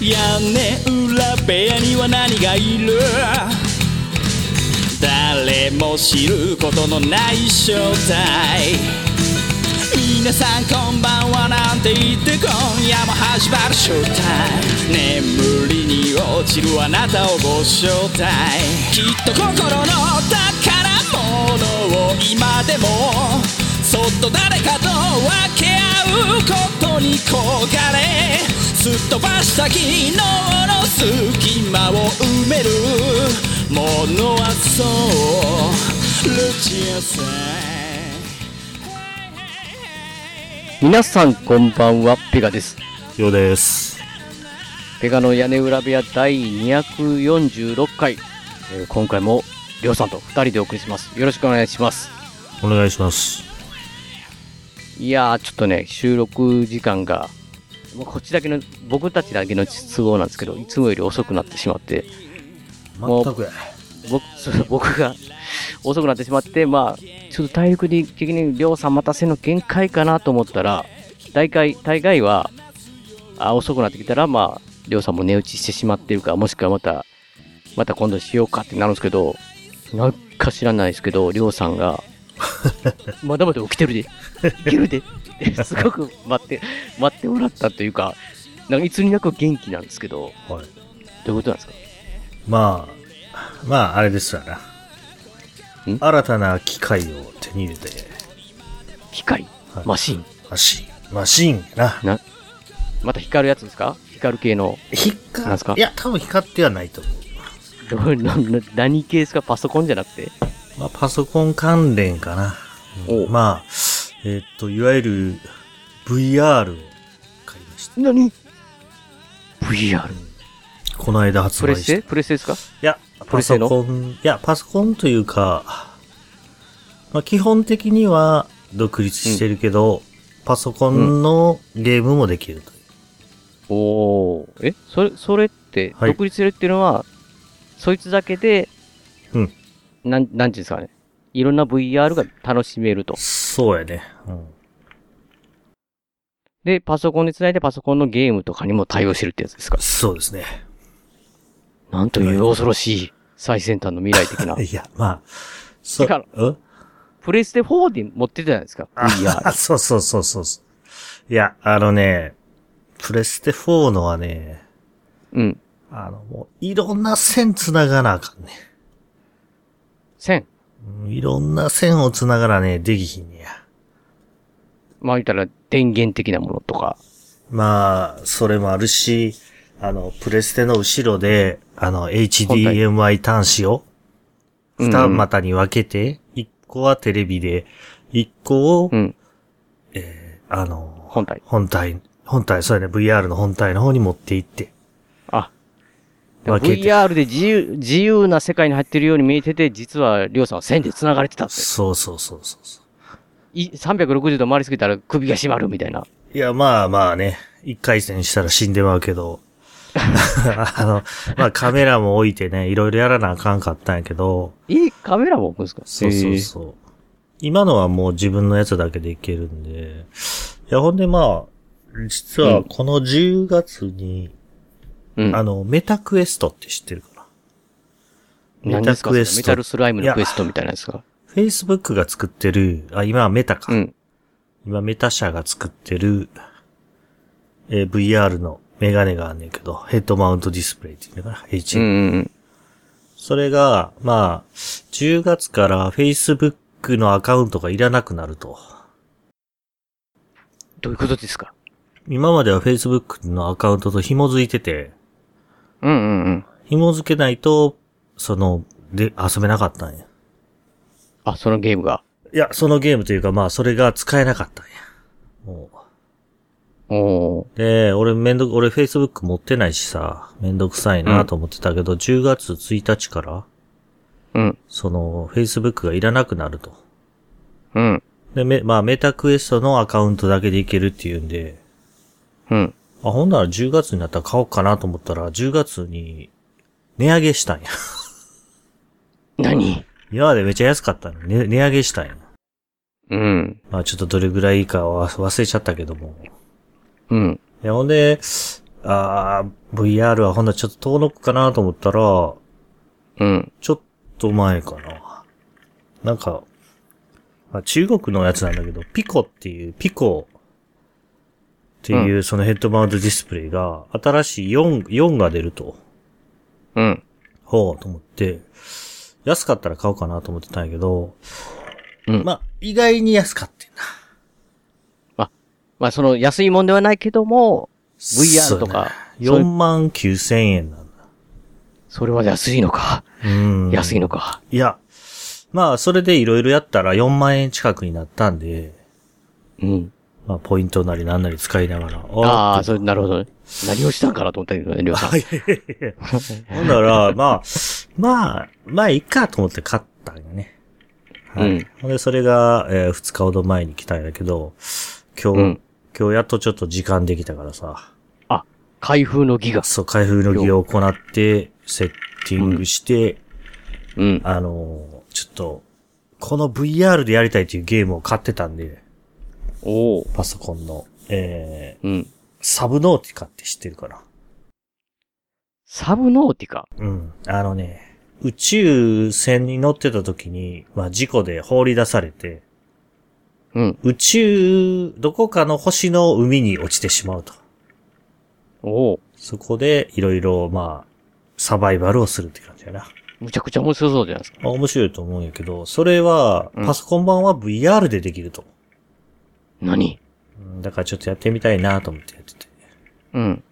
屋根裏部屋には何がいる誰も知ることのない正体皆さんこんばんはなんて言って今夜も始まるショータイム眠りに落ちるあなたをご招待きっと心の宝物を今でもそっと誰かと分け合うことに焦がれすっ飛ばした昨日の隙間を埋めるものはそうルチアさん皆さんこんばんは、ペガです。ようです。ペガの屋根裏部屋第246回。えー今回も、りょうさんと二人でお送りします。よろしくお願いします。お願いします。いやー、ちょっとね、収録時間が、もうこっちだけの、僕たちだけの都合なんですけど、いつもより遅くなってしまって、もう全くや。僕、 そう僕が遅くなってしまって、まあ、ちょっと体力的にりょうさん待たせの限界かなと思ったら、大会、大概は、あ遅くなってきたら、まあ、りょうさんも寝落ちしてしまってるか、もしくはまた、また今度しようかってなるんですけど、なんか知らないですけど、りょうさん が、まだまだ起きてるで、いけるで、 ってすごく待って、待ってもらったというか、なんかいつになく元気なんですけど、はい。どういうことなんですかまあ、まあ、あれですわな。ん新たな機械を手に入れて、機械はいマシンマシン、マシンやな。また光るやつですか光る系の。 なん光すかいや、多分光ってはないと思どうなな何系ですかパソコンじゃなくて。う。まあ、パソコン関連かな。おまあ、えっと、いわゆる VR を買いました。何 ?VR。この間発プレ売スした。テいプレステですかや、プレパステソのコン、いや、パソコンというか、まあ、基本的には独立してるけど、パソコンのゲームもできるという。おお。えそれ、それって、はい独立するっていうのは、そいつだけで、うん。なん、なんていうんですかね。いろんな VR が楽しめると。そうやね。うん。で、パソコンで繋いでパソコンのゲームとかにも対応してるってやつですか。そうですね。。なんという恐ろしい最先端の未来的ないや、まあ、そいかうんプレステ4で持ってたじゃないですか。VR。あ、 そうそうそうそうそう。いや、あのね、プレステ4のはね、うん。あの、もう、いろんな線繋がなあかんね。 1000。うんいろんな線を繋がらね、できひんねや。まあ言ったら電源的なものとか。まあ、それもあるし、あの、プレステの後ろで、あの、HDMI 端子を、うん二股に分けて、一個はテレビで、一個を、うん。あの、本体。本体、本体、そうやね、VR の本体の方に持って行って、あ、分けて。 VR で自由、自由な世界に入ってるように見えてて、実は、りょうさんは線で繋がれてたって。そうそうそうそうそい360度回りすぎたら首が締まるみたいな。う。いや、まあまあね、一回戦したら死んでまう けど、 あの、まあカメラも置いてね、いろいろやらなあかんかったんやけど、いいカメラも置くんですかそうそうそう。今のはもう自分のやつだけでいけるんで、いや、ほんでまあ、実はこの10月に、へーうん。あの、メタクエストって知ってるかな何ですかメタクエそスれトメタルスライムのクエストみたいなですか ?Facebook が作ってる、あ、今はメタか。うん。今メタ社が作ってる、えー VR のメガネがあんねんけど、ヘッドマウントディスプレイっていうのかなうん ?H、うんそれが、まあ、10月から Facebook のアカウントがいらなくなると。どういうことですか今までは Facebook のアカウントと紐づいてて、うんうんうん。紐づけないと、その、で、遊べなかったんや。あ、そのゲームが。いや、そのゲームというか、まあ、それが使えなかったんや。もおー。う。で、俺めんどく、俺 Facebook 持ってないしさ、めんどくさいなと思ってたけど、10月1日から、うん。その、Facebook がいらなくなると。うん。で、め、まあ、メタクエストのアカウントだけでいけるっていうんで、うん。あ、ほんなら10月になったら買おうかなと思ったら、10月に、値上げしたんや。 何今までめっちゃ安かったのに、ね、値上げしたんや。うん。まあちょっとどれぐらいかは忘れちゃったけども。うん。いや、ほんで、あー、VR はほんならちょっと遠のくかなと思ったら、うん。ちょっと前かな。なんか、まあ、中国のやつなんだけど、ピコっていう、ピコっていうそのヘッドマウントディスプレイが、新しい4、4が出ると。うん。ほうと思って、安かったら買おうかなと思ってたんやけど、うんまあ、意外に安かってんな。まあ、その安いもんではないけども、そ VR うとやかな。、4万9千円なんだ。それは安いのか。うん。安いのか。いや、まあ、それでいろいろやったら4万円近くになったんで、うん。まあ、ポイントなりなんなり使いながら。あーあ、それ、なるほどね。何をしたんかなと思ったけどね、りょうさん。ほんなら、まあ、まあ、まあ、いいかと思って買ったんよね。はい。うんほんで、それが、え2日ほど前に来たんだけど、今日、うん今日やっとちょっと時間できたからさ、あ、開封のギガ。そう、開封の儀を行って、セッティングして、うん。あのーちょっと、この VR でやりたいというゲームを買ってたんで、おお。パソコンの、えー、うん。サブノーティカって知ってるかなサブノーティカ。うん。あのね、宇宙船に乗ってた時に、まあ事故で放り出されて、うん。宇宙、どこかの星の海に落ちてしまうと。おお。そこで、いろいろ、まあ、サバイバルをするって感じやな。むちゃくちゃ面白そうじゃないですか。まあ面白いと思うんやけど、それは、うんパソコン版は VR でできると。何うんだからちょっとやってみたいなと思ってやってて。うん。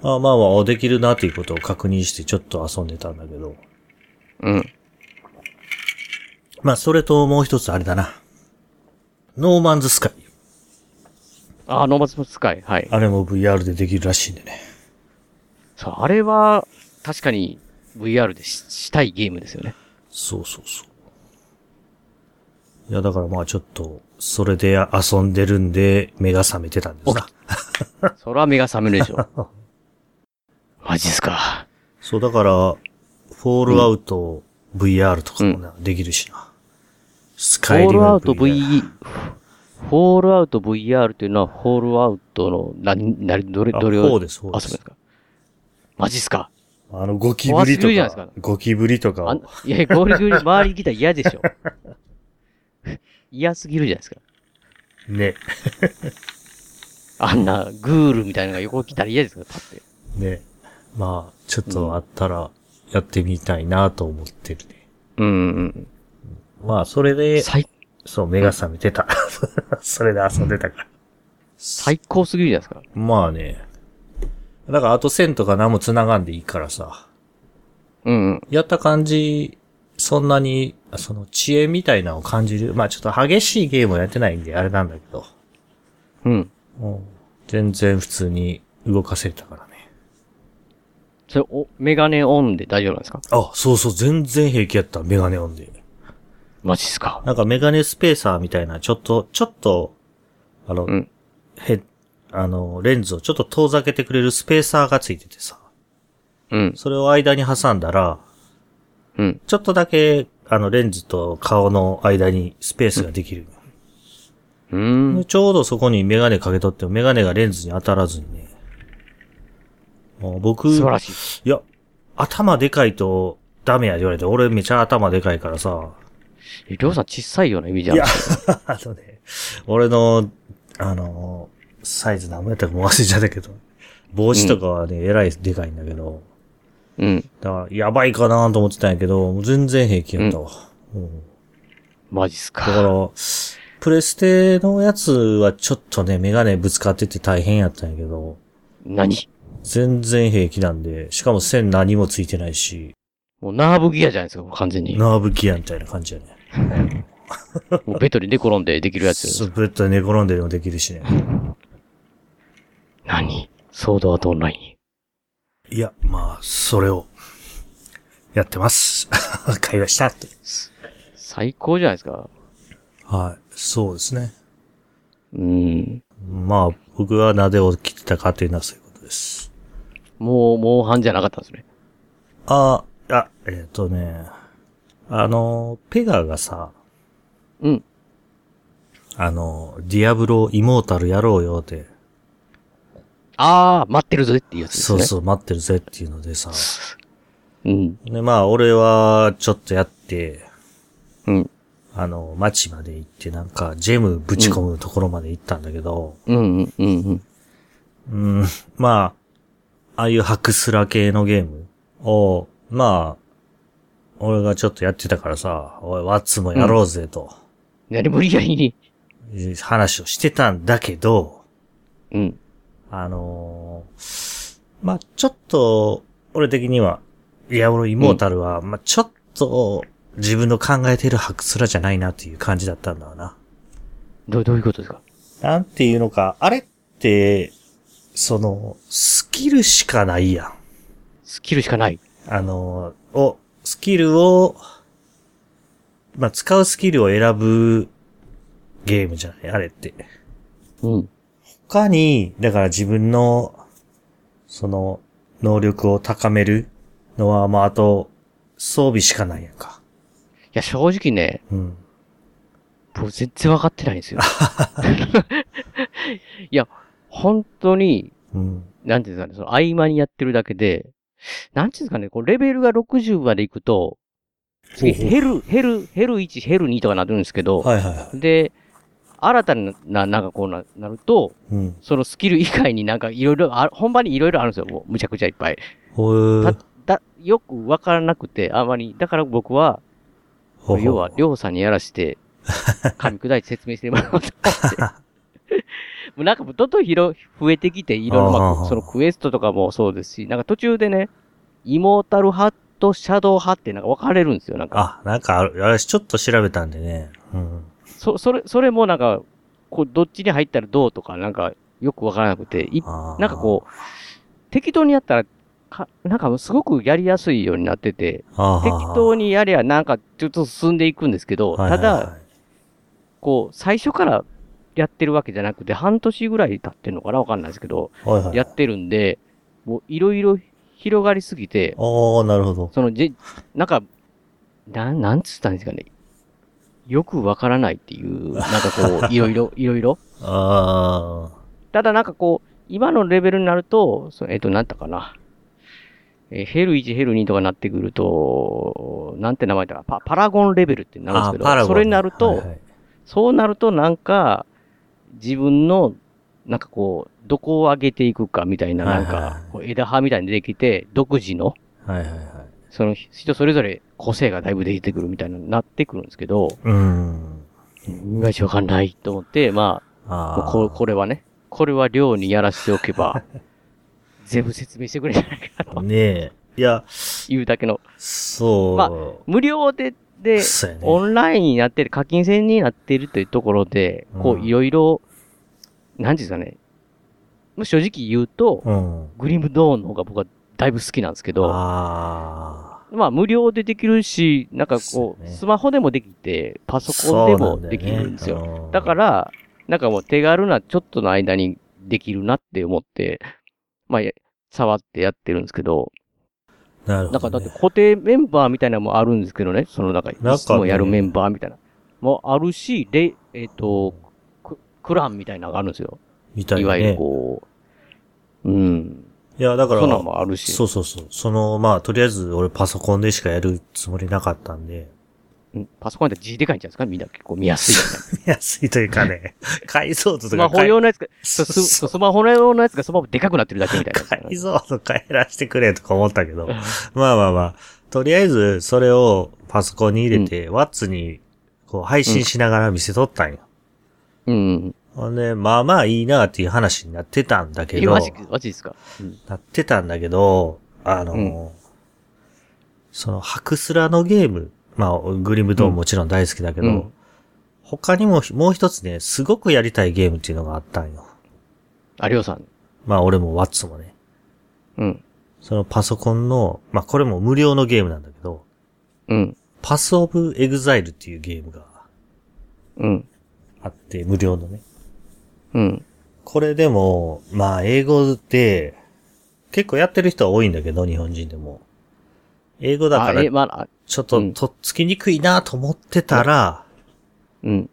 まあまあまあ、あできるなっていうことを確認してちょっと遊んでたんだけど。うん。まあ、それともう一つあれだな。ノーマンズスカイ。あー、ノーマススカイ。はい。あれも VR でできるらしいんでね。そう、あれは、確かに VR でししたいゲームですよ ね。そうそうそう。いや、だからまあちょっと、それで遊んでるんで、目が覚めてたんですな。そら目が覚めるでしょ。 マジっすか。そう、だから、フォールアウト VR とかもな、できるしな。スフカイォーリムルア VR。ウト V、フォールアウト VR というのは、フォールアウトの何、何、どれ、あどれそをうですそうです遊ぶんですかマジっすか。あの、ゴキブリ怖すぎるじゃとないかで、ゴキブリとかあをん、いや、ゴールグリ周りに来たら嫌でしょ。嫌すぎるじゃないですか。ね、あんな、グールみたいなのが横来たら嫌ですから、パって。ね。まあ、ちょっとあったら、やってみたいなと思ってるね。うんうんまあ、それうん。で、最、そう、目が覚めてた。 それで遊んでたから。最高すぎるじゃないですか。まあね。だから、あと線とか何も繋がんでいいからさ。うんうん。やった感じ、そんなに、その、遅延みたいなのを感じる。まあ、ちょっと激しいゲームをやってないんで、あれなんだけど。うん。うん全然普通に動かせたからね。それ、お、メガネオンで大丈夫なんですかあ、そうそう、全然平気やった。メガネオンで。マジっすか。なんかメガネスペーサーみたいな、ちょっと、ちょっと、あの、うん。へ、あの、レンズをちょっと遠ざけてくれるスペーサーがついててさ。うん。それを間に挟んだら、うん。ちょっとだけ、あの、レンズと顔の間にスペースができる。うーでん。ちょうどそこにメガネかけとっても、メガネがレンズに当たらずにね。もう僕、素晴らしい。いや、頭でかいとダメや言われて、俺めちゃ頭でかいか らさ。えりょうさん小さいような意味じゃんいや。あのね、俺の、あの、サイズ何もやったかもう忘れちゃったけど、帽子とかはね、えらいでかいんだけど、うん。だから、やばいかなと思ってたんやけど、もう全然平気やったわ。うんマジっすだかか。ら、プレステのやつはちょっとね、メガネぶつかってて大変やったんやけど、何全然平気なんで、しかも線何もついてないし、もうナーブギアじゃないですか、もう完全に。ナーブギアみたいな感じやね。もうベッドに寝転んでできるやスつ。プレッドで寝転んでもできるしね。何ソードアートオンライいや、まあ、それを、やってます。 会話したって。ン。最高じゃないですか。はい、そうですね。うん。まあ、僕はなぜ起きてたかというのはそういうことです。もう、もう半じゃなかったんですね。あ、あ、えっ、とね、あの、ペガがさ、うん。あの、ディアブロイモータルやろうよって、ああ、待ってるぜっていうやつですそね。うそう、待ってるぜっていうのでさ。う。うん。で、まあ、俺は、ちょっとやって、うん。あの、町まで行って、なんか、ジェムぶち込むところまで行ったんだけど、うんうんうんうん。うん、まあ、ああいうハクスラ系のゲームを、まあ、俺がちょっとやってたからさ、おい、ワッツもやろうぜと、何無理やりに。話をしてたんだけど、うん。あのーまあ、ちょっと、俺的には、ディアブロイモータルは、まあ、ちょっと、自分の考えているハクスラじゃないなっていう感じだったんだろうな。どう、どういうことですかなんていうのか、あれって、その、スキルしかないやん。スキルしかない。あの、を、スキルを、まあ、使うスキルを選ぶゲームじゃない、あれって。うん。他に、だから自分の、その、能力を高めるのは、まあ、あと、装備しかないやんか。いや、正直ね、うん。僕全然わかってないんです よ。いや、本当に、うん。なんていうんですかね、その合間にやってるだけで、なんていうんですかね、こうレベルが60までいくと、次、ほうほう減る、減る、減る1、減る2とかなってるんですけど、はいはいはで、新たな、なんかこうななると、い。うん。そのスキル以外になんかいろいろあ、本番にいろいろあるんですよ、もうむちゃくちゃいっぱい。ほうただ、よくわからなくて、あまり、だから僕は、ほうほう要は、りょうさんにやら して、噛み砕いて説明してもらおうと思って。も うなんか、どんどん広、増えてきて、いろんな、あーまあ、そのクエストとかもそうですし、なんか途中でね、イモータル派とシャドウ派ってなんか分かれるんですよ。なんか、あ、なんかある、あれ、ちょっと調べたんでね。うん。そ、それ、それもなんか、こう、どっちに入ったらどうとか、なんか、よく分からなくて、いあーなんかこう、適当にやったら、か、なんかすごくやりやすいようになってて、あー適当にやりゃなんかちょっと進んでいくんですけど、はいはいたはいだ、こう、最初からやってるわけじゃなくて、半年ぐらい経ってんのかなわかんないですけど、はいはい。やってるんで、もういろいろ広がりすぎて、ああ、なるほど。そのじ、なんか、なん、なんつったんですかね。よくわからないっていう、なんか こう、いろいろ、いろいろ。あただなんかこう、今のレベルになると、そのえっ、と、なんだかな。えーヘル1、ヘル2とかなってくると、なんて名前だかパ、パラゴンレベルってあ。なるんですあけーど、パラゴンねそれになると、はいはいそうなるとなんか、自分の、なんかこう、どこを上げていくかみたいな、はないはんいはいか、こう枝葉みたいに出てきて、独自の、はいはいはい。その人それぞれ個性がだいぶできてくるみたいな、なってくるんですけど、うん。意外とわかんないと思って、まあ、あもうあ。ここれはね、これは寮にやらしておけ ば、全部説明してくれるんじゃないか とねえ。いや、いうだけの、そう。まあ無料で、で、そうやねオンラインになってる、課金制になってるというところで、こうう、んいろいろ、なんていうんですかね、もう正直言うと、うん。グリムドーンの方が僕はだいぶ好きなんですけど、ああ。まあ無料でできるし、なんかこそうう、ねスマホでもできて、パソコンでもできるんですよ。だよから、なんかもう手軽なちょっとの間にできるなって思って、まあ、や触ってやってるんですけど、なるほなんどかね、だって固定メンバーみたいなのもあるんですけどね、その中に。なんかねいつもやるメンバーみたいな。もあるし、で、えっ、と、ククランみたいなのがあるんですよ。みたいいなわね、ゆるこう、うん。いや、だから、そんなんもあるし。そうそうそう。その、まあ、とりあえず俺パソコンでしかやるつもりなかったんで、 うんパソコンって字でかいんじゃないですかみんな結構見やすいよね。安いというかね、解像度とスマかホ変え、用のやつが、そうそうそうススマホ用のやつがそのままでかくなってるだけみたいなやつだね、 解像度変えらしてくれとか思ったけど、まあまあまあ、とりあえずそれをパソコンに入れて、ワッツにこう配信しながら見せとったんよ。うん。ほんで、まあまあいいなっていう話になってたんだけえ、ど、マジ、マジですか、うんなってたんだけど、あの、うんその、ハクスラのゲーム、まあ、グリムドーンもちろん大好きだけど、うん他にも、もう一つね、すごくやりたいゲームっていうのがあったんよ。あ、りょうさん。まあ、俺もワッツもね。うん。そのパソコンの、まあ、これも無料のゲームなんだけど、うん。パスオブエグザイルっていうゲームがうん。あって、無料のね。うん。これでも、まあ、英語で、結構やってる人は多いんだけど、日本人でも。英語だかあ、らえ、まあ、あちょっと、うんとっつきにくいなと思ってたら、うん。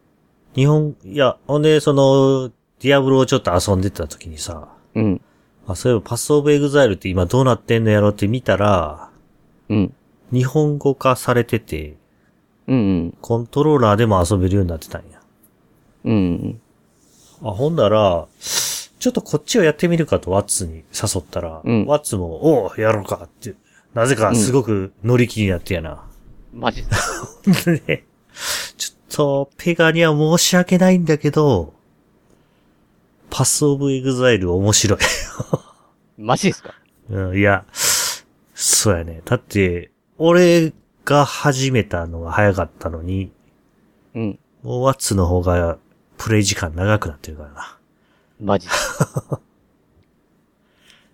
日本、いや、ほんで、その、ディアブロをちょっと遊んでた時にさ、うん。あ、そういえばパスオブエグザイルって今どうなってんのやろって見たら、うん。日本語化されてて、うんうん。コントローラーでも遊べるようになってたんや。うんうん。あ、ほんなら、ちょっとこっちをやってみるかとワッツに誘ったら、うんワッツも、おう、やろうかって、なぜかすごく乗り気になってやな。マジで。でちょっと、ペガには申し訳ないんだけど、パスオブエグザイル面白い。 マジですかうん、いや、そうやね。だって、俺が始めたのが早かったのに、うん。もうワッツの方がプレイ時間長くなってるからな。マジで。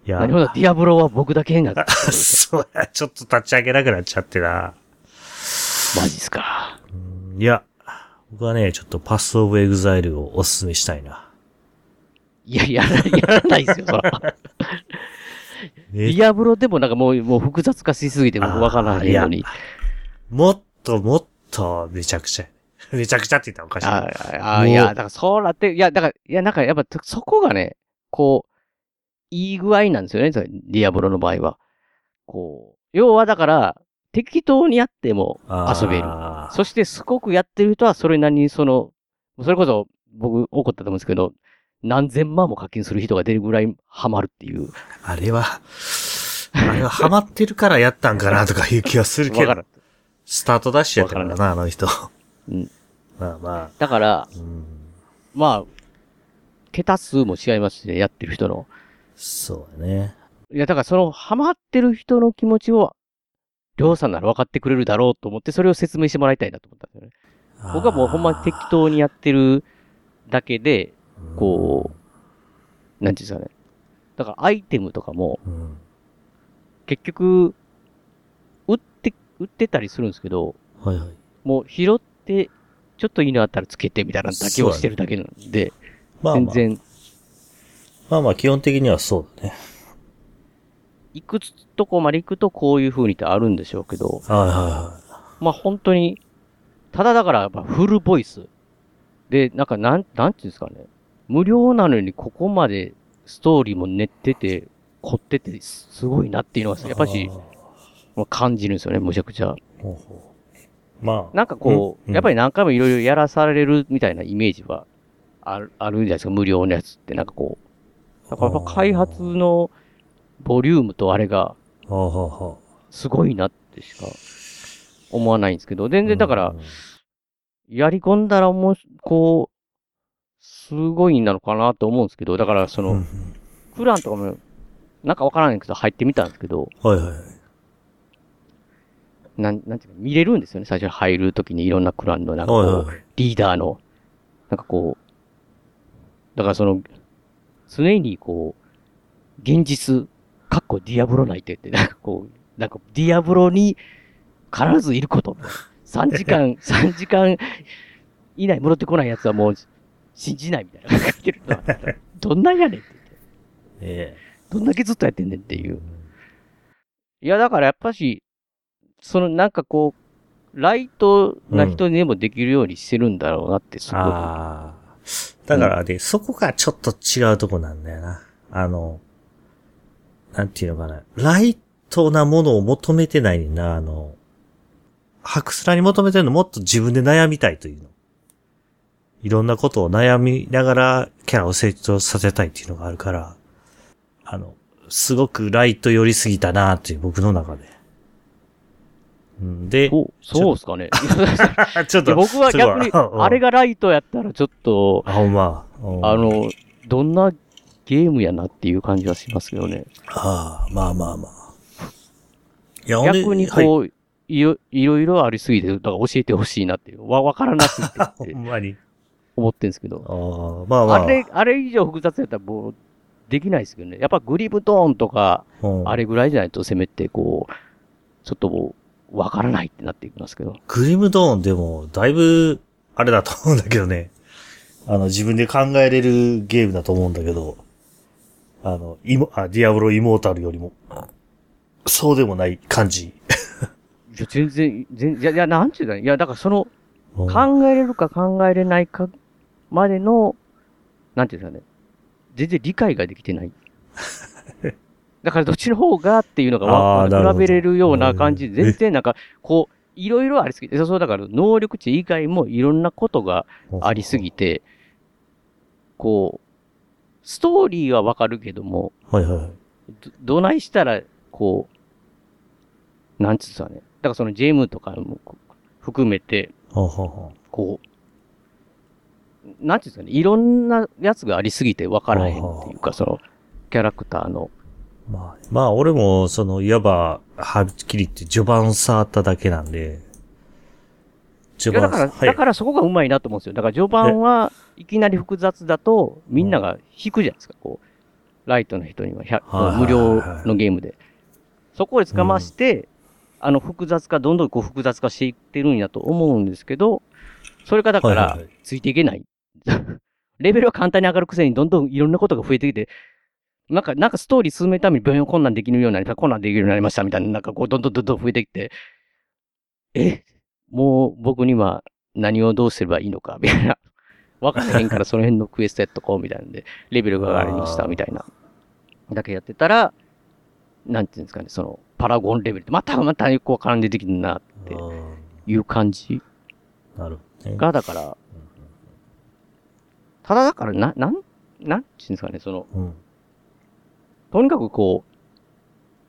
い や、なるほど。ディアブロは僕だけ 変な。マそうや、ちょっと立ち上げなくなっちゃってな。ジっすか。いや、僕はね、ちょっとパスオブエグザイルをおすすめしたいな。いや、やら、やらないですよ、そ ら。デねィアブロでもなんかもう、もう複雑化しすぎて僕わからないのに。もっともっとめちゃくちゃ。めちゃくちゃって言ったらおかしい。あああ、いや、だからそうなって、いや、だから、いや、なんかやっぱそこがね、こう、いい具合なんですよね、それディアブロの場合は。こう、要はだから、適当にやってもー遊べる。そして、すごくやってる人は、それなりに、その、それこそ、僕、怒ったと思うんですけど、何千万も課金する人が出るぐらいハマるっていう。あれは、あれはハマってるからやったんかなとかいう気はするけわから、どんスタートダッシュやったからわな、あの人。うんまあまだから、あ、うん、まあ、桁数も違いますしね、やってる人の。そうやね。いや、だからその、ハマってる人の気持ちを、りょうさんなら分かってくれるだろうと思って、それを説明してもらいたいなと思ったんですよね。僕はもうほんまに適当にやってるだけで、こう、なんていうんですかね。だからアイテムとかも、う。うん、結局、売って、売ってたりするんですけど、はいはい。もう拾って、ちょっといいのあったらつけてみたいなだけをしてるだけなんで、まあ全まあ、然、まあまあ基本的にはそうだね。いくつとこまで行くとこういう風にってあるんでしょうけど、はいはまあ本当に、ただだからやっぱフルボイス。で、なんかなん、なんていうんですかね。無料なのにここまでストーリーも練ってて、凝っててすすごいなっていうのいはが、い。やっぱしあーまあ感じるんですよね、むちゃくちゃ。ほうほうまあ。なんかこう、うんやっぱり何回もいろいろやらされるみたいなイメージはあるあるじゃないですか、無料のやつって。なんかこう、だからやっぱ開発のボリュームとあれがはあはあはあすごいなってしか思わないんですけど、全然だからう、んやり込んだらもう、こう、すごいなのかなと思うんですけど、だからその、うんプランとかも、なんかわからないけど入ってみたんですけど、はいはいはい。なん、なんていうか、見れるんですよね、最初に入るときにいろんなクランの、なんかこはいうはい、はい。リーダーの、なんかこう、だからその、常にこう、現実、かっこディアブロ内定って、なんかこう、なんかディアブロに必ずいること。3時間、3時間以内戻ってこないやつはもう信じないみたいなの書いてるのはどんなんやねんって言って。えどんだけずっとやってんねんってえいう。いや、だからやっぱし、そのなんかこう、ライトな人にでもできるようにしてるんだろうなって、すごく。ああ。だからね、そこがちょっと違うとこなんだよな。あの、なんていうのかな。ライトなものを求めてないねんな、あの、白スラに求めてるのもっと自分で悩みたいというの。いろんなことを悩みながらキャラを成長させたいっていうのがあるから、あの、すごくライト寄りすぎたなっていう僕の中で。うん、で、そう、そうですかね。 ちょっいやと、僕は逆に、すごいうんあれがライトやったらちょっと、あ、ほんま。うんあ、の、どんなゲームやなっていう感じはしますけどね。ああ、まあまあまあ。いや、ほんで逆にはいこう、いろ、いろいろありすぎて、だから教えてほしいなっていう、わ、わからなすぎてっほてんまに。思ってるんですけど。ああ、まあまあ。あれ、あれ以上複雑やったらもう、できないですけどね。やっぱグリブトーンとか、うんあれぐらいじゃないとせめて、こう、ちょっともう、わからないってなっていきますけど。グリムドーンでも、だいぶ、あれだと思うんだけどね。 あの、自分で考えれるゲームだと思うんだけど、あの、イモ、あ、ディアブロイモータルよりも、そうでもない感じ。いや、全然、全然、いや、いや、なんちゅうだいや、だからその、うん考えれるか考えれないか までの、なんていうんですかね、全然理解ができてない。だからどっちの方がっていうのがあーなるほわど比べれるような感じで、うん全然なんか、こう、いろいろありすぎて、そうそう、だから能力値以外もいろんなことがありすぎて、こう、ストーリーはわかるけども、はいはいはい。ど、どないしたら、こう、なんつうかね、だからそのジェムとかも含めて、はあはあはこう、なんていうんですかね、いろんなやつがありすぎて分からへんっていうか、その、キャラクターの。あまあ、まあ、俺も、その、いわば、はっきり言って序盤触っただけなんで、い序やだ盤、から、はいだからそこがうまいなと思うんですよ。だから序盤はいきなり複雑だと、みんなが引くじゃないですか、こう、ライトの人には100はいはいはい無料のゲームで。そこをつかまして、あの複雑化、どんどんこう複雑化していってるんやと思うんですけど、それがだかはいはらいはい、ついていけない。 レベルは簡単に上がるくせに、どんどんいろんなことが増えてきて、なんか、なんかストーリー進めるために、ブヨンこんなんできるようになりました、こんなんできるようになりました、みたいな、なんかこう、どんどんどんどん増えてきて、え、もう僕には何をどうすればいいのか、みたいな。わからへんから、その辺のクエストやっとこう、みたいなんで、レベルが上がりました、あーみたいな。だけやってたら、なんていうんですかね、その、パラゴンレベルって、またまたよくわからんでてきるな、ってうんいう感じなるほどね。が、だから、ただだから、な、なん、なんていうんですかね、その、うん。とにかくこ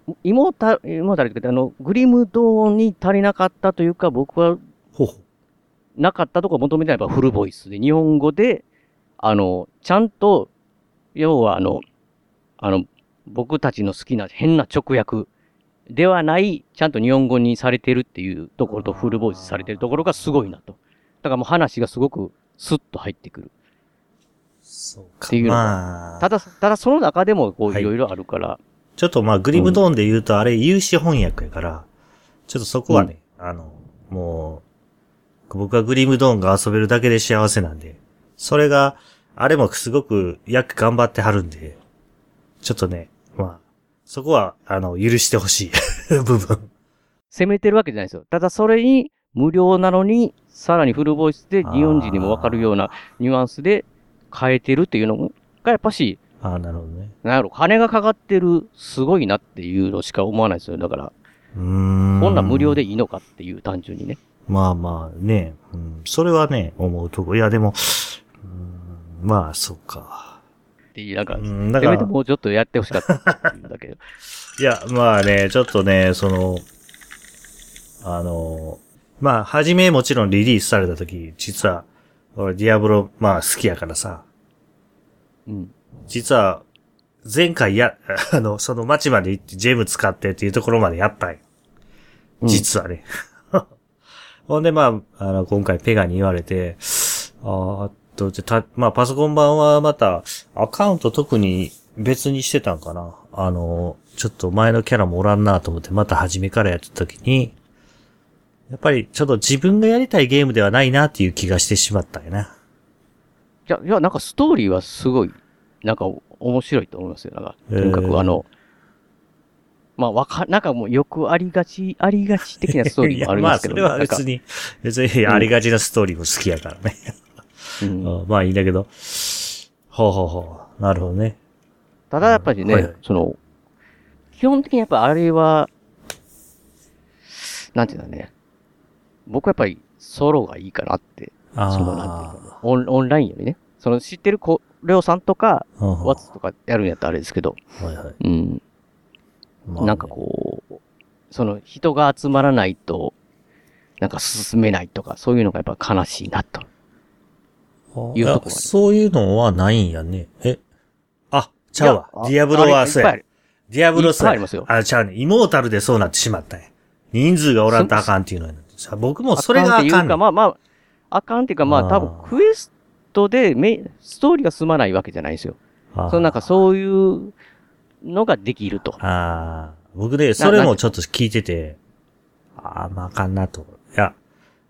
う、イモータル、イモータルってあの、グリムドーンに足りなかったというか、僕はほうほう。なかったとこ求めてないばフルボイスで、日本語で、あの、ちゃんと、要はあの、あの、僕たちの好きな変な直訳ではない、ちゃんと日本語にされてるっていうところとフルボイスされてるところがすごいなと。だからもう話がすごくスッと入ってくる。そうっかていう。のがまあた、だ、ただその中でもこうはいいろいろあるから、ちょっとまあ、グリムドーンで言うと、あれ、有志翻訳やから、ちょっとそこはね、あの、もう、僕はグリムドーンが遊べるだけで幸せなんで、それが、あれもすごく、役頑張ってはるんで、ちょっとね、まあ、そこは、あの、許してほしい 部分。攻めてるわけじゃないですよ。ただそれに、無料なのに、さらにフルボイスで日本人にもわかるようなニュアンスで変えてるっていうのが、やっぱし、ああ、なるほどね。なんやろ、金がかかってる、すごいなっていうのしか思わないですよ。だから、うーん。こんなん無料でいいのかっていう、単純にね。まあまあね、うん、それはね、思うとこ。いや、でも、うんまあ、そうか。っていう、なんかう、ん、だせかめてら、もうちょっとやってほしかったっていうんだ けど。いや、まあね、ちょっとね、その、あの、まあ、初めもちろんリリースされた時、実は、俺、ディアブロ、まあ、好きやからさ、うん。実は、前回や、 あの、その街まで行って、ジェム使ってっていうところまでやったんよ。うん実はね。 ほんで、まあ、あの、今回ペガに言われて、あーっと、じゃあ、た、まあ、パソコン版はまた、アカウント特に別にしてたんかな。あの、ちょっと前のキャラもおらんなと思って、また初めからやってた時に、やっぱりちょっと自分がやりたいゲームではないなっていう気がしてしまったよな。いや、いや、なんかストーリーはすごい、なんか面白いと思いますよ。なんか、とにかえーくあの、まあ、わか、なんかもうよくありがち、ありがち的なストーリーもあるんですけど、 いやまあ、それはなんか別に、別にありがちなストーリーも好きやからね。うんあまあいいんだけど。ほうほうほう。なるほどね。ただやっぱりね、はいはいその、基本的にやっぱあれは、なんていうんだろうね。僕はやっぱりソロがいいかなって。あそのなんていうかオンオンラインよりね。その知ってる子、レオさんとか、あ。うんワッツとかやるんやったらあれですけど、はいはい。うん。まあねなんかこう、その人が集まらないと、なんか進めないとか、そういうのがやっぱ悲しいなと。いうあとこはねいやそういうのはないんやね。えあ、ちゃうわ。いデやあィアブロあはれそういっぱいあやる。ディアブロそういっぱいや。ありますよあ、ちゃうね。イモータルでそうなってしまったんや。人数がおらんとあかんっていうのやね。さ僕もそれがあっていかんうねか、ん。まあまあ、あかんっていうか、まああー多分クエストでメストーリーが進まないわけじゃないですよ。あーそのなんかそういうのができると。ああ、僕ね、それもちょっと聞いてて、ああ、まああかんなと。いや、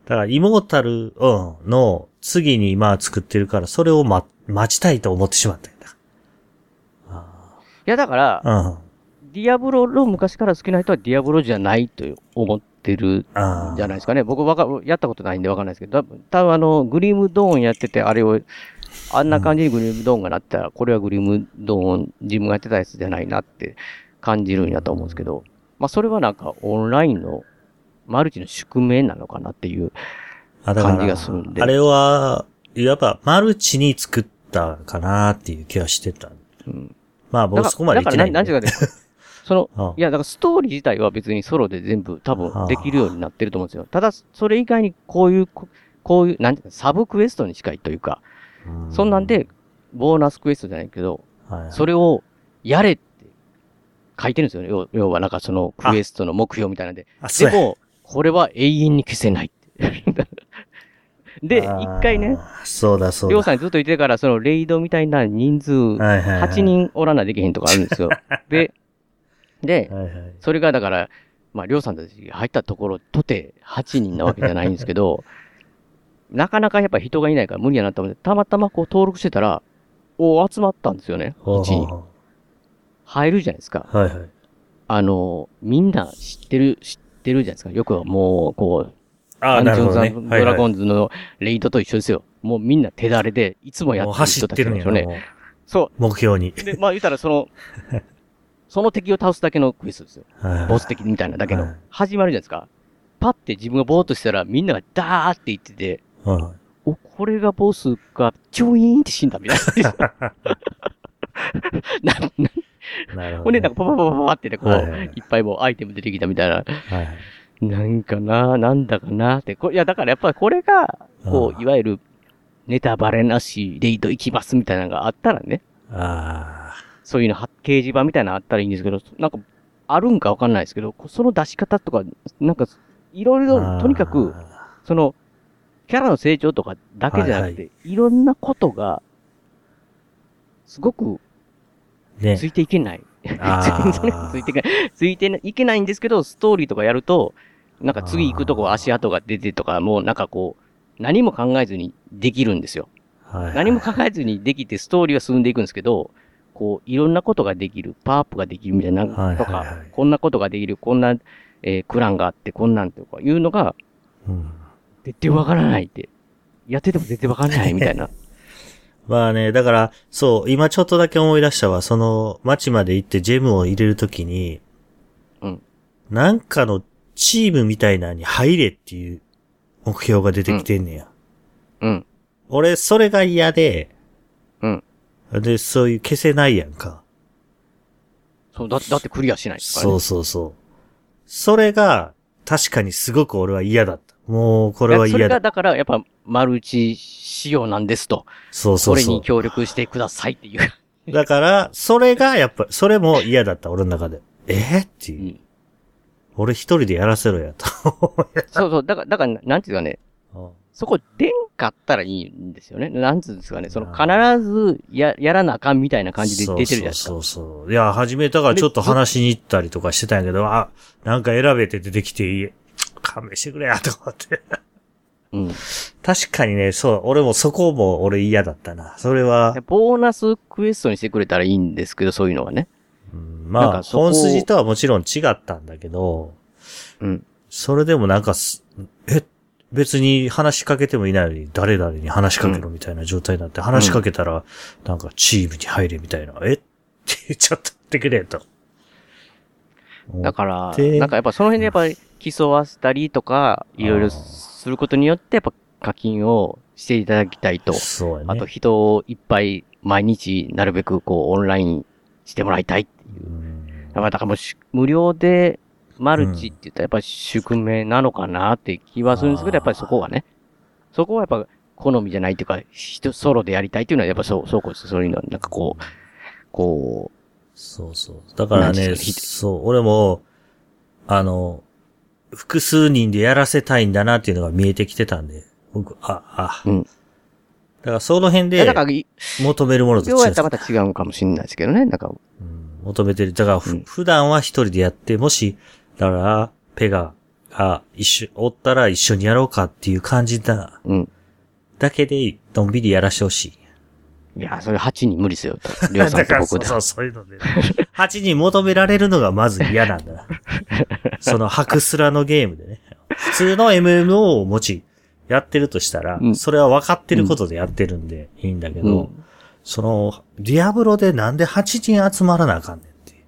だから、イモータル、うん、の次に今作ってるから、それをま、待ちたいと思ってしまったんだ。あいやだから、あ、ディアブロの昔から好きな人はディアブロじゃないと思ってるうん、ああ。じゃないですかね。僕わか、やったことないんでわかんないですけど、多分多分あの、グリームドーンやっててあれをあんな感じにグリームドーンがなったら、これはグリームドーン、自分がやってたやつじゃないなって感じるんやと思うんですけど、まあそれはなんかオンラインのマルチの宿命なのかなっていう。あ、だから、感じがするんであれは、いわばマルチに作ったかなっていう気はしてた。うん。まあ僕そこまでだいかけら、なないんんなんてで。いうかね、その、あいや、だからストーリー自体は別にソロで全部多分できるようになってると思うんですよ。ただ、それ以外にこういう、ここういう、なんていうか、サブクエストに近いというか、そんなん、で、ボーナスクエストじゃないけど、はいそれをやれって書いてるんですよね。要要はなんかそのクエストの目標みたいなんで。あ、そうでやも、これは永遠に消せないって。で、あー一回ね、。そうだそうりだ。ょうさんずっと言ってたから、そのレイドみたいな人数、はいはいはい、 8。人おらなできへんとかあるんですよ。 で、で、はいはい。それがだから、まあ、りょうさんたち入ったところとて8人なわけじゃないんですけ ど、なかなかやっぱ人がいないから無理やなと思って、たまたまこう登録してたら、お集まったんですよね。ほううちほうにほ入るじゃないですか。うはいはい。あの、みんな知ってる、知ってるじゃないですか。よくもう、こう、ああ、ダなンジるョンほどね。ズドラゴンズのレイドと一緒ですよ。もうみんな手だれで、いつもやもうってる走人ったてちなるんんでやすよね。もそう目 標に。う。で、まあ言ったらそ の、その敵を倒すだけのクエストですよ。はいボス敵みたいなだけはのい。始まるじゃないですか。パって自分がぼーっとしたらみんながダーって言ってて、はいはいお、これがボスが、チョイーンって死んだみたい な。なななるほど。ほんで、なんかパパパパパってね、こう、はいはいはいいっぱいもうアイテム出てきたみたいな。はいはいなんかな、なんだかなって。こいや、だからやっぱりこれが、こうんう、いわゆる、ネタバレなし、レイド行きますみたいなのがあったらね、あそういうの、は掲示板みたいなのあったらいいんですけど、なんか、あるんかわかんないですけど、こその出し方とか、なんか、いろいあ。ろ、とにかく、その、キャラの成長とかだけじゃなくて、いろんなことが、すごくねつ。いていけ ない。あーついていけない。ついていけないんですけど、ストーリーとかやると、なんか次行くとこあー足跡が出てとか、もうなんかこう、何も考えずにできるんですよ。はいはい何も考えずにできて、ストーリーは進んでいくんですけど、こう、いろんなことができる、パワーアップができるみたいな、とか、はいはいはいこんなことができる、こんな、えークランがあって、こんなんとかいうのが、うん絶対わからないって。やってても絶対わからないみたい な。まあね、だから、そう、今ちょっとだけ思い出したわ。その、町まで行ってジェムを入れるときに、うん。なんかのチームみたいなのに入れっていう目標が出てきてんねや。うん。俺、それが嫌で、うん。で、そういう消せないやんか。そう、だだってクリアしないですからね。そうそうそう。それが、確かにすごく俺は嫌だった。もう、これはいやそれ嫌がだ。だから、やっぱ、マルチ仕様なんですと。そうそそうれそにう。協力してくださいって いう。だから、それが、やっぱ、それも嫌だった、俺の中で。えーってういう。ん俺一人でやらせろや、と。そうそう、だから、だから、ななんていうかね、うんそこ出んかったらいいんですよね。なんつうんですかね、そのあ必ずや、やらなあかんみたいな 感じで出てるじゃないですか。そうそうそうそう。いや、始めたからちょっと話しに行ったりとかしてたんやけど、あ、なんか選べて出てきていい。勘弁してくれや、と思って。うん。確かにね、そう、俺もそこも俺嫌だったな。それはで、ボーナスクエストにしてくれたらいいんですけど、そういうのはね。うんなんまあ、かそこ本筋とはもちろん違ったんだけど、うん。それでもなんかす、え、別に話しかけてもいないのに、誰々に話しかけろみたいな状態になって、話しかけたら、なんかチームに入れみたいな、え って、ちょっと待ってくれと。だから、でなんかやっぱその辺でやっぱり競わせたりとか、いろいろすることによって、やっぱ課金をしていただきたいと。そうやね。あと人をいっぱい毎日なるべくこうオンラインしてもらいたい。うんだからだからもうし無料でマルチって言ったらやっぱり宿命なのかなって気はするんですけうんど、やっぱりそこはね。そこはやっぱ好みじゃないっていうか、人、ソロでやりたいっていうのはやっぱそう、そうこうです。そういうのはなんかこう、こそうそう。だからなんね、ですかそう、俺も、あの、複数人でやらせたいんだなっていうのが見えてきてたんで、僕、あ、あ、うんだからその辺う。いやだでから、い求めるものと要は違やうった。らまた違うんかもしれないですけどね。なんか、うん求めてる。だから、ふうん普段は一人でやって、もし、だから、ペガが一緒、おったら一緒にやろうかっていう感じだ、うん。だけで、のんびりやらしてほしい。いや、それ8人無理ですよ。りょうさんだとから、そ僕うで。そう、そういうので、ね。8に 求められるのがまず嫌な んだな。その、白スラのゲームでね。普通の MMO を持ち、やってるとしたら、うんそれは分かってることでやってるんでいいんだけど、うんその、ディアブロでなんで8人集まらなあかんねんっていう。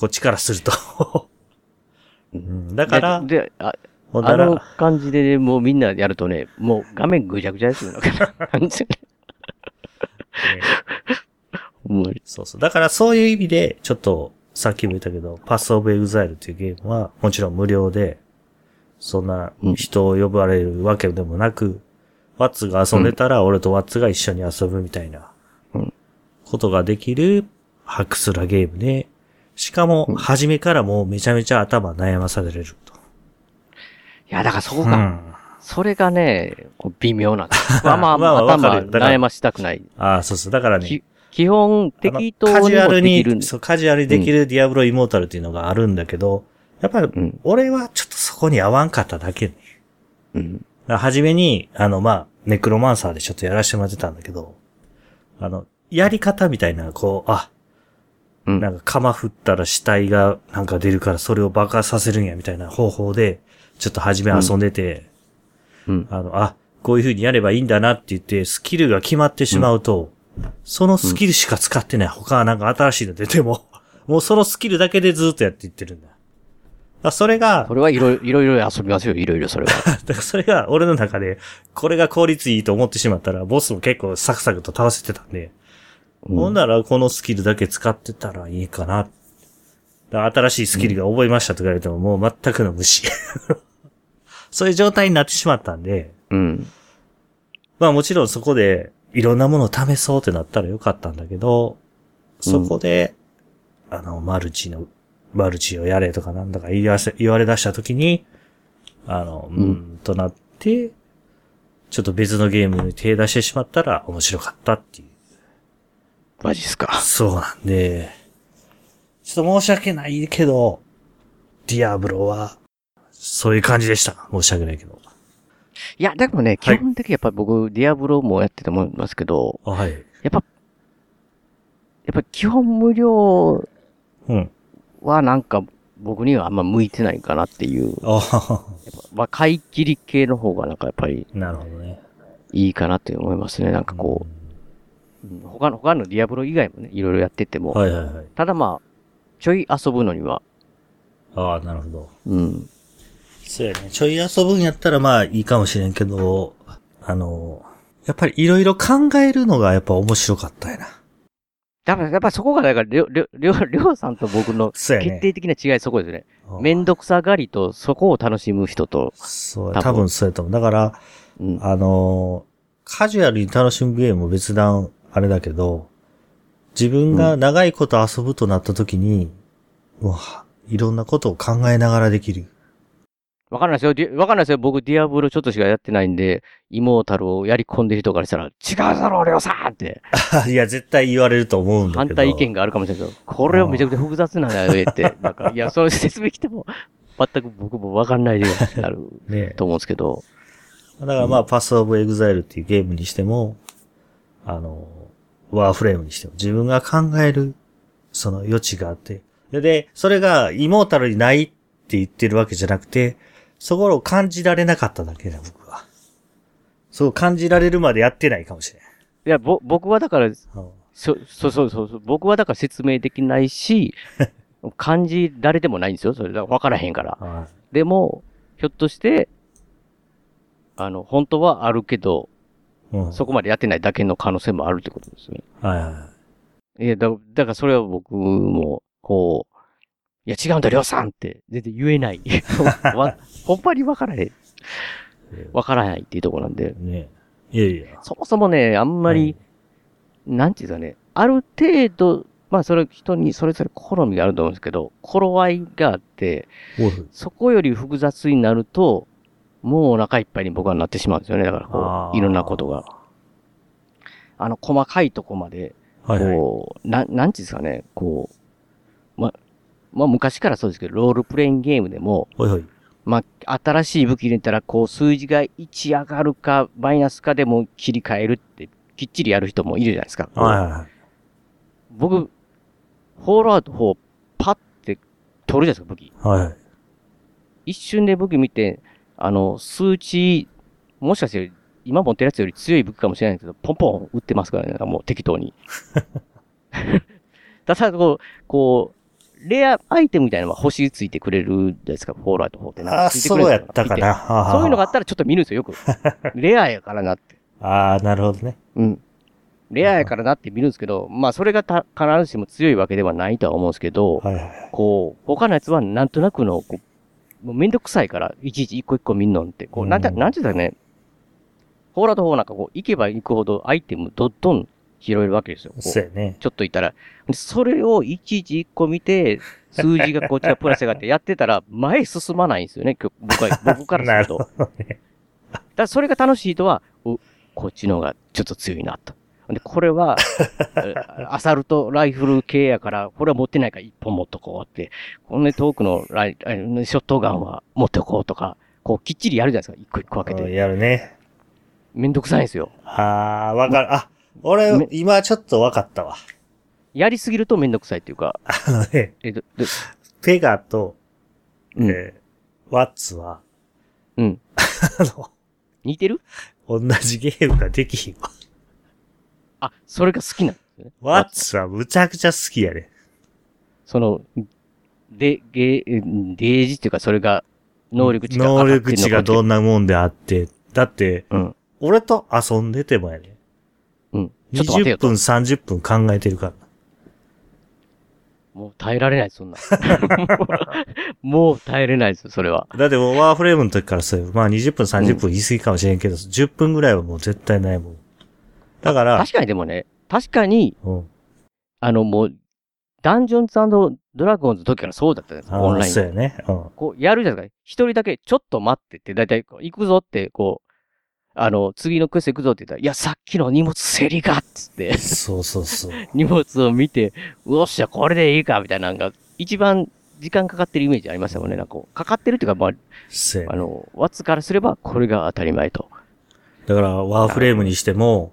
こっちからする と。うん、だから、で、であほんあだらの感じで、もうみんなやるとね、もう画面ぐちゃぐちゃですよ。なんかもうそうそう。だからそういう意味で、ちょっと、さっきも言ったけど、パスオブエグザイルっていうゲームは、もちろん無料で、そんなうん人を呼ばれるわけでもなく、ワッツが遊んでたら、俺とワッツが一緒に遊ぶみたいなうん、ことができる、ハクスラゲームで、しかも、初めからもうめちゃめちゃ頭悩まされると。いや、だからそこうが、ん。それがね、こう微妙なん です。まあまあ、まあまあわ頭かるだから悩ましたくない。ああ、そうそう。だからねき、基本、あの適当カジにュアもルできるんに、です。そう、カジュアルにできるディアブロイモータルっていうのがあるんだけど、やっぱりん、俺はちょっとそこに合わんかっただけね。うん。だから初めに、あの、まあ、ネクロマンサーでちょっとやらせてもらってたんだけど、あの、やり方みたいな、こう、あ、うんなんか釜振ったら死体がなんか出るからそれを爆発させるんやみたいな方法で、ちょっと初め遊んでて、うん。あの、あ、こういう風にやればいいんだなって言って、スキルが決まってしまうと、そのスキルしか使ってない。他はなんか新しいの出ても、もうそのスキルだけでずっとやっていってるんだ。だからそれがそ、れはいろいろ、いろいろ遊びますよ、いろいろそれ は。だからそれが俺の中で、これが効率いいと思ってしまったら、ボスも結構サクサクと倒せてたんで、うんほんならこのスキルだけ使ってたらいいかな。だから新しいスキルが覚えましたとか言われても、もう全くの無視。 そういう状態になってしまったんで、うん。まあもちろんそこでいろんなものを試そうってなったらよかったんだけど、そこで、あの、マルチの、マルチをやれとかなんだか言いわせ、言われ出した時に、あの、うーん、となって、ちょっと別のゲームに手出してしまったら面白かったっていう。マジっすか。そうなんで、ちょっと申し訳ないけど、ディアブロは、そういう感じでした。申し訳ないけど。いや、でもね、は基い本的にやっぱり僕、ディアブロもやってて思いますけど、あ、はい。やっぱ、やっぱ基本無料うん。はなんか僕にはあんま向いてないかなっていう、あまあ、買い切り系の方がなんかやっぱり なるほどね。いいかなって思いますね。なんかこう、うん他の、他のディアブロ以外もね、いろいろやってても、はいはいはい。ただまあ、ちょい遊ぶのには、ああ、なるほど。うん、そうやね。ちょい遊ぶんやったらまあいいかもしれんけど、あの、やっぱりいろいろ考えるのがやっぱ面白かったやな。だから、やっぱりそこが、だから、りょ、りょ、りょ りょうさんと僕のそうやね決定的な違い、そこですね。うんめんどくさがりと、そこを楽しむ人と、そう多や、分多分そうやと思う。だから、うん、あの、カジュアルに楽しむゲームも別段あれだけど、自分が長いこと遊ぶとなった時に、うわいろんなことを考えながらできる。 わかんないですよ。ディわかんないですよ。僕、ディアブロちょっとしかやってないんで、イモータルをやり込んでる人からしたら、違うだろ、りょうさんって、いや、絶対言われると思うんだ反けど。対意見があるかもしれないけど、これはめちゃくちゃ複雑なんだよ、って。なんか、いや、その説明来ても、全く僕もわかんないで、なるねと思うんですけど、だからまあ、パスオブエグザイルっていうゲームにしても、あの、ワーフレームにしても、自分が考える、その余地があって。で、でそれがイモータルにないって言ってるわけじゃなくて、そこを感じられなかっただけだ、僕は。そう感じられるまでやってないかもしれない。いや、ぼ、僕はだから、うんそ、そうそうそうそう。僕はだから説明できないし、感じられてもないんですよ。それ、だから分からへんから。はいでも、ひょっとして、あの、本当はあるけど、うん。そこまでやってないだけの可能性もあるってことですよね。はいはいや、だ、だからそれは僕も、こう、いや、違うんだ、りょうさんって、全然言えない。 わ、ほんまに分からへん。分からないっていうところなんで、い。ねいやいや。そもそもね、あんまり、なんていうんですかね、ある程度、まあそれ人にそれぞれ好みがあると思うんですけど、頃合いがあって、はい、おいそこより複雑になると、もうお腹いっぱいに僕はなってしまうんですよね。だからこあう、ーいろんなことが。あの、細かいとこまで、はいはい。こう、なん、なんていうんですかね、こう、ま、まあ昔からそうですけど、ロールプレイングゲームでも、おいおい。まあ、新しい武器入れたら、こう、数字が1上がるか、マイナスかでも切り替えるって、きっちりやる人もいるじゃないですか。はいはいはい。僕、フォールアウト4、パッて取るじゃないですか、武器。はいはい。一瞬で武器見て、あの、数値もしかして、今持ってるやつより強い武器かもしれないけど、ポンポン撃ってますからね、もう適当に。 だからこう、こう、レアアイテムみたいなのは星ついてくれるじゃないですか、フォールアウト4ってなんかああ、ついてくれるそうんやですよったか。見な。てそういうのがあったたらちょっと見るんですよ、よ く。レアやからなって。ああ、なるほどね。うん。レアやからなって見るんですけど、まあそれがた必ずしも強いわけではないとは思うんですけど、はいはいはい。こう、他のやつはなんとなくの、こう、もうめんどくさいから、いちいち一個一個見んのんって、こう、なんて、うんなんて言うんだろうね。ホーラーとホーなんかこう、行けば行くほどアイテムどっどん拾えるわけですよ。こうそうやね。ちょっといたら。でそれをいちいち一個見て、数字がこっちがプラス上がってやってたら、前進まないんですよね、きょ僕は、僕からす なるると。ほだかどね。らそれが楽しい人は、うこっちの方がちょっと強いなと。で、これ は、えアサルトライフル系やから、これは持ってないから一本持っとこうって。こんな遠くのライ、あのショットガンは持っておこうとか、こうきっちりやるじゃないですか、一個一個分けうんて。やるね。めんどくさいんですよ。ああ、わかる。あ、俺め、今ちょっとわかったわ。 やりすぎるとめんどくさいっていうか、あのね、え、どどペガと、うんえーワッツは、うん。あの、似てる同じゲームができひんわ。あ、それが好きなんですね。ワッツはむちゃくちゃ好きやね。その、で、ゲー、ゲージっていうか、それが、能力値が上能がってるの力か値がどんなもんであって。だって、うん。俺と遊んでてもやね。うん。ちょっと待て20よと分、。30分考えてるから。もう耐えられないです、 そんな。もう耐えれないですよ、それは。だってもうワーフレームの時からそういう、まあ20分30分言い過ぎかもしれんけど、10分ぐらいはもう絶対ないもん。だから、確かにでもね、確かに、うん。あの、もう、ダンジョンズドラゴンズの時からそうだったんですあーオンラインそうで。やね。うん。こう、やるじゃないですか。一人だけ、ちょっと待ってって、だいたい、行くぞって、こう、あの、次のクエスト行くぞって言ったら、いや、さっきの荷物競りがっつって。 そうそうそう。荷物を見て、うおっしゃ、これでいいか、みたいなのが、一番時間かかってるイメージありましたもんね。なんかこう、かかってるっていうか、まあ、そうやあの、ワッツからすれば、これが当たり前と。だから、ワーフレームにしても、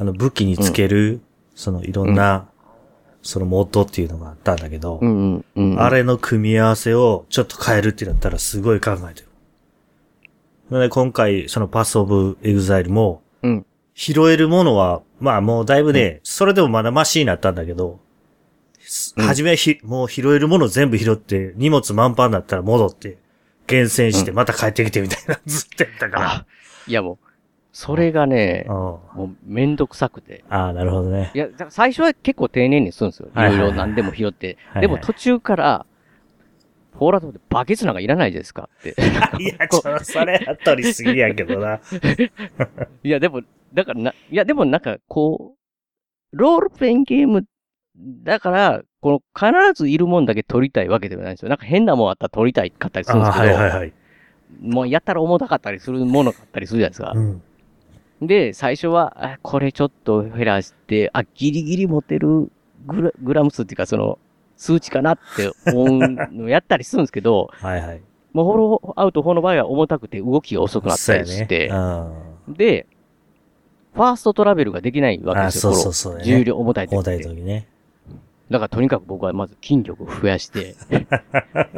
あの、武器につける、その、いろんな、その、モッドっていうのがあったんだけど、うんうんうん。あれの組み合わせをちょっと変えるってなったらすごい考えてる。なので、今回、その、パスオブエグザイルも、うん拾えるものは、まあもうだいぶね、それでもまだマシになったんだけど、すうん初めはひ、もう拾えるもの全部拾って、荷物満帆だったら戻って、厳選してまた帰ってきてみたいな、 ずっとやったから。あ いやもう、それがね、うんもう、めんどくさくて。ああ、なるほどね。 いや、だから最初は結構丁寧にするんですよ。いはいはろいいろ何でも拾っていは。いでも途中から、フォーラートでバケツなんかいらないじゃないですかって。 いや、ちょっとそれは取りすぎやけどな。いや、でも、だからな、いや、でもなんか、こう、ロールプレイングゲーム、だから、この、必ずいるもんだけ取りたいわけではないんですよ。なんか変なもんあったら取りたいかったりするんですけど、いはい。もうやったら重たかったりするものがあったりするじゃないですかう。ん。で、最初は、あこれちょっと減らして、あ、ギリギリ持てるグラグラム数っていうか、その、数値かなって思うのやったりするんですけど、 はいはい。もうフォローアウト4の場合は重たくて動きが遅くなったりして、そうやねで、ファーストトラベルができないうん。わけあであ、すよ。そうこそのうそう、ね。重量重たい時重ったてい時ね。だからとにかく僕はまず筋力を増や して、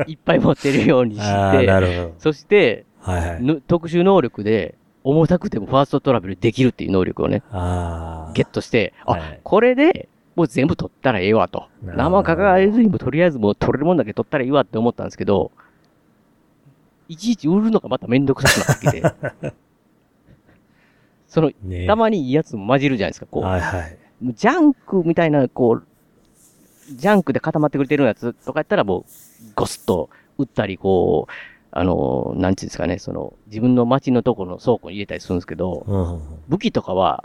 いっぱい持ってるようにあしあ、なて、るほど。そして、はいはい。ぬ特殊能力で重たくてもファーストトラベルできるっていう能力をね、ああ。ゲットして、あ、はいこれで、もう全部取ったらええわと。なるほど生かがえずにもとりあえずもう取れるもんだけ取ったらいいわって思ったんですけど、いちいち売るのがまためんどくさくなってきて。 その、ねたまにいいやつも混じるじゃないですか、こう。はいはい。ジャンクみたいな、こう、ジャンクで固まってくれてるやつとかやったらもう、ゴスッと打ったり、こう、あの、なんちゅうんですかね、その、自分の街のところの倉庫に入れたりするんですけど、うんうんうん。武器とかは、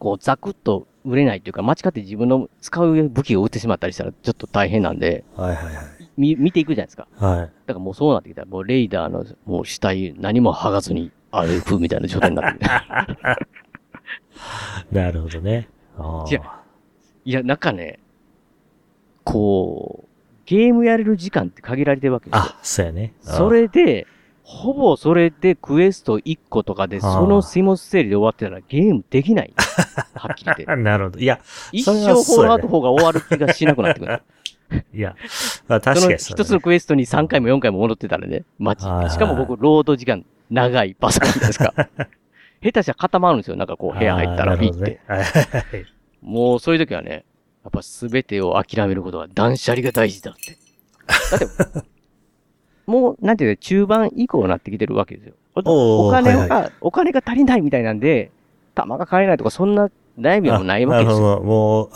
こう、ザクッと売れないというか、間違って自分の使う武器を売ってしまったりしたらちょっと大変なんで、はいはいはい。み、見ていくじゃないですか。はい。だからもうそうなってきたら、もうレイダーの、もう死体何も剥がずに歩くみたいな状態になって きた。なるほどね。あ違うあ。いや、なんかね、こう、ゲームやれる時間って限られてるわけですよ。あ、そうやね。それで、ほぼそれでクエスト1個とかで、あーその水物整理で終わってたらゲームでき ない。はっきり言って。あ。なるほど。いや、一それは生フォそーうルアやウねト4が終わる気がしなくなってくる。いや、まあ、確そかのにそう一だつのクエストに3回も4回も戻ってたらね、マジはいはい。しかも僕、ロード時間長いパソコンですから。 下手したら固まるんですよ。なんかこう、部屋入ったらあービって。。なるほどねはいはいもう、そういう時はね、やっぱ全てを諦めることは断捨離が大事だ って。だって、もう、なんていうの、中盤以降になってきてるわけですよ。おおー金はいが、お金が足りないみたいなんで、玉が買えないとか、そんな悩みもないわけあですよ。なるほど。もう、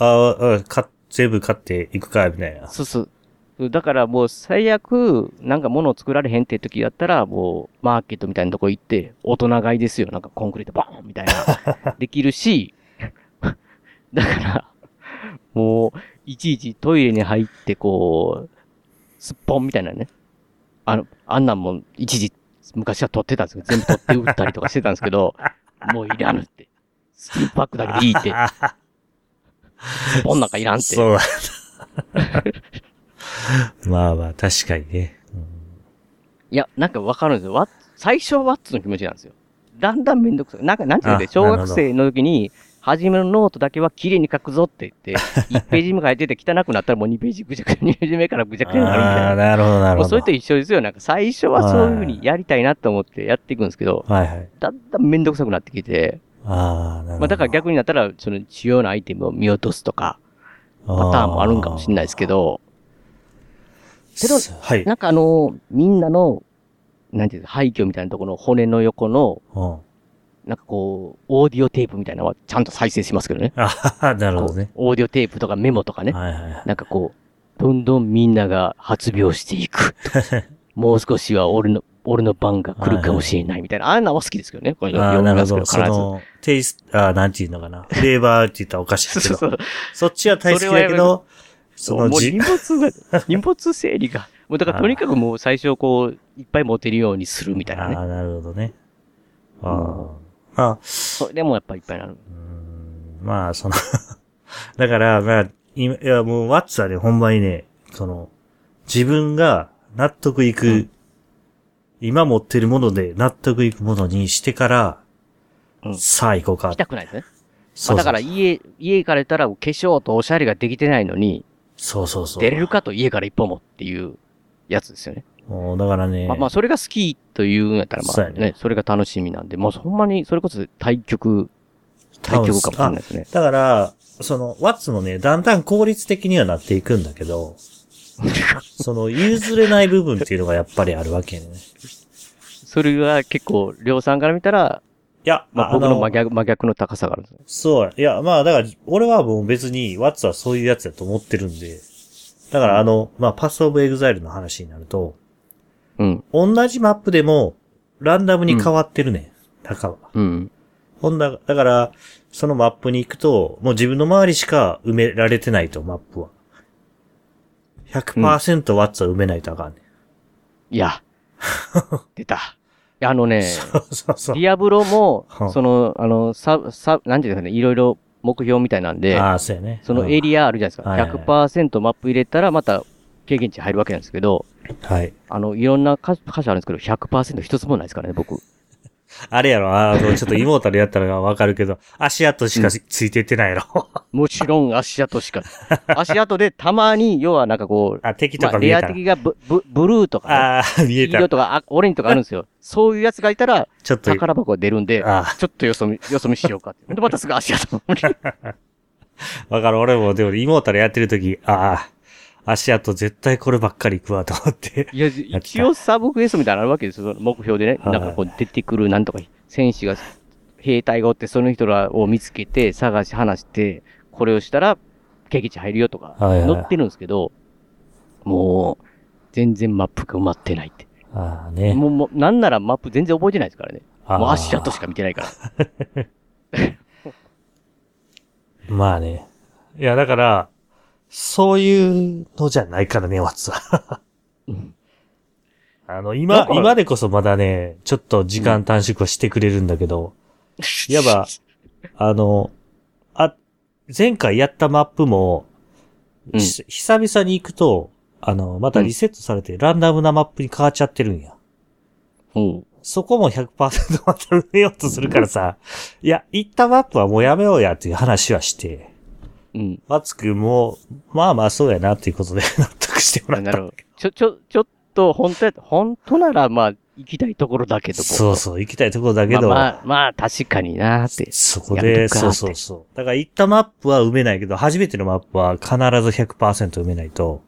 ああ、か、全部買っていくか、みたいな。そうそう。だからもう最悪、なんか物を作られへんって時だったら、もうマーケットみたいなとこ行って、大人買いですよ。なんかコンクリートバーンみたいな。できるし、 だから、もう、いちいちトイレに入ってこう、すっぽんみたいなね。あの、あんなんも一時、昔は取ってたんですけど、全部取って売ったりとかしてたんですけど、もういらぬって。スキンパックだけでいいって。スッポンなんかいらんって。そうなんだ。 まあまあ、確かにね。いや、なんかわかるんですよ。わ最初はワッツの気持ちなんですよ。だんだんめんどくさい。なんか、なんていうんで、あ小学生の時に、初めのノートだけは綺麗に書くぞって 言って、1ページ目書いてて汚くなったらもう2ページぐちゃぐちゃ、2ページ目からぐちゃぐちゃになるみたああー、いな。なるほど、なるもうほそどれ。と一緒ですよ。なんか最初はそういうふうにやりたいなと思ってやっていくんですけど、はいはい。だんだんめんどくさくなってきて、ああ、なるほど。まあだから逆になったら、その主要なアイテムを見落とすとか、パターンもあるんかもしれないですけど、けどすはい。なんかあの、みんなの、なんていうの廃墟みたいなところの骨の横の、うんなんかこう、オーディオテープみたいなのはちゃんと再生しますけどね。あはは、なるほどね。こうオーディオテープとかメモとかね。はいはいはい。なんかこう、どんどんみんなが発病してい く。もう少しは俺の、俺の番が来るかもしれないみたいな。あんなは好きですけどね。これああ、読みなるまほすけど。ど、その、テイスト、ああ、なんていうのかな。フレーバーって言ったらおかしい必ず。けそうど。そうそう。そっちは大好きだけど、そそうのもうじ 荷物が、荷物整理が。もうだからとにかくもう最初こう、いっぱい持てるようにするみたいなあね。あ、なるほどね。あうんあ。ああ、それでもやっぱいっぱいなる。うーんまあ、その、 だから、まあ、今いや、もう、ワッツはね、ほんまにね、その、自分が納得いく、今持ってるもので納得いくものにしてから、うんさあ行こうか。行きたくないですね。そうそうまあだから家、家から出たら化粧とおしゃれができてないのに、そうそうそう。出れるかと家から一歩もっていうやつですよね。もうだからね、まあまあ、それが好きというんやったら、まそうあやね、ねそれが楽しみなんで、もうほんまに、それこそ対局、多対分局かもしれないですね。だから、その、ワッツもね、だんだん効率的にはなっていくんだ けど、その、譲れない部分っていうのがやっぱりあるわけね。それは結構、量産から見たら、いや、まあ僕の真逆、真逆の高さがあるんですね。そう。いや、まあ、だから、俺はもう別に、ワッツはそういうやつだと思ってるんで、だからあの、まあ、パスオブエグザイルの話になると、うん、同じマップでも、ランダムに変わってるね、高は。うん、ほんだ、だから、そのマップに行くと、もう自分の周りしか埋められてないと、マップは。100%ワッツは埋めないとあかんね。 いや、出た。いやあのね、そうそうそうデ。ィアブロもはあ、その、あの、さ、さ、なんていうんですかね、いろいろ目標みたいなんで、ああ、そうやね。そのうんエリアあるじゃないですか。はいはいはい100%マップ入れたら、また経験値入るわけなんですけど、はい。あの、いろんな箇箇所あるんですけど、100%一つもないですからね、僕。あれやろ、あの、ちょっと妹でやったらわかるけど、足跡しかついてってないやろ。 もちろん足跡しか。足跡でたまに、要はなんかこう、あ、敵とまあか見レえアたら。的がブブブルーとかね、ああ、見え黄た色。とかあオレンジとかあるんですよ。そういうやつがいたら、ちょっと、宝箱が出るんで、あちょっとよそ見、よそ見しようかって。で、またすぐ足跡。あ、わかる。俺も、でも、妹らやってる時、ああ、足跡絶対こればっかり行くわと思って。いや、た一応サブクエストみたいなのあるわけですよ。その目標でね。はいなんかこう出てくるなんとか、戦士が、兵隊がおって、その人らを見つけて、探し、話して、これをしたら、経験値入るよとか、はいはい載ってるんですけど、もう、全然マップが埋まってないって。ああね。もう、もう、なんならマップ全然覚えてないですからね。もう足跡しか見てない から。まあね。いや、だから、そういうのじゃないからね、ワッツは。あの、だ今、から今でこそまだね、ちょっと時間短縮はしてくれるんだけど、いわ ば、あの、あ、前回やったマップも、うんひ久々に行くと、あの、またリセットされて、ランダムなマップに変わっちゃってるんや。うん。そこも100%また埋めようとするからさ、いや、行ったマップはもうやめようやっていう話はして、うん。マツ君も、まあまあそうやなっていうことで納得してもらあっなたる。ほど。ちょ、ちょ、ちょっと、本当や、本当なら、まあ、行きたいところだけども。そうそう、行きたいところだけまあど、まあ、まあ、確かになーって。そこやで、めとくかそうそうそう。だから行ったマップは埋めないけど、初めてのマップは必ず100%埋めないと、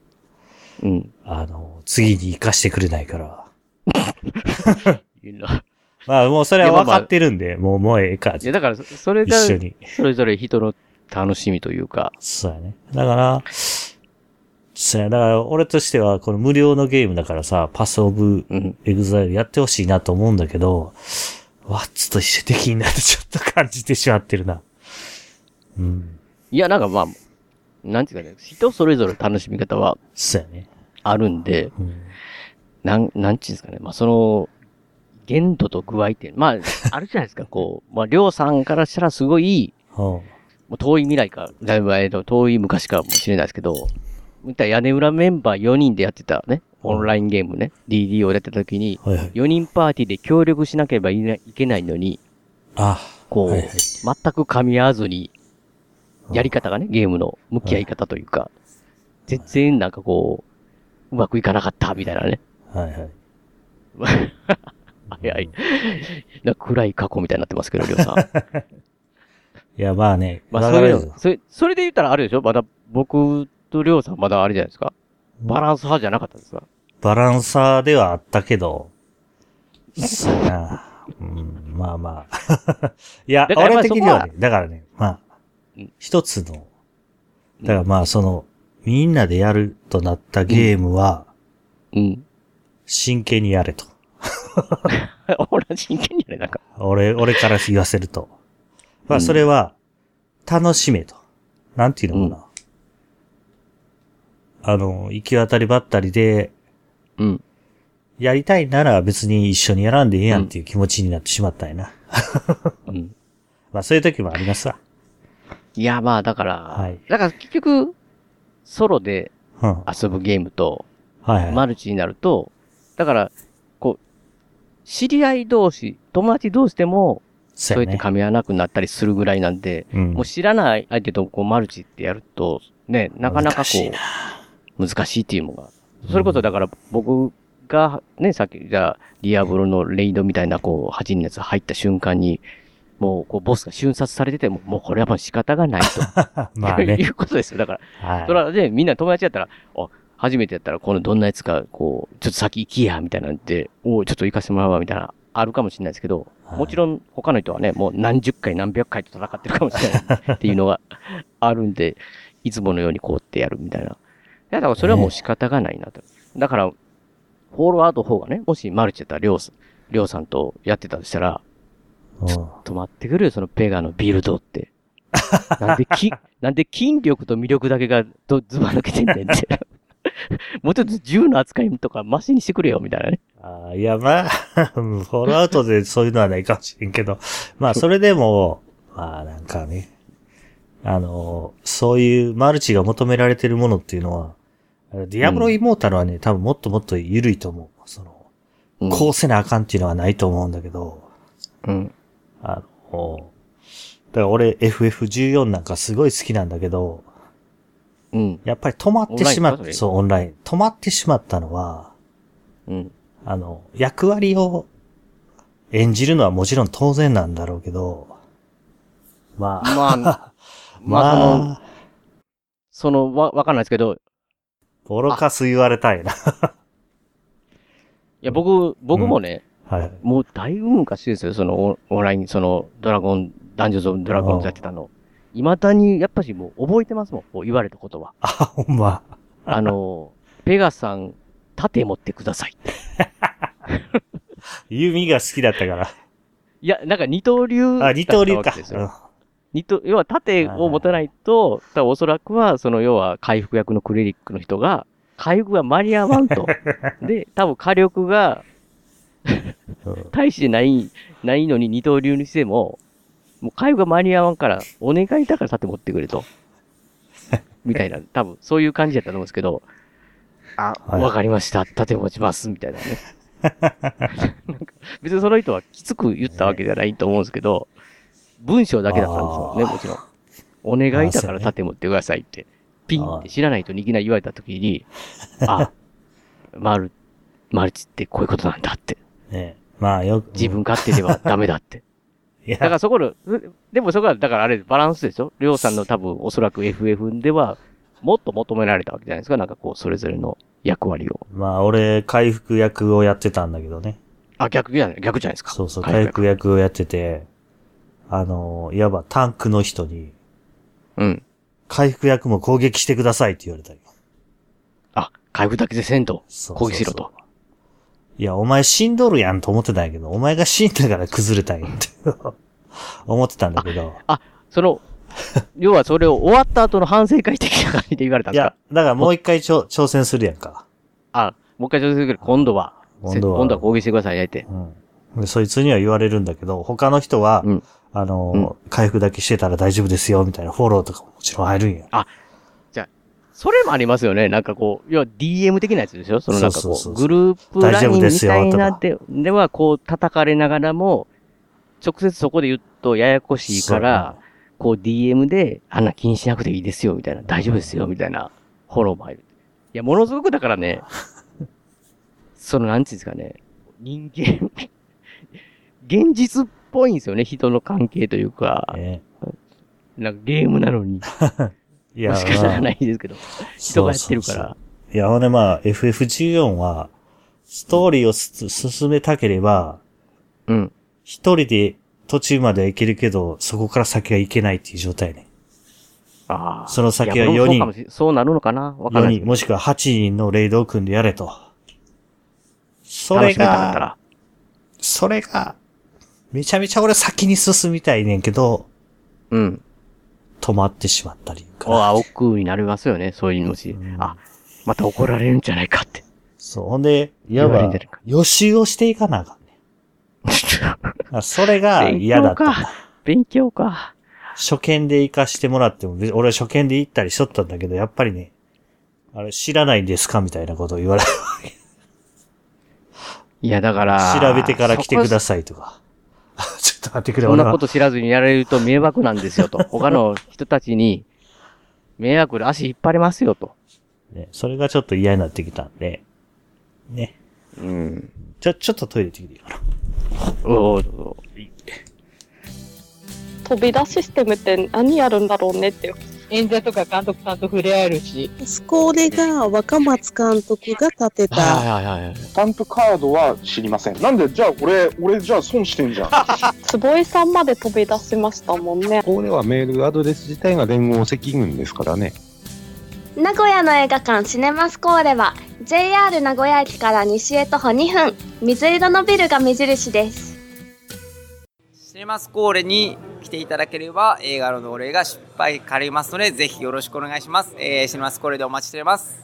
うん。あの、次に活かしてくれないから。いうのはまあもうそれはいやまあ分まあかってるんで、もうもうええか、いや、だから、そそれ一が、緒に。それぞれ人の楽しみというか、そうやね。だから、そうや、だから俺としてはこの無料のゲームだからさ、パスオブうん。エグザイルやってほしいなと思うんだけど、ワッツと一緒的になってちょっと感じてしまってるな。うん。いや、なんかまあ、なんていうかね、人それぞれ楽しみ方はそうやね。あるんで、うん。なん、なんちゅうんですかね、まあその、限度と具合って、まあ、あるじゃないですか、こう、まあ、りょうさんからしたらすごい、もほう遠い未来か、だいぶ、えっと、遠い昔かもしれないですけど、見た屋根裏メンバー4人でやってたね、オンラインゲームね、DD をやってた時に、うはいはい。 4人パーティーで協力しなければいないいけないのに、あ、こう、はいはい全く噛み合わずに、やり方がね、ゲームの向き合い方というか、全然なんかこう、うまくいかなかった、みたいなね。はいはい。はいはい。 なんか暗い過去みたいになってますけど、りょ うさん。いや、まあね。まあ、わそかれるで、それ、それで言ったらあるでしょまだ、僕とりょうさんまだあれじゃないですかバランス派じゃなかったですかバランサーではあったけど、そうやな。うん、まあまあ。 いや、だから俺まあ的にはね、だからね、まうあん、一つの、だからまあその、みんなでやるとなったゲームは、うん。真剣にやれと。 俺は真剣じゃないなんか。俺、俺から言わせると。まうあんそれは、楽しめと。なんていうのかな。あの、行き渡りばったりで、うん。やりたいなら別に一緒にやらんでええやんっていう気持ちになってしまったんやな。うん。まあそういう時もありますわ。いや、まあ、だから、はいだから結局、ソロでうん。はい遊ぶゲームと、はい。マルチになると、だから、こう、知り合い同士、友達同士でも、そそううややってね。噛み合わなくなったりするぐらいなんで、うんもう知らない相手とこうマルチってやると、ね、なかなかこ難しいなう、難しいっていうのが。それこそだから僕がね、さっき、じゃあ、ディアブロのレイドみたいなこう、8人のやつ入った瞬間に、もう、こう、ボスが瞬殺されてても、もうこれはもう仕方がないと。 まあい ね。うことですよ。だから、はい。それはね、みんな友達やったら、あ、初めてやったら、このどんなやつか、こう、ちょっと先行きや、みたいなんで、おうちょっと行かせてもらうわ、みたいな、あるかもしれないですけど、はいもちろん他の人はね、もう何十回何百回と戦ってるかもしれないっていうの があるんで、いつものようにこうってやるみたいな。いや、だからそれはもう仕方がないなと。だから、フォロワーの方がね、もしマルチやったら、りょうさん、りょうさんとやってたとしたら、うん止まってくるよ、そのペガのビルドって。なんで き、なんで筋力と魅力だけがどずば抜けてんねんって。 もうちょっと銃の扱いとかマシにしてくれよ、みたいなね。あーいや、まあ、 フォローアウトでそういうのはないかもしれんけど、まあ、それでも、まあ、なんかね、あの、そういうマルチが求められてるものっていうのは、ディアブロイモータルはね、多分もっともっと緩いと思う。その、うんこうせなあかんっていうのはないと思うんだけど、うん。あの、だから俺 FF14 なんかすごい好きなんだけど、うん。やっぱり止まってしまオンラインかそっれた、そう、オンライン。止まってしまったのは、うん。あの、役割を演じるのはもちろん当然なんだろうけど、まあ、まあ、 まあ、その、まあ、その、わ、わかんないですけど、いボロカス言われたいな。や、僕、僕もね、はい。もうだいぶ昔ですよ、そのオンオンライン、その、ドラゴン、ダンジョンズ・オブドラゴンズやってたの。未だに、やっぱしもう覚えてますもん、こう言われたこと は。あ、 ほんま。あの、ペガさん、盾持ってください。弓が好きだった から。いや、なんか二刀流。あ、二刀流か。ですよ二刀、要は盾を持たないと、多分おそらくは、その要は回復役のクリニックの人が、回復が間に合わん と。で、多分火力がうんうん大してない、ないのに二刀流にしても、もう回復が間に合わんから、お願いだから盾持ってくれと。みたいな、多分そういう感じだったと思うんですけど、あ、はいわかりました。盾持ちます。みたいなね。 なんか別にその人はきつく言ったわけじゃないと思うんですけど、文章だけだったんですよね、もちろん。お願いだかあそうらね立て持ってくださいって、ピンって知らないといきなり言われたときに、あ、マル、マルチってこういうことなんだって。ねまあよく。自分勝手ではダメだ って。いや、だからそこの、うでもそこは、だからあれ、バランスでしょりょうさんの多分、おそらく FF では、もっと求められたわけじゃないですか。なんかこう、それぞれの役割を。まあ俺、回復役をやってたんだけどね。あ、逆じゃない、逆じゃないですか。そうそう、回回復復役をやってて、あの、いわばタンクの人に、うん。回復役も攻撃してくださいって言われたよ。あ、回復だけでせんと、そうそうそう攻撃しろと。いや、お前死んどるやんと思ってたんやけど、お前が死んだから崩れたんやって 思ってたんだけど。その、 要はそれを終わった後の反省会的な感じで言われたんいですやか、だからもう一回ちょ挑戦するやんか。あ、もう一回調整するけど、今度は、せ今度は今度は攻撃してくださいねって。うん。で、そいつには言われるんだけど、他の人は、うんあの、回復だけしてたら大丈夫ですよ、みたいなフォローとかももちろん入るんや。それもありますよね。なんかこう、要は DM 的なやつでしょそのなんかそうこそうう、そうそうグループラインみたいな大丈夫で、ではこう叩かれながらも、直接そこで言うとややこしいから、こう DM で、あんな気にしなくていいですよ、みたいな、大丈夫ですよ、みたいな、フォローも入る。いや、ものすごくだからね、 その、なんていうんですかね、人間、現実っぽいんですよね、人の関係というかそう、ね。ねなんかゲームなのに、いもしかしたら ないですけど、人がやってるそうかそうらそ。ういや、ほんでまあ、FF14 は、ストーリーをす進めたければ、うん。一人で途中までは行けるけど、そこから先は行けないっていう状態ね。ああ。その先はいや4人そうかもしそうなるのかなわから4ない。人、もしくは8人のレイドを組んでやれと。そ楽れしみたかったが、ら。それが、めちゃめちゃ俺先に進みたいねんけど、うん。止まってしまったりかあら。あ、億劫になりますよね、そういうのしうん。あ、また怒られるんじゃないかって。そう、ほんで、い言わわればてるか、予習をしていかなあかんねあそれが勉嫌だ強ったんだか。勉強か。初見で行かしてもらっても、別に俺初見で行ったりしとったんだけど、やっぱりね、あれ知らないんですかみたいなことを言われ、いや、だから。調べてから来てくだささいとか。 ちょっと待ってくいれ、そん俺なこは。と知らずにやられると迷惑なんですよ と。他の人たちに、迷惑で足引っ張れますよと。ね、それがちょっと嫌になってきたんで、ね。うん。ちょ、ちょっとトイレ行ってきていいかな。おうおう飛び出システムって何やるんだろうねって演者とか監督さんと触れ合えるし、これが若松監督が建てた。はいはいはい。スタンプカードは知りません。なんで、じゃあ俺、俺じゃあ損してんじ ゃん。坪井さんまで飛び出しましたもんねここではメールアドレス自体が連合赤軍ですからね。名古屋の映画館シネマスコーレは JR 名古屋駅から西へ徒歩2分水色のビルが目印ですシネマスコーレに来ていただければ映画のお礼が失敗かりますのでぜひよろしくお願いします、えーシネマスコーレでお待ちしております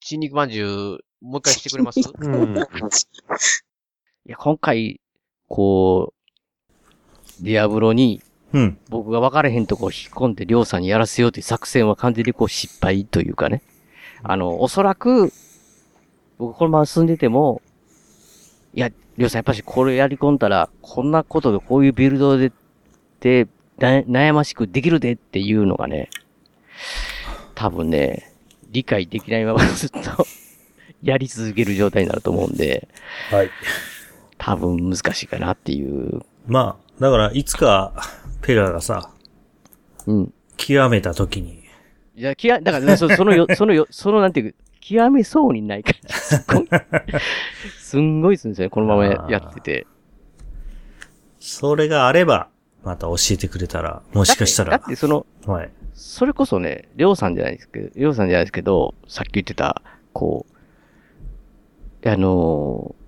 新肉まんじゅう、もう一回してくれますうん。いや、今回、こう、ディアブロにうん。僕が分かれへんとこを引っ込んで、りょうさんにやらせようという作戦は完全にこう失敗というかね。あの、おそらく、僕このまま進んでても、いや、りょうさんやっぱしこれやり込んだら、こんなことでこういうビルドで、で、な悩ましくできるでっていうのがね、多分ね、理解できないままずっと やり続ける状態になると思うんで、はい。多分難しいかなっていう。まあ、だから、いつか、ペラがさ、うん。極めた時に、いや、きや、だから、そそのよ、 そのよ、そのなんていうか、極めそうにない感じ。すっ ごい、すんごいですね、このままややってて。それがあれば、また教えてくれたら、もしかしただっらて、だっ、てその、はい。それこそね、りょうさんじゃないですけど、りょうさんじゃないですけど、さっき言ってた、こう、あのー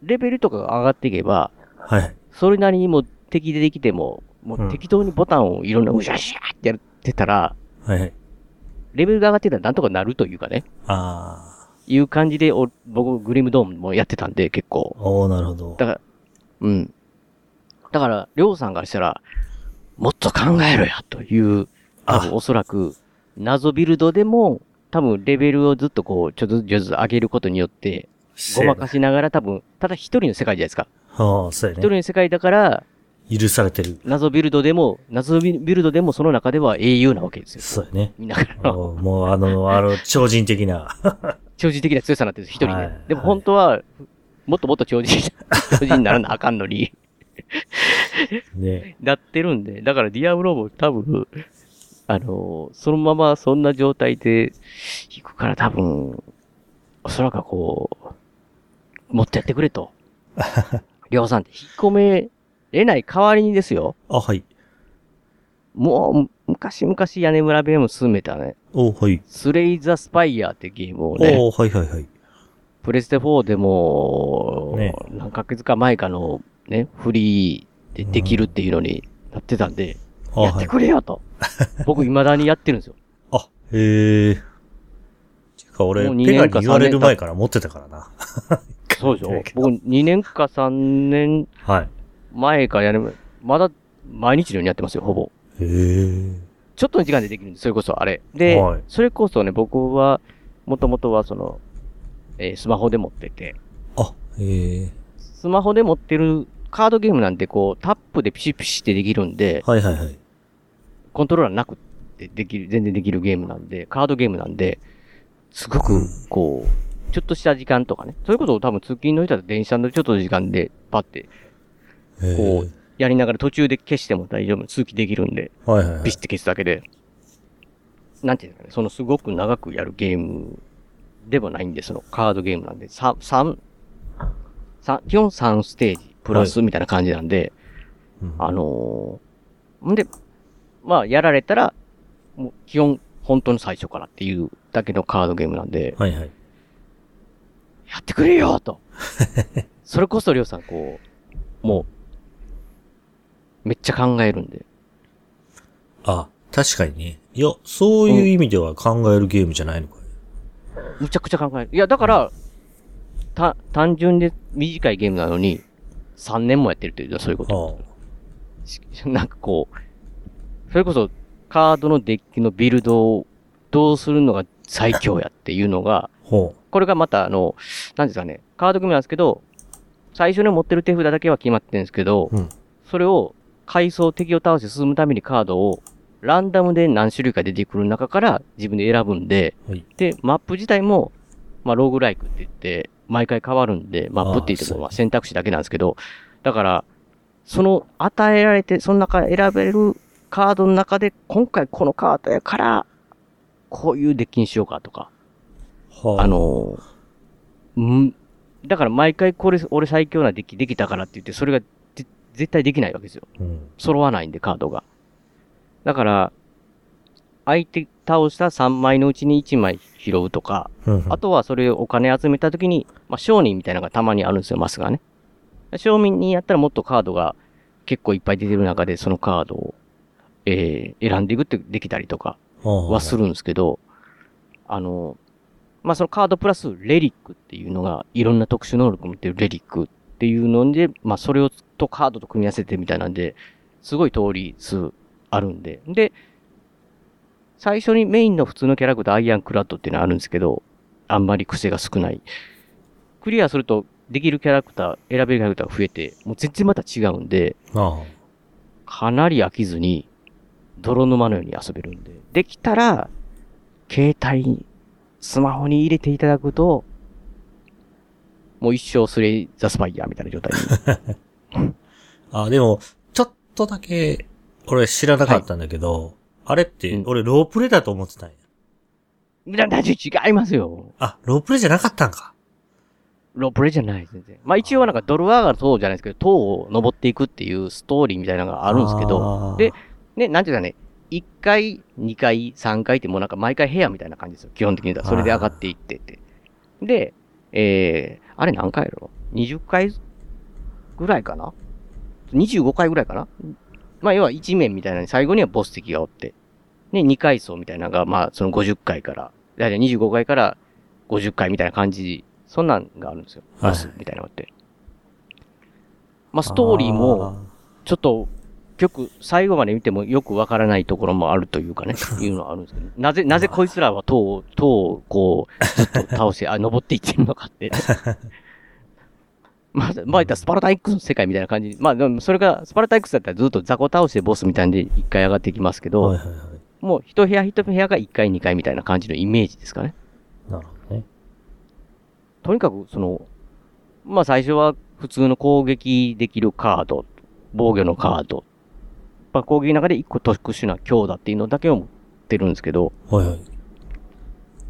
レベルとかが上がっていけば、はい。それなりにもう敵出てきても、もうんう適当にボタンをいろんなうしゃしゃってやってたら、はいはい。レベルが上がってたらなんとかなるというかね、あいう感じで、お僕、グリムドームもやってたんで、結構ー。。おー、なるほど。だうん。だから、りょうさんからしたら、もっと考えろや、という、多分あ、おそらく、謎ビルドでも、多分レベルをずっとこう、ちょっとずつ上げることによって、せごやまかしながら多分、ただ一人の世界じゃないですか。ああ、そう一人やね。の世界だから、許されてる。謎ビルドでも、謎ビルドでもその中では英雄なわけですよ。そうやね。みんなからのもう、もうあの、あの、超人的な。超人的な強さになってるんです一人はねい。でも本当は、もっともっと超人、 超人にならなあかんのに、ね。なってるんで、だからディアブロも多分、あのーそのままそんな状態で行くから多分、おそらくこう、もっとやってくれ と。りょうさんって引っ込めれない代わりにですよ。あ、はい。もう、昔々屋根裏部屋も進めたね。おはい。スレイザ・スパイアってゲームをね。おはいはいはい。プレステ4でも、ね何ヶ月か前かの、ね、フリーでできるっていうのになってたんで、あやっはてい。くれよ と。僕未だにやってるんですよ。あ、へえ。てか俺もう、二ペガ年にか言われる三年経っ前から持ってたからな。そうでしょ僕2年か3年はい。前からやる、まだ毎日のようにやってますよ、ほぼ。へえ。ちょっとの時間でできるんです、それこそあれ。で、はいそれこそね、僕は、もともとはその、えースマホで持ってて、あ、へえ。スマホで持ってるカードゲームなんてこう、タップでピシピシってできるんで、はいはいはい。コントローラーなくてできる、全然できるゲームなんで、カードゲームなんで、すごく、こう、ちょっとした時間とかね。それこそ多分通勤の人だと電車のちょっとの時間で、パって、へえこう、やりながら途中で消しても大丈夫。通勤できるんで、はいはいはビいシッ。て消すだけで、なんていうんですかね、そのすごく長くやるゲームでもないんで、そのカードゲームなんで、三、三、三、基本3ステージ、プラスみたいな感じなんで、うんあのー、んで、まあ、やられたら、もう基本、本当に最初からっていうだけのカードゲームなんで、はいはい。やってくれよと。それこそ、りょうさん、こう、もう、めっちゃ考えるんで。あ、確かにね。いや、そういう意味では考えるゲームじゃないのか。むちゃくちゃ考える。いや、だから、た、単純で短いゲームなのに、3年もやってるっていうのはそういうこと。あしなんかこう、それこそ、カードのデッキのビルドをどうするのが最強やっていうのが、ほこれがまた、あの、なんですかね、カード組なんですけど、最初に持ってる手札だけは決まってるんですけど、うんそれを階層敵を倒して進むためにカードをランダムで何種類か出てくる中から自分で選ぶんで、はいで、マップ自体も、まあ、ローグライクって言って、毎回変わるんで、マップって言ってああもまあ選択肢だけなんですけど、だから、その与えられて、その中選べるカードの中で、今回このカードやから、こういうデッキにしようかとか、う。はあ、の、ん、だから毎回これ、俺最強なデッキできたからって言って、それがぜ絶対できないわけですよ。うん。揃わないんで、カードが。だから、相手倒した3枚のうちに1枚拾うとか、うんうんあとはそれをお金集めた時に、まあ、商人みたいなのがたまにあるんですよ、マスがね。商人にやったらもっとカードが結構いっぱい出てる中で、そのカードを、えー選んでいくってできたりとか、はするんですけど、あの、まあ、そのカードプラスレリックっていうのが、いろんな特殊能力を持ってるレリックっていうので、まあ、それをとカードと組み合わせてみたいなんで、すごい通り数あるんで。で、最初にメインの普通のキャラクター、アイアンクラッドっていうのはあるんですけど、あんまり癖が少ない。クリアすると、できるキャラクター、選べるキャラクターが増えて、もう全然また違うんで、あかなり飽きずに、泥沼のように遊べるんで。できたら、携帯に、スマホに入れていただくと、もう一生スレイザスパイヤーみたいな状態に。あ。あ、でも、ちょっとだけ、俺知らなかったんだけど、あれってうん、俺ロープレイだと思ってたんな、や。な、違いますよ。あ、ロープレイじゃなかったんか。ロープレイじゃない、全然。まあ一応はなんかドルワーガー塔じゃないですけど、塔を登っていくっていうストーリーみたいなのがあるんですけど、あーで、ね、なんていうかね、1回、2回、3回ってもうなんか毎回部屋みたいな感じですよ。基本的に言うとそれで上がっていってって。で、えー、あれ何回やろ ?20 回ぐらいかな ?25 回ぐらいかなまあ要は1面みたいなのに最後にはボス敵がおって。で、2階層みたいなのが、まあその50回から、だいたい25回から50回みたいな感じ、そんなんがあるんですよ。はいボスみたいなのって。まあストーリーも、ちょっと、よく、最後まで見てもよくわからないところもあるというかね、いうのはあるんですけど、なぜ、なぜこいつらは塔を、塔をこう、ずっと倒して、あ、登っていってるのかって。 まあ、まあ、言ったらスパルタン X の世界みたいな感じ。まあ、でもそれが、スパルタン X だったらずっと雑魚倒してボスみたいなんで一回上がっていきますけど、もう一部屋一部屋が一階二階みたいな感じのイメージですかね。なるほどね。とにかく、その、まあ最初は普通の攻撃できるカード、防御のカード、まあ攻撃の中で一個特殊な強打っていうのだけを持ってるんですけど、はいはい。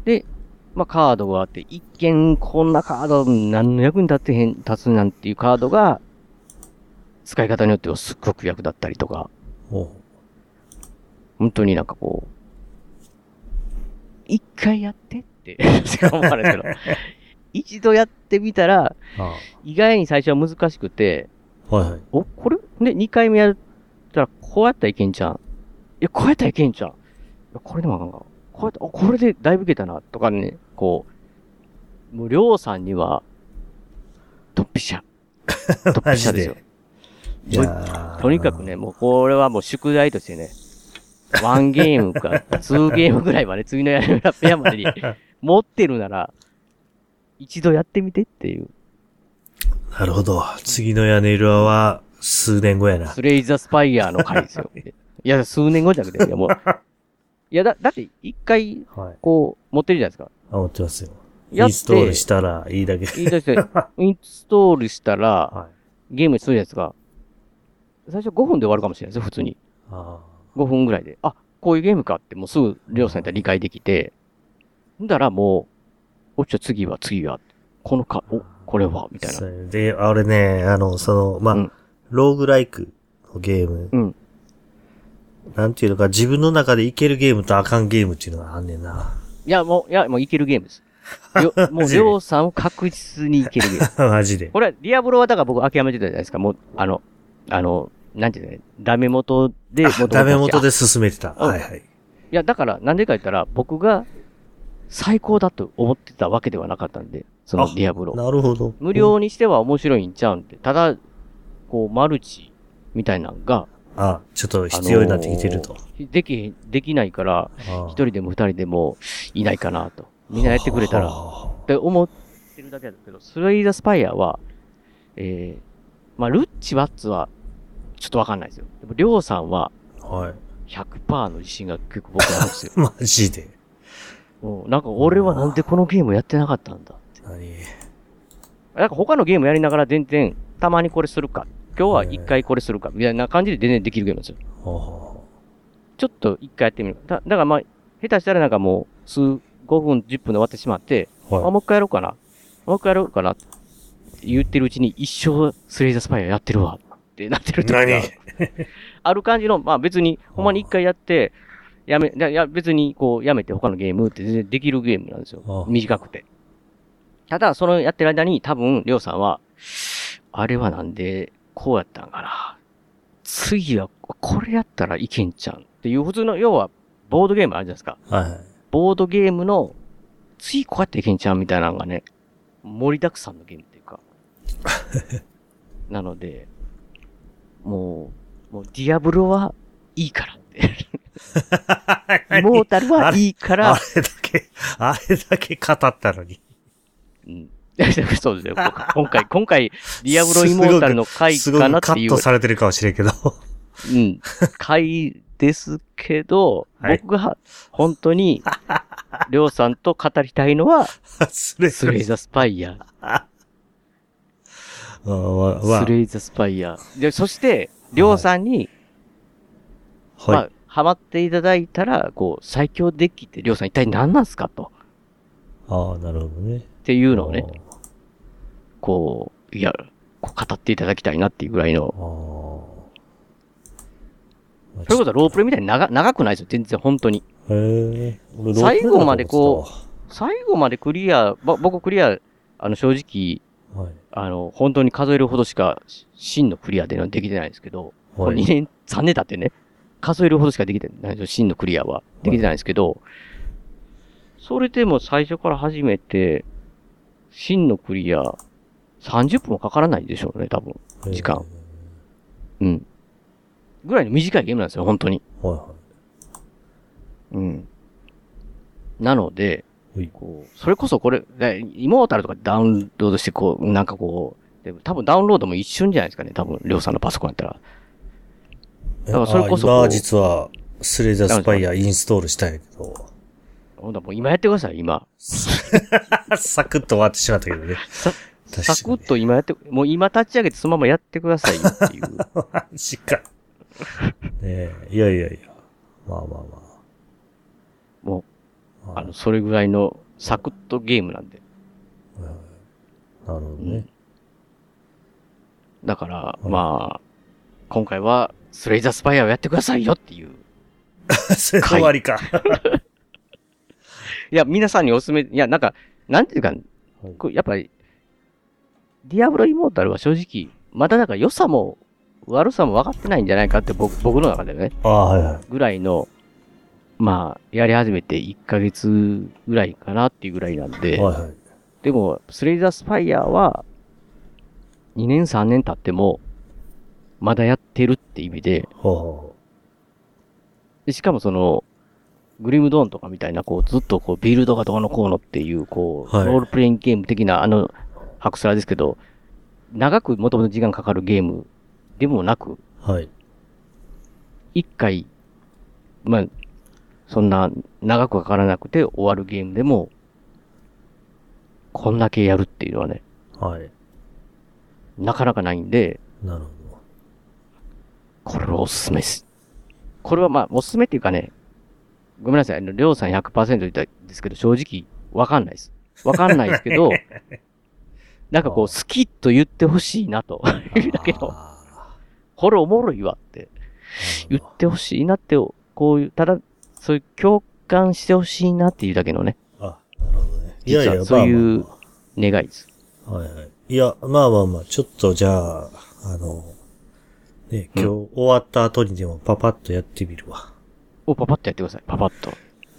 で、まあカードがあって、一見こんなカード何の役に立ってへん、立つなんていうカードが、使い方によってはすっごく役立ったりとか、本当になんかこう、一回やってって、 しかもあれですけど、一度やってみたら、あ意外に最初は難しくて、あはいはい。お、これで、2回目やったら、こうやったらいけんじゃん。いや、こうやったらいけんじゃん。いや、これでもあかんか。こうやった、あこれでだいぶいけたな、とかね、こう、もう、りょうさんには、ドッピ シャ。ドッピシャですよ。いやとにかくね、もうこれはもう宿題としてね、ワンゲーム か、ツーゲームぐらいまで、次のやるペアまでに、持ってるなら、一度やってみてっていう。なるほど。次の屋根裏は、数年後やな。スレイザースパイアの回ですよ。いや、数年後じゃなくて、いや もう。いや、だ、だって一回、こう、持ってるじゃないですか。あ、持ってますよ。イやってンストールしたらいいだけ。いいとして、インストールしたら、ゲームにするじゃないですか。最初5分で終わるかもしれないですよ、普通に。あ5分ぐらいで。あ、こういうゲームかって、もうすぐ、りょうさんやったら理解できて、んだらもう、おっちょ、次は、次は、このか、お、これは、みたいな。ーで、あれね、あの、その、まあ、ローグライクのゲーム。うん。なんていうのか、自分の中でいけるゲームとあかんゲームっていうのがあんねんな。 いや、もう、いや、もういけるゲームです。よも マう、ジりでょうさんを確実にいけるゲーム。マジで。これは、ディアブロはだから僕諦めてたじゃないですか。もう、あの、あの、なんていうのね、ダメ元で、もともとダメ元で進めてた。うんはいはい。いや、だから、なんでか言ったら、僕が最高だと思ってたわけではなかったんで、そのディアブロ。なるほど。無料にしては面白いんちゃうんで、ただ、こう、マルチみたいなのが、あ、ちょっと必要になってきてると。。あのーでき、できないから、一人でも二人でもいないかなと。みんなやってくれたら、って思ってるだけなんですけど、スレイザースパイアは、えー、まあ、ルッチワッツは、ちょっとわかんないですよ。でも、りょうさんは、100%の自信が結構僕なんですよマジで。も うなんか、俺はなんでこのゲームやってなかったんだって。なんか他のゲームやりながら全然、たまにこれするか、今日は一回これするか、みたいな感じで全然できるゲームなんですよ。ちょっと一回やってみる。だだからまあ、下手したらなんかもう、数、5分、10分で終わってしまって、はいあもう一回やろうかな。もう一回やろうかな。って言ってるうちに一生スレイザースパイアやってるわ。ってなってる時が何ある感じの、まあ別に、ほんまに一回やって、やめ、いやいや別にこう、やめて他のゲームって全然できるゲームなんですよ。短くて。ただ、そのやってる間に多分、りょうさんは、あれはなんで、こうやったんかな。次は、これやったらいけんちゃうんっていう、普通の、要は、ボードゲームあるじゃないですか。はいはい。ボードゲームの、次こうやっていけんちゃうみたいなのがね、盛りだくさんのゲームっていう か。なので、もう、もうディアブロはいいからって。イモータルはいいから。あれだけ、あれだけ語ったのに。うん。 そうですよ。 今回、今回、ディアブロイモータルの回すごくかなっていすごくうカット。されてるかもしれ んけど。うん。回ですけど、はい僕が本当 に、りょうさんと語りたいのは、スレイザースパイア。スレイザースパイア。で、そして、りょうさんに、はいまあ、ハマっていただいたら、こう、最強デッキってりょうさん一体何なんすかと。ああ、なるほどね。っていうのをね、こう、いや、こう語っていただきたいなっていうぐらいの。それこそロープレイみたいに長長くないですよ、全然本当に。へえ。俺ロープレイ最だと後思まってでたこう、最後までクリア、ば僕クリア、あの正直、あの、本当に数えるほどしか、し真のクリアっていうのはできてないんですけど、こはい2年、3年経ってね、数えるほどしかできてないんですよ、真のクリアは。できてないんですけど、それでも最初から始めて、真のクリア、30分もかからないでしょうね、多分、時間。うん。ぐらいの短いゲームなんですよ、本当に。はいはうん。なので、こう、それこそこれ、でイモータルとかダウンロードして、こう、なんかこう、でも多分ダウンロードも一瞬じゃないですかね、多分、りょうさんのパソコンやったら。だからあそれこそこう今実は、スレイザースパイアインストールしたんやけど。 ほんならもう今やってください、今。サクッと終わってしまったけどね。サクッと今やって、もう今立ち上げてそのままやってくださいっていう。マジか。ねえ、いやいやいや。まあまあまもう、あの、それぐらいのサクッとゲームなんで。あ。なるほどね。だから、まあ、今回は、スレイザースパイアをやってくださいよっていう。 それで終わりか。いや、皆さんにおすすめ、いや、なんか、なんていうか、こうやっぱり、ディアブロイモータルは正直、まだだから良さも悪さも分かってないんじゃないかって僕僕の中ではね。ああ、はいはい。ぐらいの、まあ、やり始めて1ヶ月ぐらいかなっていうぐらいなんで。はいはいでも、スレイザースパイアは、2年3年経っても、まだやってるって意味で、でしかもその、グリムドーンとかみたいな、こう、ずっとこう、ビルドがどうのこうのっていう、こう、はいロールプレイングゲーム的な、あの、ハクスラですけど、長くもともと時間かかるゲームでもなく、はい。一回、まあ、そんな長くかからなくて終わるゲームでも、こんだけやるっていうのはね、はい。なかなかないんで、なるほど。これはおすすめです。これはまあ、おすすめっていうかね、ごめんなさい、あの、りょうさん100%言ったんですけど、正直、わかんないです。わかんないですけ ど、なんかこう、好きと言ってほしいなと、いうだけの、これおもろいわって、言ってほしいなって、こういう、ただ、そういう共感してほしいなっていうだけのね、あ、なるほどね。いやい実や、はそういう願いです。まあまあはいはい。いや、まあまあまあ、ちょっとじゃあ、あの、ね、今日終わった後にでもパパッとやってみるわ。お、パパッとやってください、パパッと。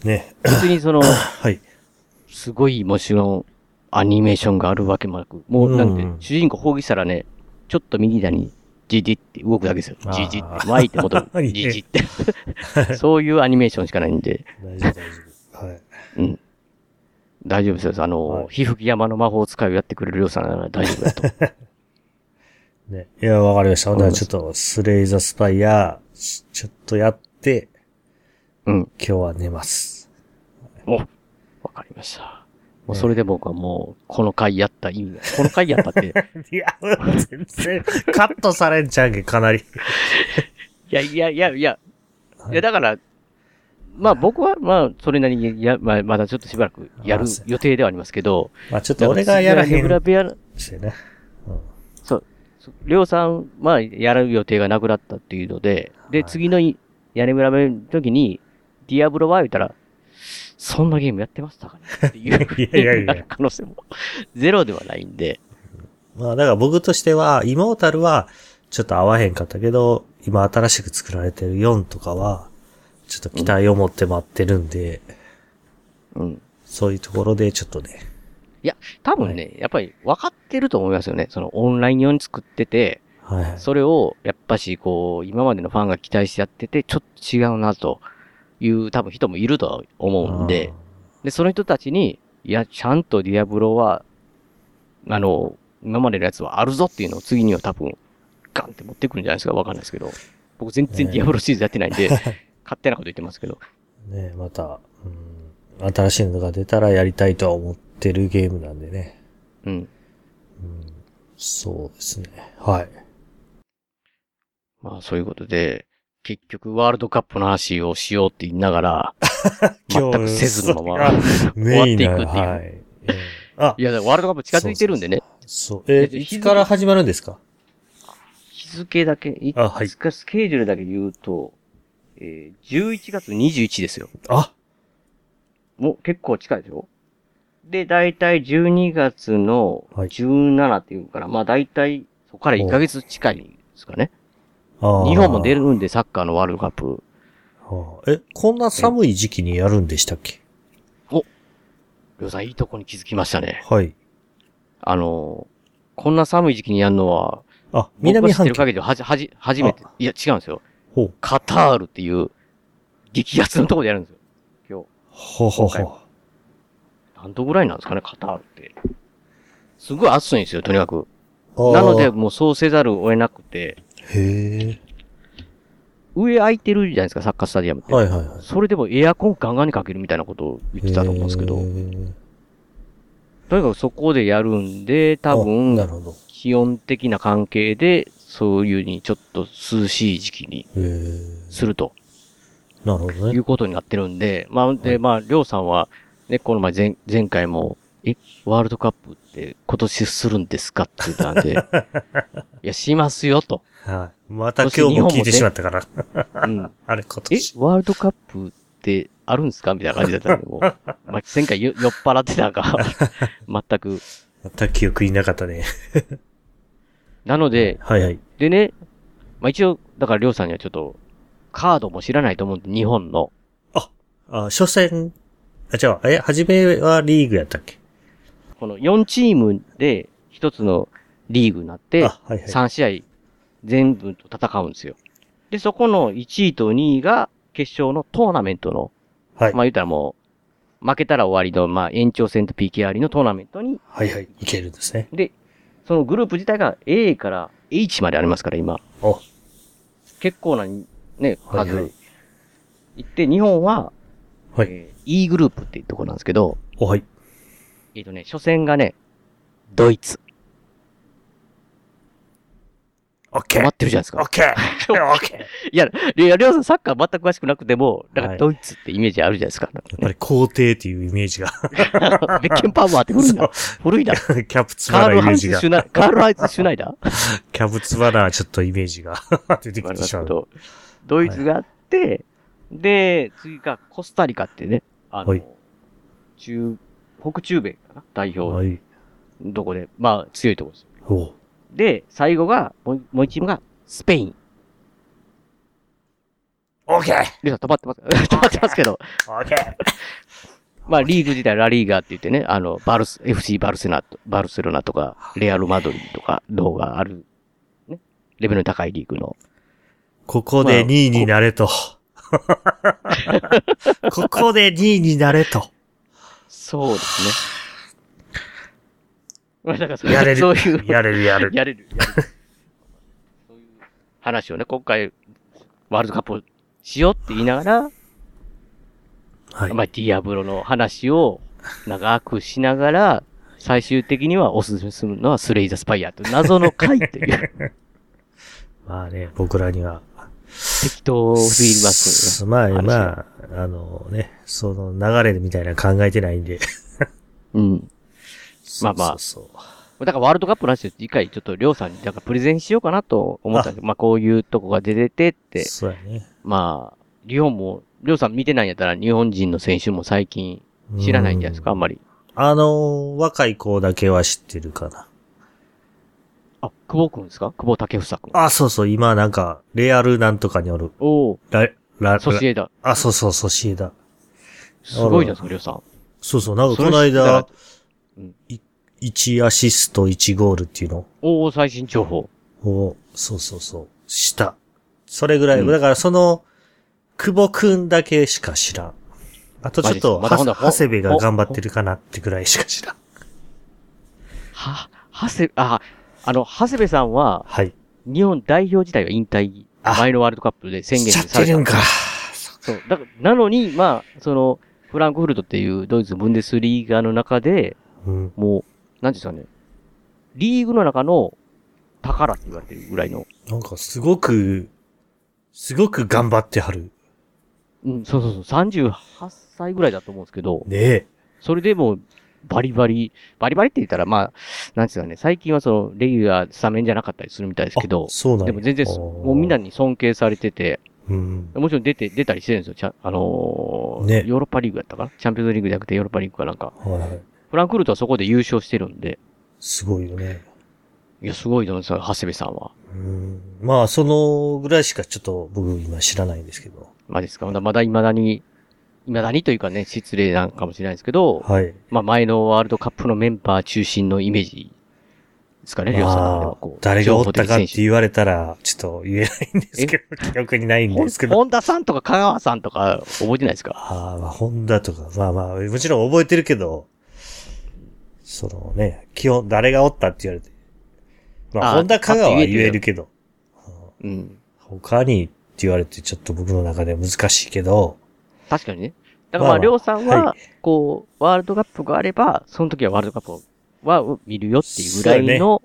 ね。別にその、 はい。すごいもちろんアニメーションがあるわけもなく、もうなんて、うん主人公放棄したらね、ちょっと右左にじじって動くだけですよ。あーじじって、巻いて 戻る。じじって。 そういうアニメーションしかないんで、大丈夫、大丈夫。はい。うん。大丈夫ですよ。あの、ひふき山の魔法使いをやってくれるりょうさんなら大丈夫 だと。ね。いや、わかりました。ほんならちょっと、スレイザースパイア、しちょっとやって、うん。今日は寝ます。お、わかりました。もうそれで僕はもう、この回やった意味 が、この回やったって、 いや、全然、カットされんちゃうんけ、かなり。いやいやいやいや、いやだから、まあ僕はまあそれなりにや、まあ、まだちょっとしばらくやるあそう予定ではありますけど、まあちょっと俺がやらへんだから次はヘブラ部してね。屋、そう、そうりょうさん、まあやる予定がなくなったっていうので、で、次のい屋根裏部屋の時に、ディアブロは言ったら、そんなゲームやってましたかねっていういやいやいやなる可能性もゼロではないんで、まあ、だから僕としては、イモータルは、ちょっと合わへんかったけど、今新しく作られてる4とかは、ちょっと期待を持って待ってるんで、うん。そういうところで、ちょっとね。いや、多分ね、やっぱり分かってると思いますよね。そのオンライン用に作ってて、はい。それを、やっぱし、こう、今までのファンが期待してやってて、ちょっと違うな、という、多分人もいるとは思うんで、で、その人たちに、いや、ちゃんとディアブロは、あの、今までのやつはあるぞっていうのを次には多分、ガンって持ってくるんじゃないですか、わかんないですけど。僕全然ねディアブロシリーズやってないん で、勝手なこと言ってますけど。ね、また、うん、新しいのが出たらやりたいとは思ってるゲームなんでね。うん。そうですね。はい。まあ、そういうことで、結局、ワールドカップの話をしようって言いなが ら、全くせずのまま、それ終がわっメイてンいなくっていう。はいあいや、だからワールドカップ近づいてるんでね。そう。えーいつから始まるんですか日付だけ、いあはいつかスケジュールだけ言うと、えー、11月21ですよ。あもう結構近いでしょで、だいたい12月の17っていうから、まあだいたいそこから1ヶ月近いですかね。あ日本も出る。るんで、サッカーのワールドカップ。はあえ、こんな寒い時期にやるんでしたっけりょうさん、いいとこに気づきましたね。はい。あのー、こんな寒い時期にやるのは、あ、僕南が知っ半てる球。限りではじ、はじ、初めて。いや、違うんですよほう。カタールっていう、激アツのとこでやるんですよ。今日。ほうほう今ほ回うは。何度ぐらいなんですかね、カタールって。すごい暑いんですよ、とにかく。あーなので、もうそうせざるを得なくて、へ上空いてるじゃないですか、サッカースタジアムって。はいはいはいそれでもエアコンガンガンにかけるみたいなことを言ってたと思うんですけど、とにかくそこでやるんで、多分、気温的な関係で、そういうにちょっと涼しい時期にえ。へすると。なるほどね。いうことになってるんで、まあ、で、まあ、りょうさんは、ね、この前前、前回も、え、ワールドカップって今年するんですかって言ったん で、いや、しますよ、と。え。はい。また今日も聞いてしまったから。うん。あれ、今え、ワールドカップってあるんですかみたいな感じだったんで、もう。まあ、前回よ酔っ払って たか、全く。全く記憶になかったね。なので、はいはい。でね、まあ一応、だからりょうさんにはちょっと、カードも知らないと思うんで、日本の。あ、初戦、あ、じゃあ、え、初めはリーグやったっけこの4チームで一つのリーグになって、はいはい3試合全部と戦うんですよ。で、そこの1位と2位が決勝のトーナメントの、まあ言ったらもう、負けたら終わりの、まあ延長戦と PK ありのトーナメントに、はいはい。いけるんですね。で、そのグループ自体が A から H までありますから、今。お結構な、ね、数。はいいっはて、日本は、はいえー E グループっていうところなんですけど、おはい。えっ、とね、初戦がね、ドイツ。オッケ ー。待ってるじゃないですか。オッケー。オッケー。いや、いや、りょうさんサッカー全く詳しくなくても、だからドイツってイメージあるじゃないですか。やっぱり皇帝っていうイメージが。ベッケンパーマーって古いな。古いな。 キャプツカバーラル・イハメーイジツ・が。シュキナ、カール・ハイツ・シュナイダーャプツバラちょっとイメージが出てきてしまけう。ど、ドイツがあって、で、次がコスタリカってね、あの、はい中、北中米かな代表。 はいどこで、まあ、強いところですよ。おうで、最後が、もう、もう一チームが、スペイン。オッケーリュウさん止まってます、止まってますけど、オッケーまあ、リーグ自体ラリーガって言ってね、あの、バルス、FC バルセナと、バルセロナとか、レアルマドリーとか、動画ある、ね、レベルの高いリーグの。ここで2位になれと。 ここで2位になれと。そうですね。 まあ、だからそやれるそういう。やれるやれるやれる。やれるそういう話をね、今回、ワールドカップをしようって言いながら、まあ、ディアブロの話を長くしながら、最終的にはおすすめするのはスレイザ・スパイアという謎の回という。まあね、僕らには。適当すぎますよねまあ話がまあ、あのね、その流れみたいなの考えてないんで。うん。まあまあ。だからワールドカップの話を次回ちょっとりょうさんになんかプレゼンしようかなと思ったんですけど、まあこういうとこが出ててって。そうやね。まあ、日本も、りょうさん見てないんやったら日本人の選手も最近知らないんじゃないですか、あんまり。あの、若い子だけは知ってるかな。あ、久保くんですか久保建英くん。あ、そうそう、今なんか、レアルなんとかにおる。おラ、ラ、ソシエダ。あ、そうそう、ソシエダ。すごいじゃないですか、りょうさん。そうそう、なんかそれこの知ったら間、い1アシスト1ゴールっていうのおお、最新情報。を、そうそうそう、した。それぐらい、だからその、久保くんだけしか知らん。あとちょっと、マジですかまた今度はは長谷部がほ頑張ってるかなってぐらいしか知らん。は、長谷、あ、あの、長谷部さんは、はい。日本代表自体が引退、前のワールドカップで宣言されしちゃってるんか。そう。だから、なのに、まあ、その、フランクフルトっていうドイツのブンデスリーガの中で、うん。もう、なんていうんですかね、リーグの中の宝って言われてるぐらいの、なんかすごく、すごく頑張ってはる。うん、そうそうそう、38歳ぐらいだと思うんですけど、ねえ。それでも、バリバリ、バリバリって言ったら、まあ、なんですかね、最近はその、レギュラースタメンじゃなかったりするみたいですけど、そうなんやでも全然、あーもうみんなに尊敬されてて、うん。もちろん出て、出たりしてるんですよ、ちゃんあのーねヨーロッパリーグやったかなチャンピオンズリーグじゃなくてヨーロッパリーグかなんか。はいはい。フランクフルトはそこで優勝してるんで、すごいよね。いや、すごいと思うんですよ、長谷部さんは。うん。まあ、そのぐらいしかちょっと僕今知らないんですけど。まあですか、まだまだ未だに、未だにというかね、失礼なんかもしれないですけど、はい。まあ前のワールドカップのメンバー中心のイメージですかね、りょうさんのまあ、誰がおったかって言われたら、ちょっと言えないんで すけど、記憶にないんですけど。本田さんとか香川さんとか覚えてないですかああ、まあ、ホンダとか、まあまあ、もちろん覚えてるけど、そのね、基本、誰がおったって言われて、まあ、あ本田香川は言えるけど。うん。他にって言われてちょっと僕の中では難しいけど。確かにね。だからまあ、まあまありょうさんはは、こう、ワールドカップがあれば、その時はワールドカップは見るよっていうぐらいの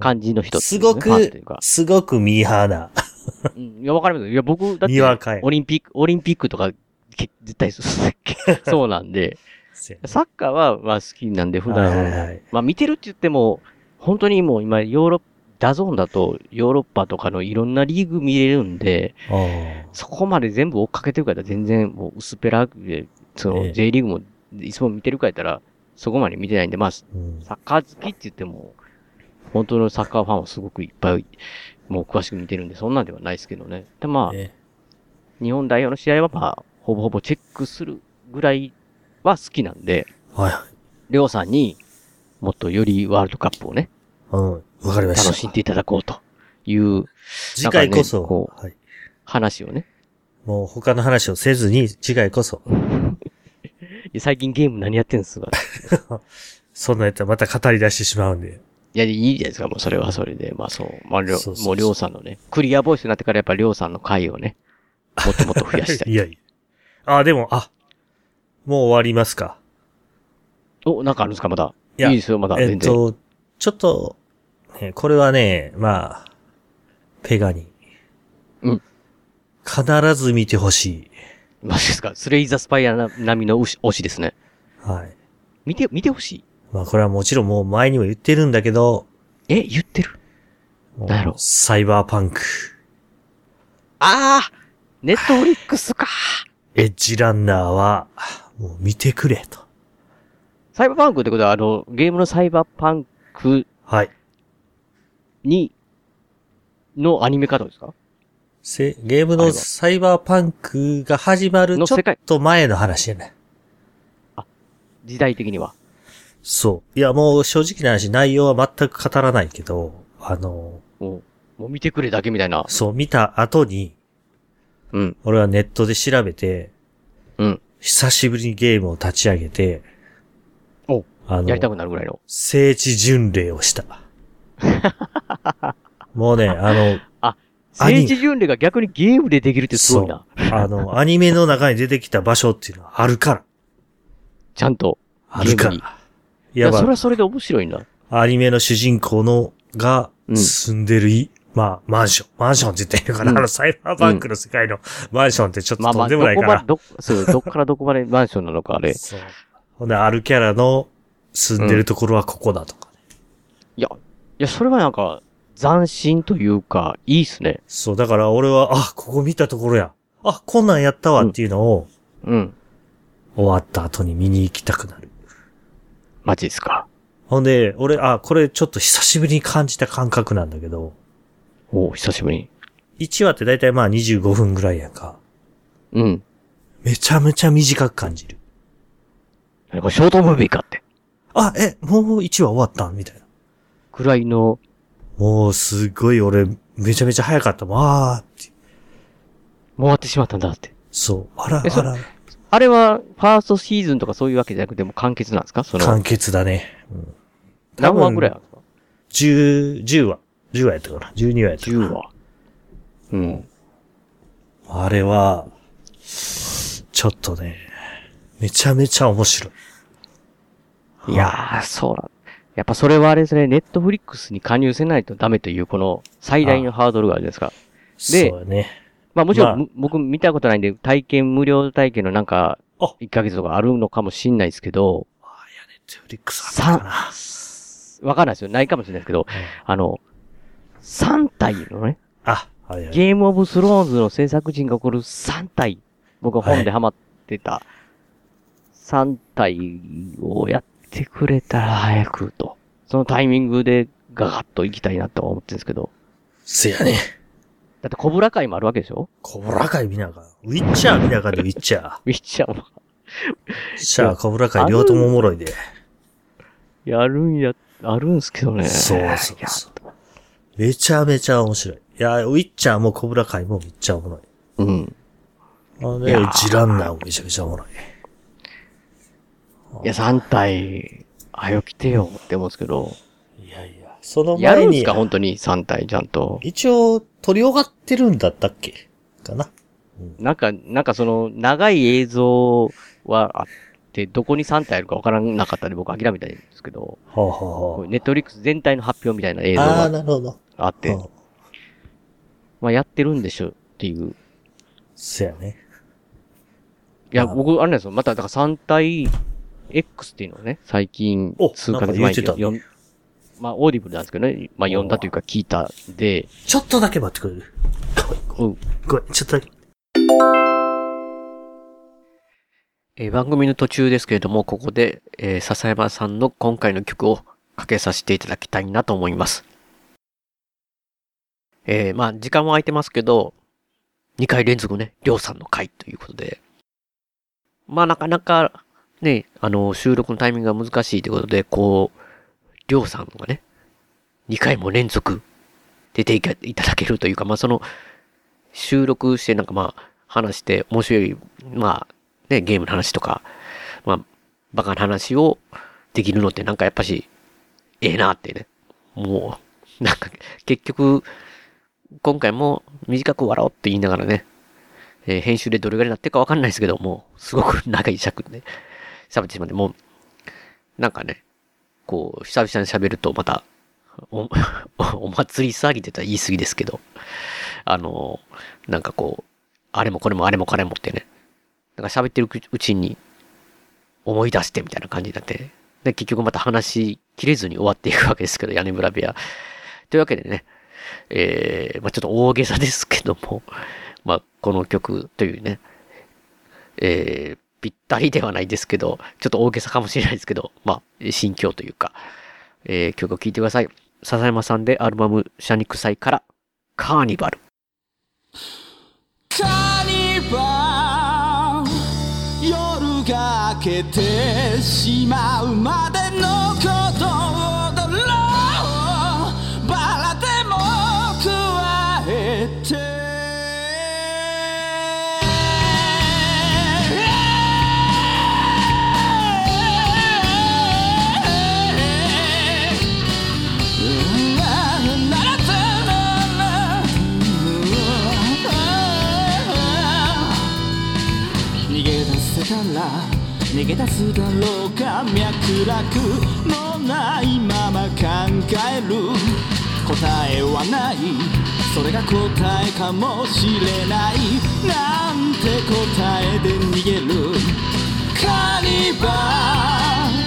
感じの人ってすいねごファンといくうか、すごくミーハーな。 うんいや、わかります。いや、僕、だにわっかやて、オリンピック、オリンピックとか、け絶対そう そうなんで、サッカーは、まあ、好きなんで、普段、はいはいはいまあ、見てるって言っても、本当にもう今、ヨーロッパ、ダゾーンだと、ヨーロッパとかのいろんなリーグ見れるんで、そこまで全部追っかけてるから、全然、もう、薄っぺらで、そええの、J リーグも、いつも見てるからやったら、そこまで見てないんで、まあ、サ ッカー好きって言っても、本当のサッカーファンはすごくいっぱい、もう詳しく見てるんで、そんなんではないですけどね。で、まあ、日本代表の試合は、まあ、ほぼほぼチェックするぐらいは好きなんで、はい。りょうさんにもっとよりワールドカップをね、うん。わかりました。楽しんでいただこうという、次回こそなんかねはい話をね、もう他の話をせずに、次回こそ。いや最近ゲーム何やってんすかそんなやつはまた語り出してしまうんで。いや、いいじゃないですか、もうそれはそれで。まあそう。まあ、りょそうそうそうもうりょうさんのね、クリアボイスになってからやっぱりりょうさんの回をね、もっともっと増やしたい。 いやいや。あ、でも、あ、もう終わりますか。お、なんかあるんですか、まだ。いやいですよ、まだえっ全然。と、ちょっと、ねこれはね、まあ、ペガに。うん。必ず見てほしい。マジですか、スレイザースパイアな並みの推し推しですね。はい。見て、見てほしい。まあこれはもちろんもう前にも言ってるんだけど。え、言ってるなんやろサイバーパンク。ああネットフリックスかエッジランナーは、もう見てくれと。サイバーパンクってことは、あの、ゲームのサイバーパンクはい。に、のアニメ化どうですかせゲームのサイバーパンクが始まるちょっと前の話やね。時代的には。そう。いや、もう正直な話、内容は全く語らないけど、あの、もう、もう見てくれだけみたいな。そう、見た後に、うん。俺はネットで調べて、うん。久しぶりにゲームを立ち上げて、おあのやりたくなるぐらいの。聖地巡礼を した。もうね、あの、あ、アニ政治巡礼が逆にゲームでできるってすごいな。そうあの、アニメの中に出てきた場所っていうのはあるから。ちゃんと。あるからゲームに。いいやや、ばそれはそれで面白いな。アニメの主人公の、が、住んでるい、まあ、マンション。マンションって言ってるから、うんあの、サイバーパンクの世界のマンションってちょっまとあまとあ、んでどもないこかまらで、。ど、そう、 どっからどこまでマンションなのか、あれ。そうほんで、あるキャラの住んでるところはここだとか。いや、いや、それはなんか、斬新というか、いいっすね。そう、だから俺は、あ、ここ見たところや。あ、こんなんやったわっていうのを、うん。終わった後に見に行きたくなる。マジですか。ほんで、俺、あ、これちょっと久しぶりに感じた感覚なんだけど、お久しぶりに。 1話ってだいたいまあ25分ぐらいやんか。うん。めちゃめちゃ短く感じる。何これ、ショートムービーかって。あ、え、もう1話終わったみたいな。くらいの、もうすごい俺、めちゃめちゃ早かったもん。あーって。もう終わってしまったんだって。そう。あら、えそあら、あれは、ファーストシーズンとかそういうわけじゃなくて、もう完結なんですかその完、結だね。うん、何話ぐらいあるんですか10、10話。10話やったかな。12話やったかな。 10話。うん。あれは、ちょっとね、めちゃめちゃ面白い。いやー、そうなんやっぱそれはあれですね、ネットフリックスに加入せないとダメという、この最大のハードルがあるじゃないですか。でそう、やね。まあもちろん、まむ僕見たことないんで、体験、無料体験のなんか、1ヶ月とかあるのかもしんないですけど、フリックス三わかんないですよ。ないかもしれないですけど、あの、3体のね、あ、はいはい。ゲームオブスローンズの制作陣が誇る3体、僕は本でハマってた、3体をやってくれたら早くと、そのタイミングでガガッと行きたいなとは思ってるんですけど、せやね。だってコブラ会もあるわけでしょコブラ界見ながら。ウィッチャー見ながらでウィッチャー。ウィッチャーも。シャア、コブラ界両ともおもろいで。やるんや、あるんすけどね。そうそうそう。めちゃめちゃ面白い。いや、ウィッチャーもコブラ界もめっちゃおもろい。うん。あいれやね、ジランナーもめちゃめちゃおもろい。いや、3体、あよ来てよって思うんですけど、いやいや、そのや前るんすにか、本当に3体ちゃんと。一応、取り終がってるんだったっけかな。なんか、なんかその、長い映像はあって、どこに3体あるかわからなかったんで、僕諦めたんですけど、はあ、はネットフリックス全体の発表みたいな映像あ、ああ、がなるほど。あって、まあやってるんでしょっていう。そやね。いや、僕、あれなんですよ。また、だから3体 X っていうのをね、最近、数ヶ月前になんか言ってたね読んまあ、オーディブルなんですけどね、まあ読んだというか聞いたんで、ちょっとだけ待ってくれる。うんごめん、ちょっとだけ。えー番組の途中ですけれども、ここで、えー笹山さんの今回の曲をかけさせていただきたいなと思います。えーまあ、時間は空いてますけど、2回連続ね、りょうさんの回ということで、まあ、なかなか、ね、あの、収録のタイミングが難しいということで、こう、りょうさんがね、2回も連続出ていけいただけるというか、まあ、その、収録してなんかまあ、話して、面白い、まあ、ね、ゲームの話とか、まあ、バカな話をできるのってなんかやっぱし、ええなってね。もう、なんか、結局、今回も短く笑おうって言いながらね、えー編集でどれぐらいになってるかわかんないですけど、もう、すごく長い尺でね、喋ってしまって、もう、なんかね、こう、久々に喋るとまた、お、 お祭り騒ぎって言ったら言い過ぎですけど、あの、なんかこう、あれもこれもあれもこれもってね、なんか喋ってるうちに思い出してみたいな感じになって、で、結局また話し切れずに終わっていくわけですけど、屋根裏部屋。というわけでね、えー、まあちょっと大げさですけども、まあこの曲というね、えー、ぴったりではないですけど、ちょっと大げさかもしれないですけど、まあ心境というか、えー、曲を聴いてください。笹山さんでアルバム、シャニクサイから、カーニバル。カニバル夜が明けてしまうまでのことを踊ろうバラでも加えてうんならたなら逃げ出せたら逃げ出すだろうか脈絡のないまま考える答えはないそれが答えかもしれないなんて答えで逃げるカニバル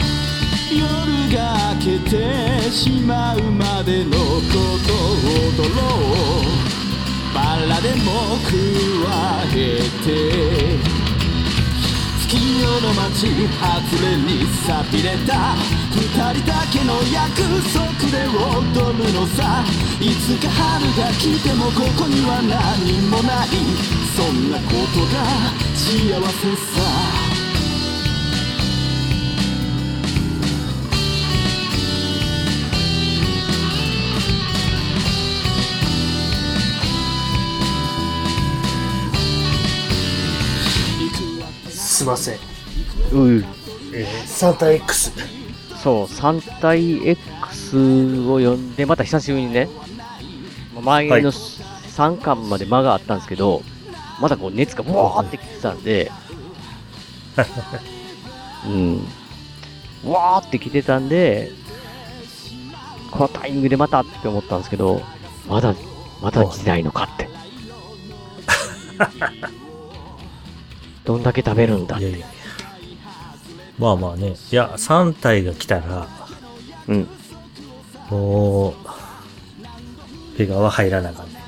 夜が明けてしまうまでのことを踊ろうバラでも加えて月夜の街外れに錆びれた二人だけの約束で踊るのさいつか春が来てもここには何もないそんなことが幸せさすいません。うん。えー、サンタ X。そう、3体 X を読んで、また久しぶりにね、まあ前の3巻まで間があったんですけど、まだこう熱がわーってきてたんで、うん。わーって来てたんで、このタイミングでまたって思ったんですけど、まだ、まだ来てないのかって。どんだけ食べるんだって。まあまあね。いや、3体が来たら、うん。もう、ペガは入らなあかんね。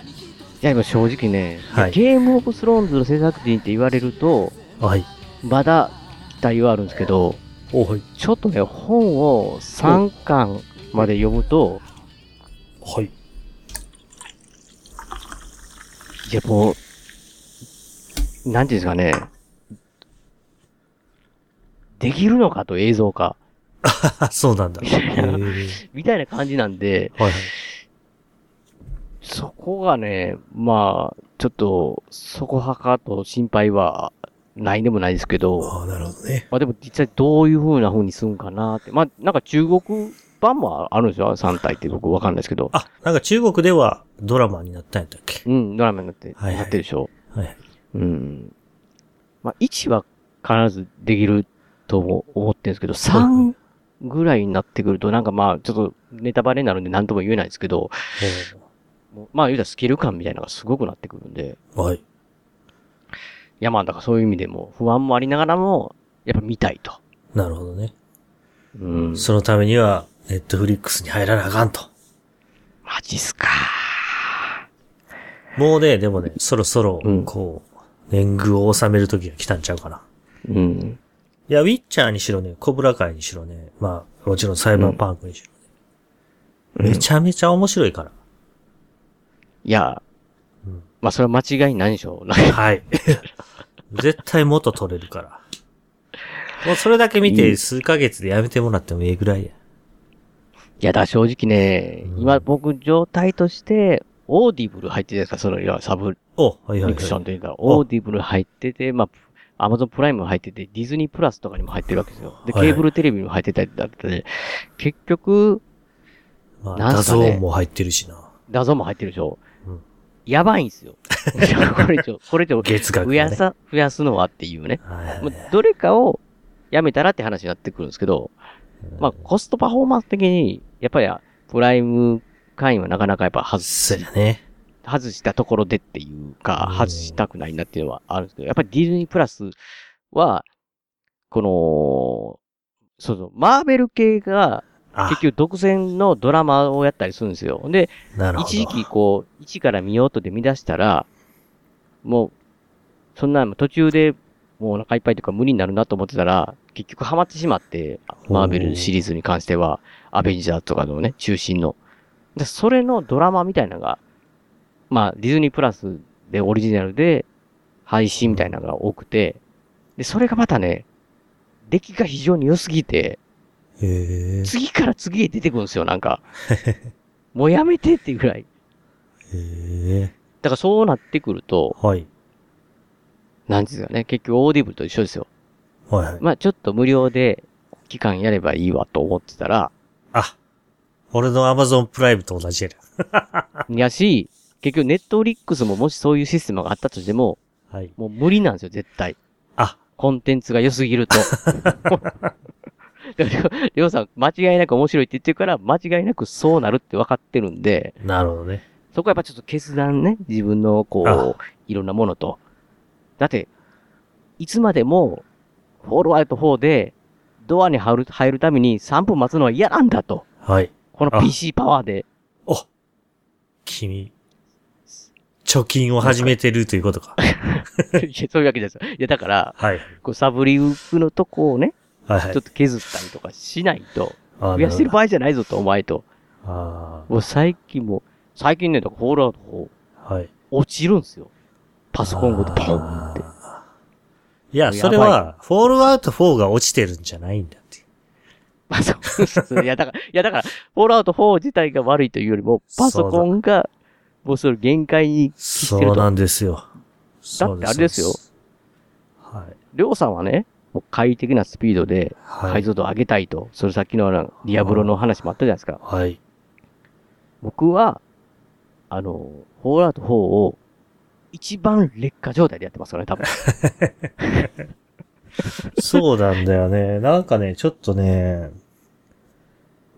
いや、今正直ね、はいゲームオブスローンズの制作人って言われると、はい。まだ期待はあるんですけど、ちょっとね、本を3巻まで読むと、はい。いや、もう、なんていうんですかね、できるのかと映像化。そうなん だ。みたいな感じなんで、はいはいそこがね、まあ、ちょっと、そこはかと心配はないでもないですけど、なるほどね。まあでも実際どういう風な風にするんかなって。まあなんか中国版もあるんですよ、3体って僕わかんないですけど。あ、なんか中国ではドラマになったんやったっけうん、ドラマになって、なってるでしょ。はい。うん。まあ、1は必ずできるとも思ってるんですけど、3ぐらいになってくると、なんかまあ、ちょっとネタバレになるんで何とも言えないですけど、もうまあ、言うたらスキル感みたいなのがすごくなってくるんで、はい。いや、まあ、だからそういう意味でも不安もありながらも、やっぱ見たいと。なるほどね。うん。そのためには、ネットフリックスに入らなあかんと。マジっすか。もうね、でもね、そろそろ、こう、年貢を収める時が来たんちゃうかな。うん。いや、ウィッチャーにしろね、コブラ会にしろね、まあ、もちろんサイバーパンクにしろね。めちゃめちゃ面白いから。いや、まあ、それは間違いないでしょう。 はい。 絶対元取れるから。もうそれだけ見て数ヶ月でやめてもらってもええぐらいや。いや、だ、正直ね、今僕状態として、オーディブル入ってるじゃないですか、その、いやサブいはいリクションというか、オーディブル入ってて、まあ、アマゾンプライムも入ってて、ディズニープラスとかにも入ってるわけですよ。で、ケはいはいーブルテレビも入ってたりだったり、結局、まあ、なんダすかゾねーンも入ってるしな。画像も入ってるでしょ。うんやばいんです よ。これ以上、これ以上、月額が増ねやさ、増やすのはっていうね。まあどれかをやめたらって話になってくるんですけど、まあ、コストパフォーマンス的に、やっぱり、プライム会員はなかなかやっぱ外す。ね。外したところでっていうか、外したくないなっていうのはあるんですけど、やっぱりディズニープラスは、この、そうそう、マーベル系が、結局独占のドラマをやったりするんですよ。で、なるほど一時期こう、一から見ようとで見出したら、もう、そんなの途中でもうお腹いっぱいというか無理になるなと思ってたら、結局ハマってしまって、マーベルシリーズに関しては、アベンジャーズとかのね、中心の。で、それのドラマみたいなのが、まあ、ディズニープラスでオリジナルで配信みたいなのが多くて、で、それがまたね、出来が非常に良すぎて、次から次へ出てくるんですよ、なんか。もうやめてっていうぐらい。だからそうなってくると、はい。なんていうんですかね、結局オーディブルと一緒ですよ。はいはい。まあちょっと無料で期間やればいいわと思ってたら、あ、俺の Amazon プライムと同じやな。やし、結局ネットフリックスももしそういうシステムがあったとしても、はい、もう無理なんですよ、絶対。あ、コンテンツが良すぎると。 でもりょうりょうさん、間違いなく面白いって言ってるから、間違いなくそうなるって分かってるんで、なるほどね。そこはやっぱちょっと決断ね、自分のこう、いろんなものと。だって、いつまでも、フォロワーと4で、ドアに入る入るために3分待つのは嫌なんだと。はい。この PC パワーで。 君、貯金を始めてるという ことか。いやそういうわけですよ。いや、だから、はい。こうサブリウクのとこをね、はいはいちょっと削ったりとかしないと、あー増やしてる場合じゃないぞと、お前と。あもう最近も、最近ね、だからフォロワーとこうはい。落ちるんですよ。パソコンごとポンって。いや、それは、フォールアウト4が落ちてるんじゃないんだって。いや、だから、いや、だから、フォールアウト4自体が悪いというよりも、パソコンが、もうそれ限界に来してるそうと。なんですよ。だってあれですよ。はい。りょうさんはね、もう快適なスピードで解像度を上げたいと、それさっきのあのディアブロの話もあったじゃないですか。はい。僕は、あの、フォールアウト4を一番劣化状態でやってますからね、多分。そうなんだよ ね。なんかね、ちょっとね、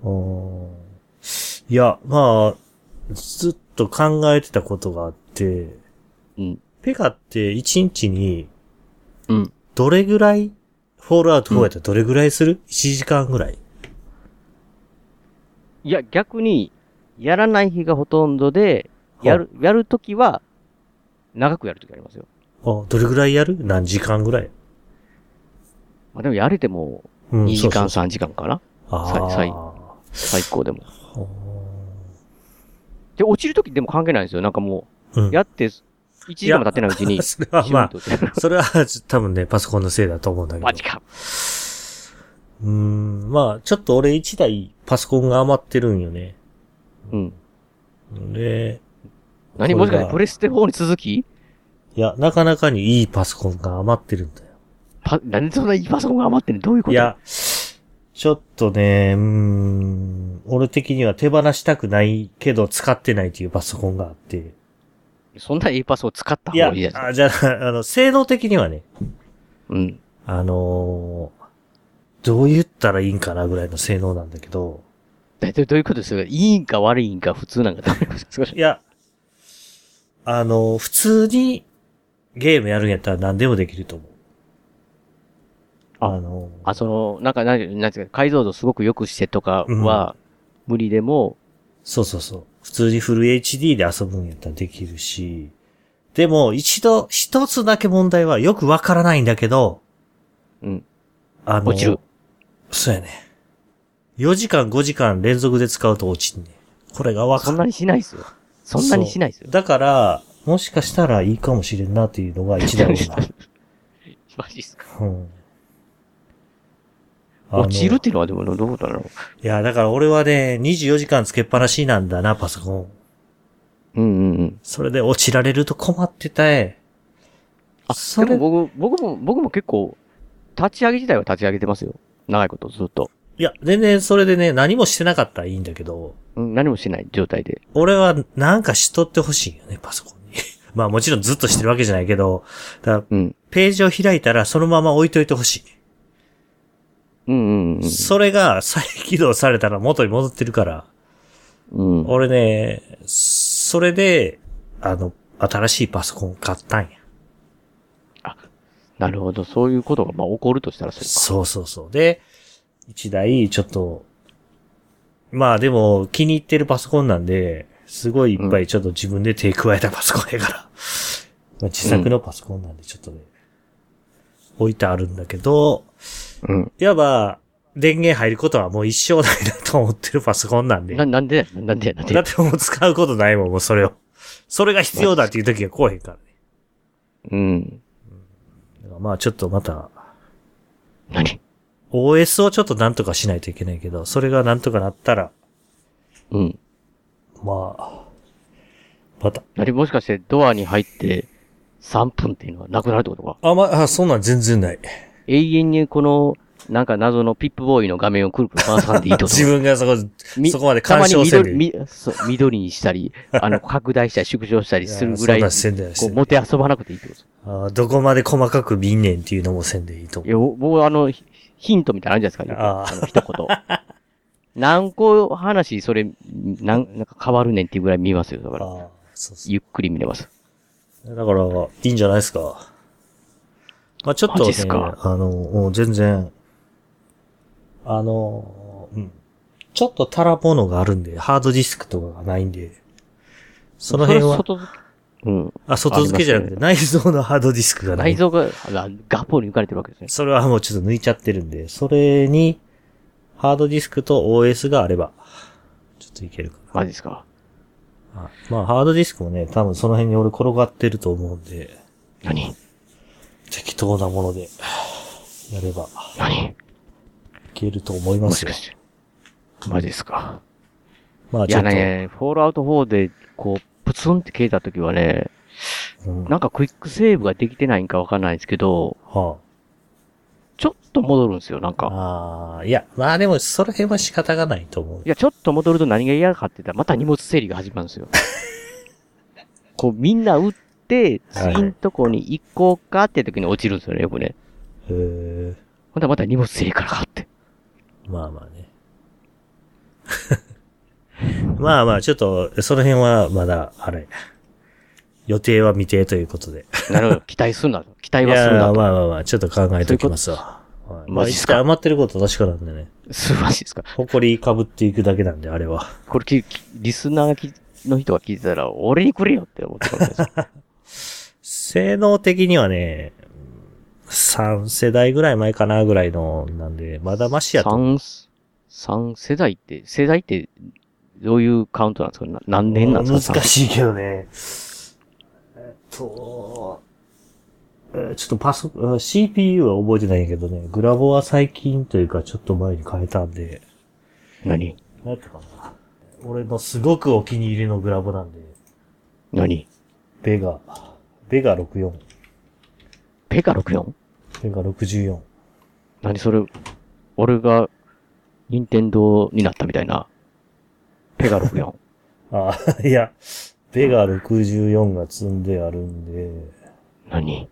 うーんいや、まあ、ずっと考えてたことがあって、ペカって1日に、どれぐらい、フォールアウト4やったらどれぐらいする、?1 時間ぐらい。いや、逆に、やらない日がほとんどで、やる、やるときは、長くやるときありますよ。あ、どれぐらいやる何時間ぐらいまあでもやれても、うん2時間、そうそう3時間かな。あー最最最高でも。で、落ちるときでも関係ないんですよ。なんかもう、やって、1時間も経ってないうちに。や それはまシュンとあ、それは多分ね、パソコンのせいだと思うんだけど。マジか。うーん、まあ、ちょっと俺1台パソコンが余ってるんよね。うん。で、何もしかしてプレステ4に続きいや、なかなかにいいパソコンが余ってるんだよ。なんでそんないいパソコンが余ってるのどういうこといや、ちょっとね、うーん、俺的には手放したくないけど使ってないというパソコンがあって。そんないいパスを使ったい方や、がいいやつ。あじゃあ、あの、性能的にはね。うん。あのーどう言ったらいいんかなぐらいの性能なんだけど。大体どういうことですよいいんか悪いんか普通なんかダメですかいや、あのー普通にゲームやるんやったら何でもできると思う。あのあ、その、なんか、なんてなんていうか、解像度すごく良くしてとかは、無理でも、そうそうそう。普通にフル HD で遊ぶんやったらできるし、でも一度、一つだけ問題はよくわからないんだけど、うん。あの、落ちる。そうやね。4時間5時間連続で使うと落ちんね。これがわかそんなにしないですよ。そんなにしないですよ。だから、もしかしたらいいかもしれんなっていうのが一だろうな。 マジっすか。うんあの落ちるっていうのはでもどういうことなのいや、だから俺はね、24時間つけっぱなしなんだな、パソコン。うんうんうん。それで落ちられると困ってたえ。あ、でも僕、僕も、僕も結構、立ち上げ自体は立ち上げてますよ。長いことずっと。いや、全然それでね、何もしてなかったらいいんだけど、うん、何もしない状態で。俺はなんかしとってほしいよね、パソコンに。 まあもちろんずっとしてるわけじゃないけど、だからページを開いたらそのまま置いといてほしい。うんうんうん。それが再起動されたら元に戻ってるから。うん。俺ね、それで、あの、新しいパソコン買ったんや。なるほど。そういうことが、まあ、起こるとしたらそうか。そうそうそう。で、一台、ちょっと、まあでも気に入ってるパソコンなんで、すごいいっぱいちょっと自分で手加えたパソコンやから、 まあ自作のパソコンなんでちょっとね、置いてあるんだけど、いわば、電源入ることはもう一生ないなと思ってるパソコンなんで。な、なんでなんでなんでだってもう使うことないもん、もうそれを。それが必要だっていう時が来おへんからね。うん。だからまあちょっとまた、何 ?OS をちょっとなんとかしないといけないけど、それがなんとかなったら、うん。まあ、また。何もしかしてドアに入って3分っていうのはなくなるってことかあ、まあ、そんなん全然ない。永遠にこの、なんか謎のピップボーイの画面をくるくる回さんでいいってこと 自分がそこ、みそこまで干渉せたんまでに緑みそう緑にした り、あの、拡大したり縮小したりするぐらい、いこやそんなんせんでないせう、んでもて遊ばなくていいってことあどこまで細かく見んねんっていうのもせんでいいと思いや、ぼ僕はあの、ヒヒントみたいなのあるじゃないですか、よくあの、一言。 何個話、それ、なん、なんか変わるねんっていうぐらい見ますよ、だから。ゆっくり見れます。う。だから、いいんじゃないですか。まあちょっマと、ジねっす、かあの、もう全然、あの、うん。ちょっと足らんものがあるんで、ハードディスクとかがないんで、その辺は、それ外付けうん。あ、外付けじゃなくて、あり内蔵のハードディスクがますねない。内臓が、あガポに浮かれてるわけですね。それはもうちょっと抜いちゃってるんで、それに、ハードディスクと OS があれば、ちょっといけるかな。マジですか。まあ、ハードディスクもね、多分その辺に俺転がってると思うんで。何適当なもので、やれば。何いけると思いますよ。マジですか。まあ、いちょやっと。ね、フォールアウト4で、こう、プツンって消えた時はね、なんかクイックセーブができてないんかわかんないですけど、ちょっと戻るんですよ、なんか。ああ、いや、まあでも、その辺は仕方がないと思う。いや、ちょっと戻ると何が嫌かって言ったら、また荷物整理が始まるんです よ。こう、みんな打って、はい次んとこに行こうかって時に落ちるんですよね、よくね。へえ。ほんでまた荷物整理からかって。まあまあね。 まあまあ、ちょっと、その辺はまだ、あれ、予定は未定ということで。な るほど。期待すんな。期待はするいやなーと。まあまあまあ、ちょっと考えておきますわ。はいまあマジっすか一切余ってること確かなんでね。素晴らしいですか。埃被っていくだけなんで、あれは。これき、きリスナーきの人が聞いてたら、俺にくれよって思ってたんですよ性能的にはね、3世代ぐらい前かなぐらいの、なんで、まだマ シやと思う。 3、三世代って、世代って、どういうカウントなんですかな何年なんですか難しいけどね。ね。えっと、えーちょっとパソ、うん CPU は覚えてないんやけどね、グラボは最近というかちょっと前に変えたんで。何何やったかな。俺のすごくお気に入りのグラボなんで、何ベガ、ベガ64。ペガ 64? ベガ64。何それ、俺が任天堂になったみたいな。ペガ64。ああ、いや、ベガ64が積んであるんで。何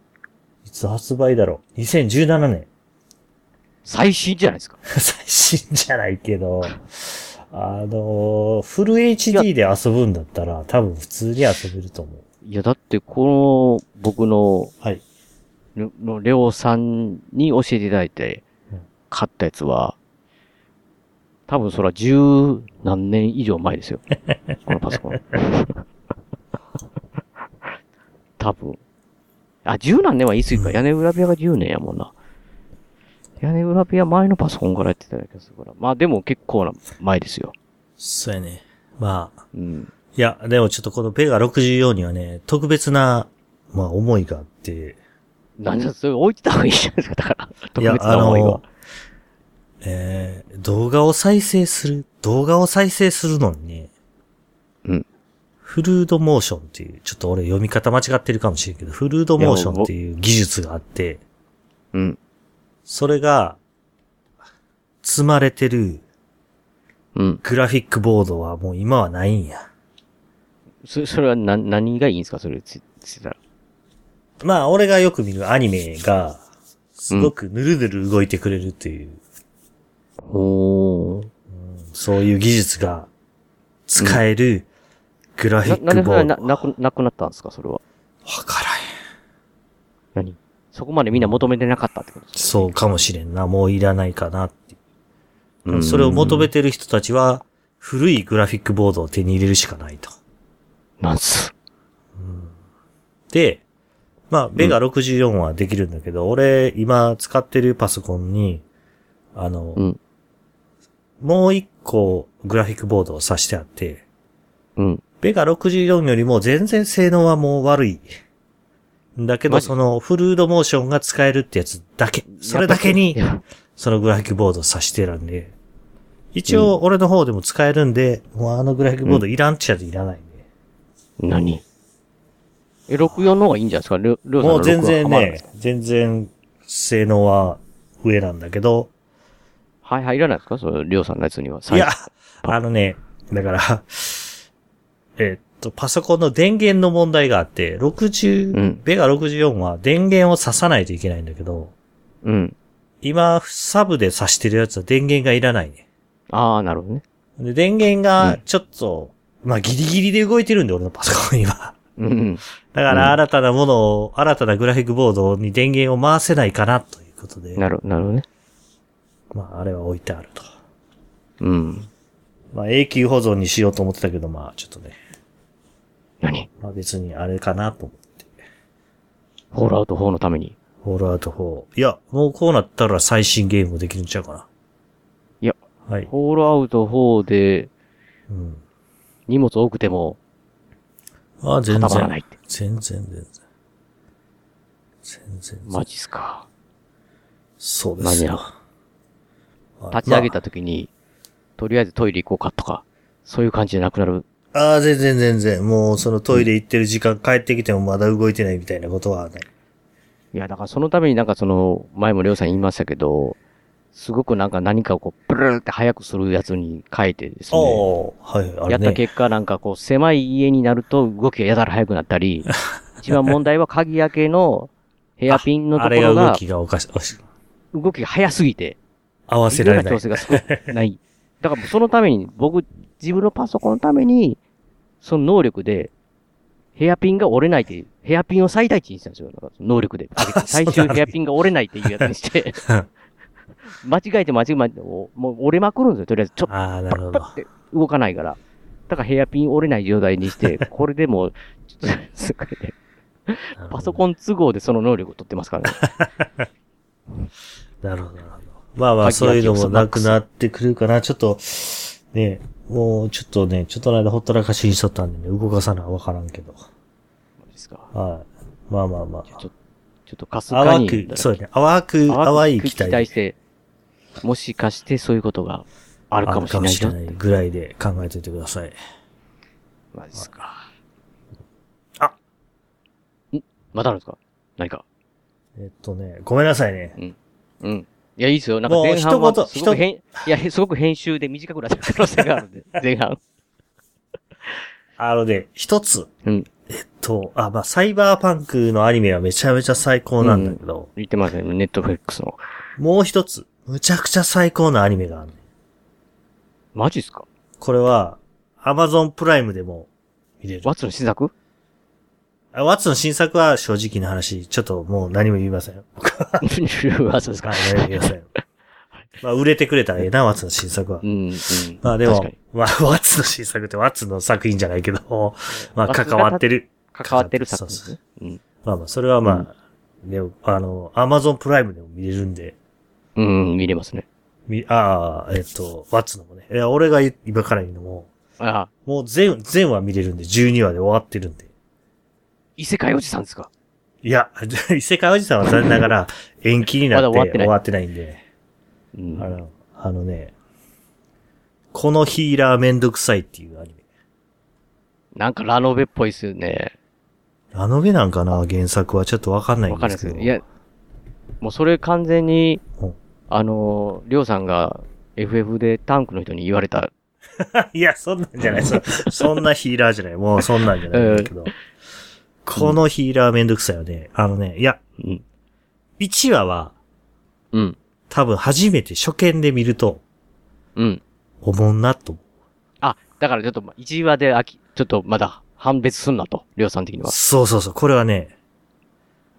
いつ発売だろう ?2017 年。最新じゃないですか。最新じゃないけど、あの、フル HD で遊ぶんだったら、多分普通に遊べると思う。いや、だって、この、僕の、はい。の、レオさんに教えていただいて、買ったやつは、多分そら十何年以上前ですよ。 このパソコン。多分。あ、十何年は言い過ぎか。屋根裏部屋が10年やもんな。屋根裏部屋前のパソコンからやってただけでするから。まあでも結構な前ですよ。そうやね。まあ。うん。いや、でもちょっとこのベガ64にはね、特別な、まあ思いがあって。なんじゃ、それ置いてた方がいいじゃないですか。だから、特いや別な思いは。、あのえー動画を再生する、動画を再生するのにね、うん。フルードモーションっていう、ちょっと俺読み方間違ってるかもしれんけど、フルードモーションっていう技術があって、うん。それが、積まれてる、うん。グラフィックボードはもう今はないんや。そそれはな、何がいいんですかそれつ、ついたら。まあ、俺がよく見るアニメが、すごくぬるぬる動いてくれるっていう、おー。そういう技術が使えるグラフィな、なッんクでそボれはーな、ド。なく、なくなったんですかそれは。わからへん。何そこまでみんな求めてなかったってことですそうかもしれんな。もういらないかなって。うんそれを求めてる人たちは、古いグラフィックボードを手に入れるしかないと。なんす。で、まあ、ベガ64はできるんだけど、俺、今使ってるパソコンに、あの、もう一個グラフィックボードを挿してあって、うん。ベガ64よりも全然性能はもう悪い。だけど、そのフルードモーションが使えるってやつだけ、それだけに、そのグラフィックボードを挿してるんで、一応俺の方でも使えるんで、もうあのグラフィックボードいらんっちゃいらないんで。何え、64の方がいいんじゃないですかりょりょうさんのも64う全然はまだですね、全然性能は上なんだけど、はい、入らないですかそのりょうさんのやつには。いや、あのね、だから、えっと、パソコンの電源の問題があって、60、ベガ64は電源を挿さないといけないんだけど、うん。今、サブで挿してるやつは電源がいらないね。ああ、なるほどね。で、電源が、ちょっと、まあ、ギリギリで動いてるんで、俺のパソコン今。うん。 だから、新たなものを、新たなグラフィックボードに電源を回せないかな、ということで。なる、なるほどね。まあ、あれは置いてあると。うん。まあ、永久保存にしようと思ってたけど、まあ、ちょっとね。何まあ、別にあれかなと思って。ホールアウト4のために。ホールアウト4。いや、もうこうなったら最新ゲームもできるんちゃうかな。いや、はい、ホールアウト4で、荷物多くても、ああ、全然。固まらないって全然、全然。全然。マジっすか。そうでマすジよ。な。立ち上げた時に、とりあえずトイレ行こうかとか、そういう感じじゃなくなる。ああ、全然全然。もうそのトイレ行ってる時間、帰ってきてもまだ動いてないみたいなことはない。いや、だからそのためになんかその、前もりょうさん言いましたけど、すごくなんか何かをこう、ブルルって早くするやつに変えてですね。おはい、あれねやった結果なんかこう、狭い家になると動きがやたら早くなった り、一番問題は鍵開けのヘアピンのとあこれろがが、動きがおかし、おかし動きが早すぎて、合わせられなろいんな調整がすごくない。だからもうそのために、僕、自分のパソコンのために、その能力で、ヘアピンが折れないっていう、ヘアピンを最大値にしたんですよ。なんか能力で。最終ヘアピンが折れないっていうやつにして、間違えて間違えて、もう折れまくるんですよ。とりあえず、ちょっと、ああ、なるほど。って動かないから。だからヘアピン折れない状態にして、これでもう、ちょっと、すごいねパソコン都合でその能力を取ってますからね。なるほど、なるほど。まあまあ、そういうのもなくなってくるかな。ちょっと、ね、もうちょっとね、ちょっとの間ほったらかしにしとったんでね、動かさなわからんけど。ですか。はい。まあまあまあ。ちょっとかすか淡に。く、そうね、淡く、淡い期待。待して、もしかしてそういうことがあるかもしれないあるかもしれないぐらいで考えておいてください。マジっすか。んまたあるんですか何か。えっとね、ごめんなさいね。うん。うん。いや、いいですよ。なんか前半もうは一言すごく編一、いや、へすごく編集で短くなってる可能性があるん で、前半。あのね、一つ。うん。えっと、あ、まあ、サイバーパンクのアニメはめちゃめちゃ最高なんだけど。言ってますね、ネットフリックスの。もう一つ、むちゃくちゃ最高なアニメがあるね。マジっすかこれは、アマゾンプライムでも見れる。ワッツの新 作あワッツの新作は正直な話、ちょっともう何も言いません。あ、そうですか。何も言い ません。まあ、売れてくれたらええな、ワッツの新作は。まあでも確かに、まあ、ワッツの新作ってワッツの作品じゃないけど、まあ、ワッツが関わってる。関わってる作そう品そそううまあまあ、それはまあ、でも、あの、アマゾンプライムでも見れるんで。うん、見れますね。み、ああ、えっと、ワッツのもね。いや、俺が言今から言うのも、あもう全、全話見れるんで、12話で終わってるんで。異世界おじさんですかいや、 異世界おじさんは残念ながら、延期になまってだ終わってない終わってないんで。あの、あのね、このヒーラーめんどくさいっていうアニメ。なんかラノベっぽいっすよね。ラノベなんかな原作はちょっとわかんないわんかでるんすですけけど。ど。いや、もうそれ完全にうん、あの、りょうさんが FF でタンクの人に言われた。いや、そんなんじゃない。そそんなヒーラーじゃない。もうそんなんじゃないんだけど。このヒーラーめんどくさいよね。あのね、いや、1話は、うん。多分初めて初見で見ると、うん。おもんなと思う。あ、だからちょっと1話で飽き、ちょっとまだ判別すんなと、りょうさん的には。そうそうそう。これはね、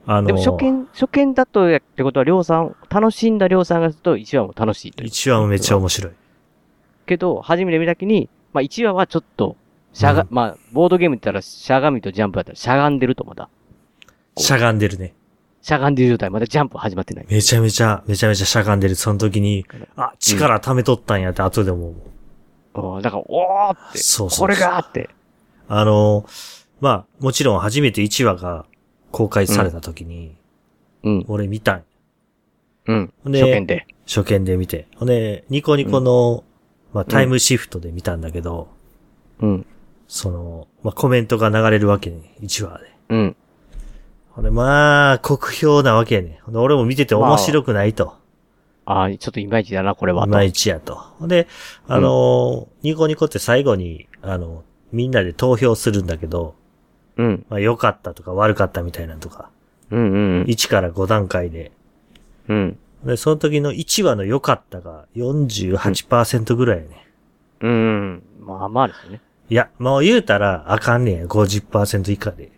あの、でも初見、初見だとやってことは、りょうさん、楽しんだりょうさんがすると1話も楽しいという。 1話もめっちゃ面白い。けど、初めて見たときに、まあ1話はちょっと、しゃが、まあ、ボードゲームって言ったら、しゃがみとジャンプだったら、しゃがんでるとまだ。しゃがんでるね。しゃがんでる状態、まだジャンプ始まってない。めちゃめちゃ、めちゃめちゃしゃがんでる。その時に、あ、力溜めとったんやって後で思う。だから、おーって、そうそうそこうれがーって。あの、まあ、もちろん初めて1話が公開された時に、俺見たん。うん。で初見で。初見で見て。ほんで、ニコニコの、まあ、タイムシフトで見たんだけど、うん。その、まあ、コメントが流れるわけね、1話で。うん。ほんで、まあ、酷評なわけやね。ほんで、俺も見てて面白くないと。ああ、ちょっといまいちだな、これは。いまいちやと。ほんで、あの、ニコニコって最後に、あの、みんなで投票するんだけど、うん。まあ、良かったとか悪かったみたいなのとか、うんうん。 1から5段階で。うん。で、その時の1話の良かったが48%ぐらいやね。うん。まあまあですね。いや、もう言うたらあかんねん。50%以下で。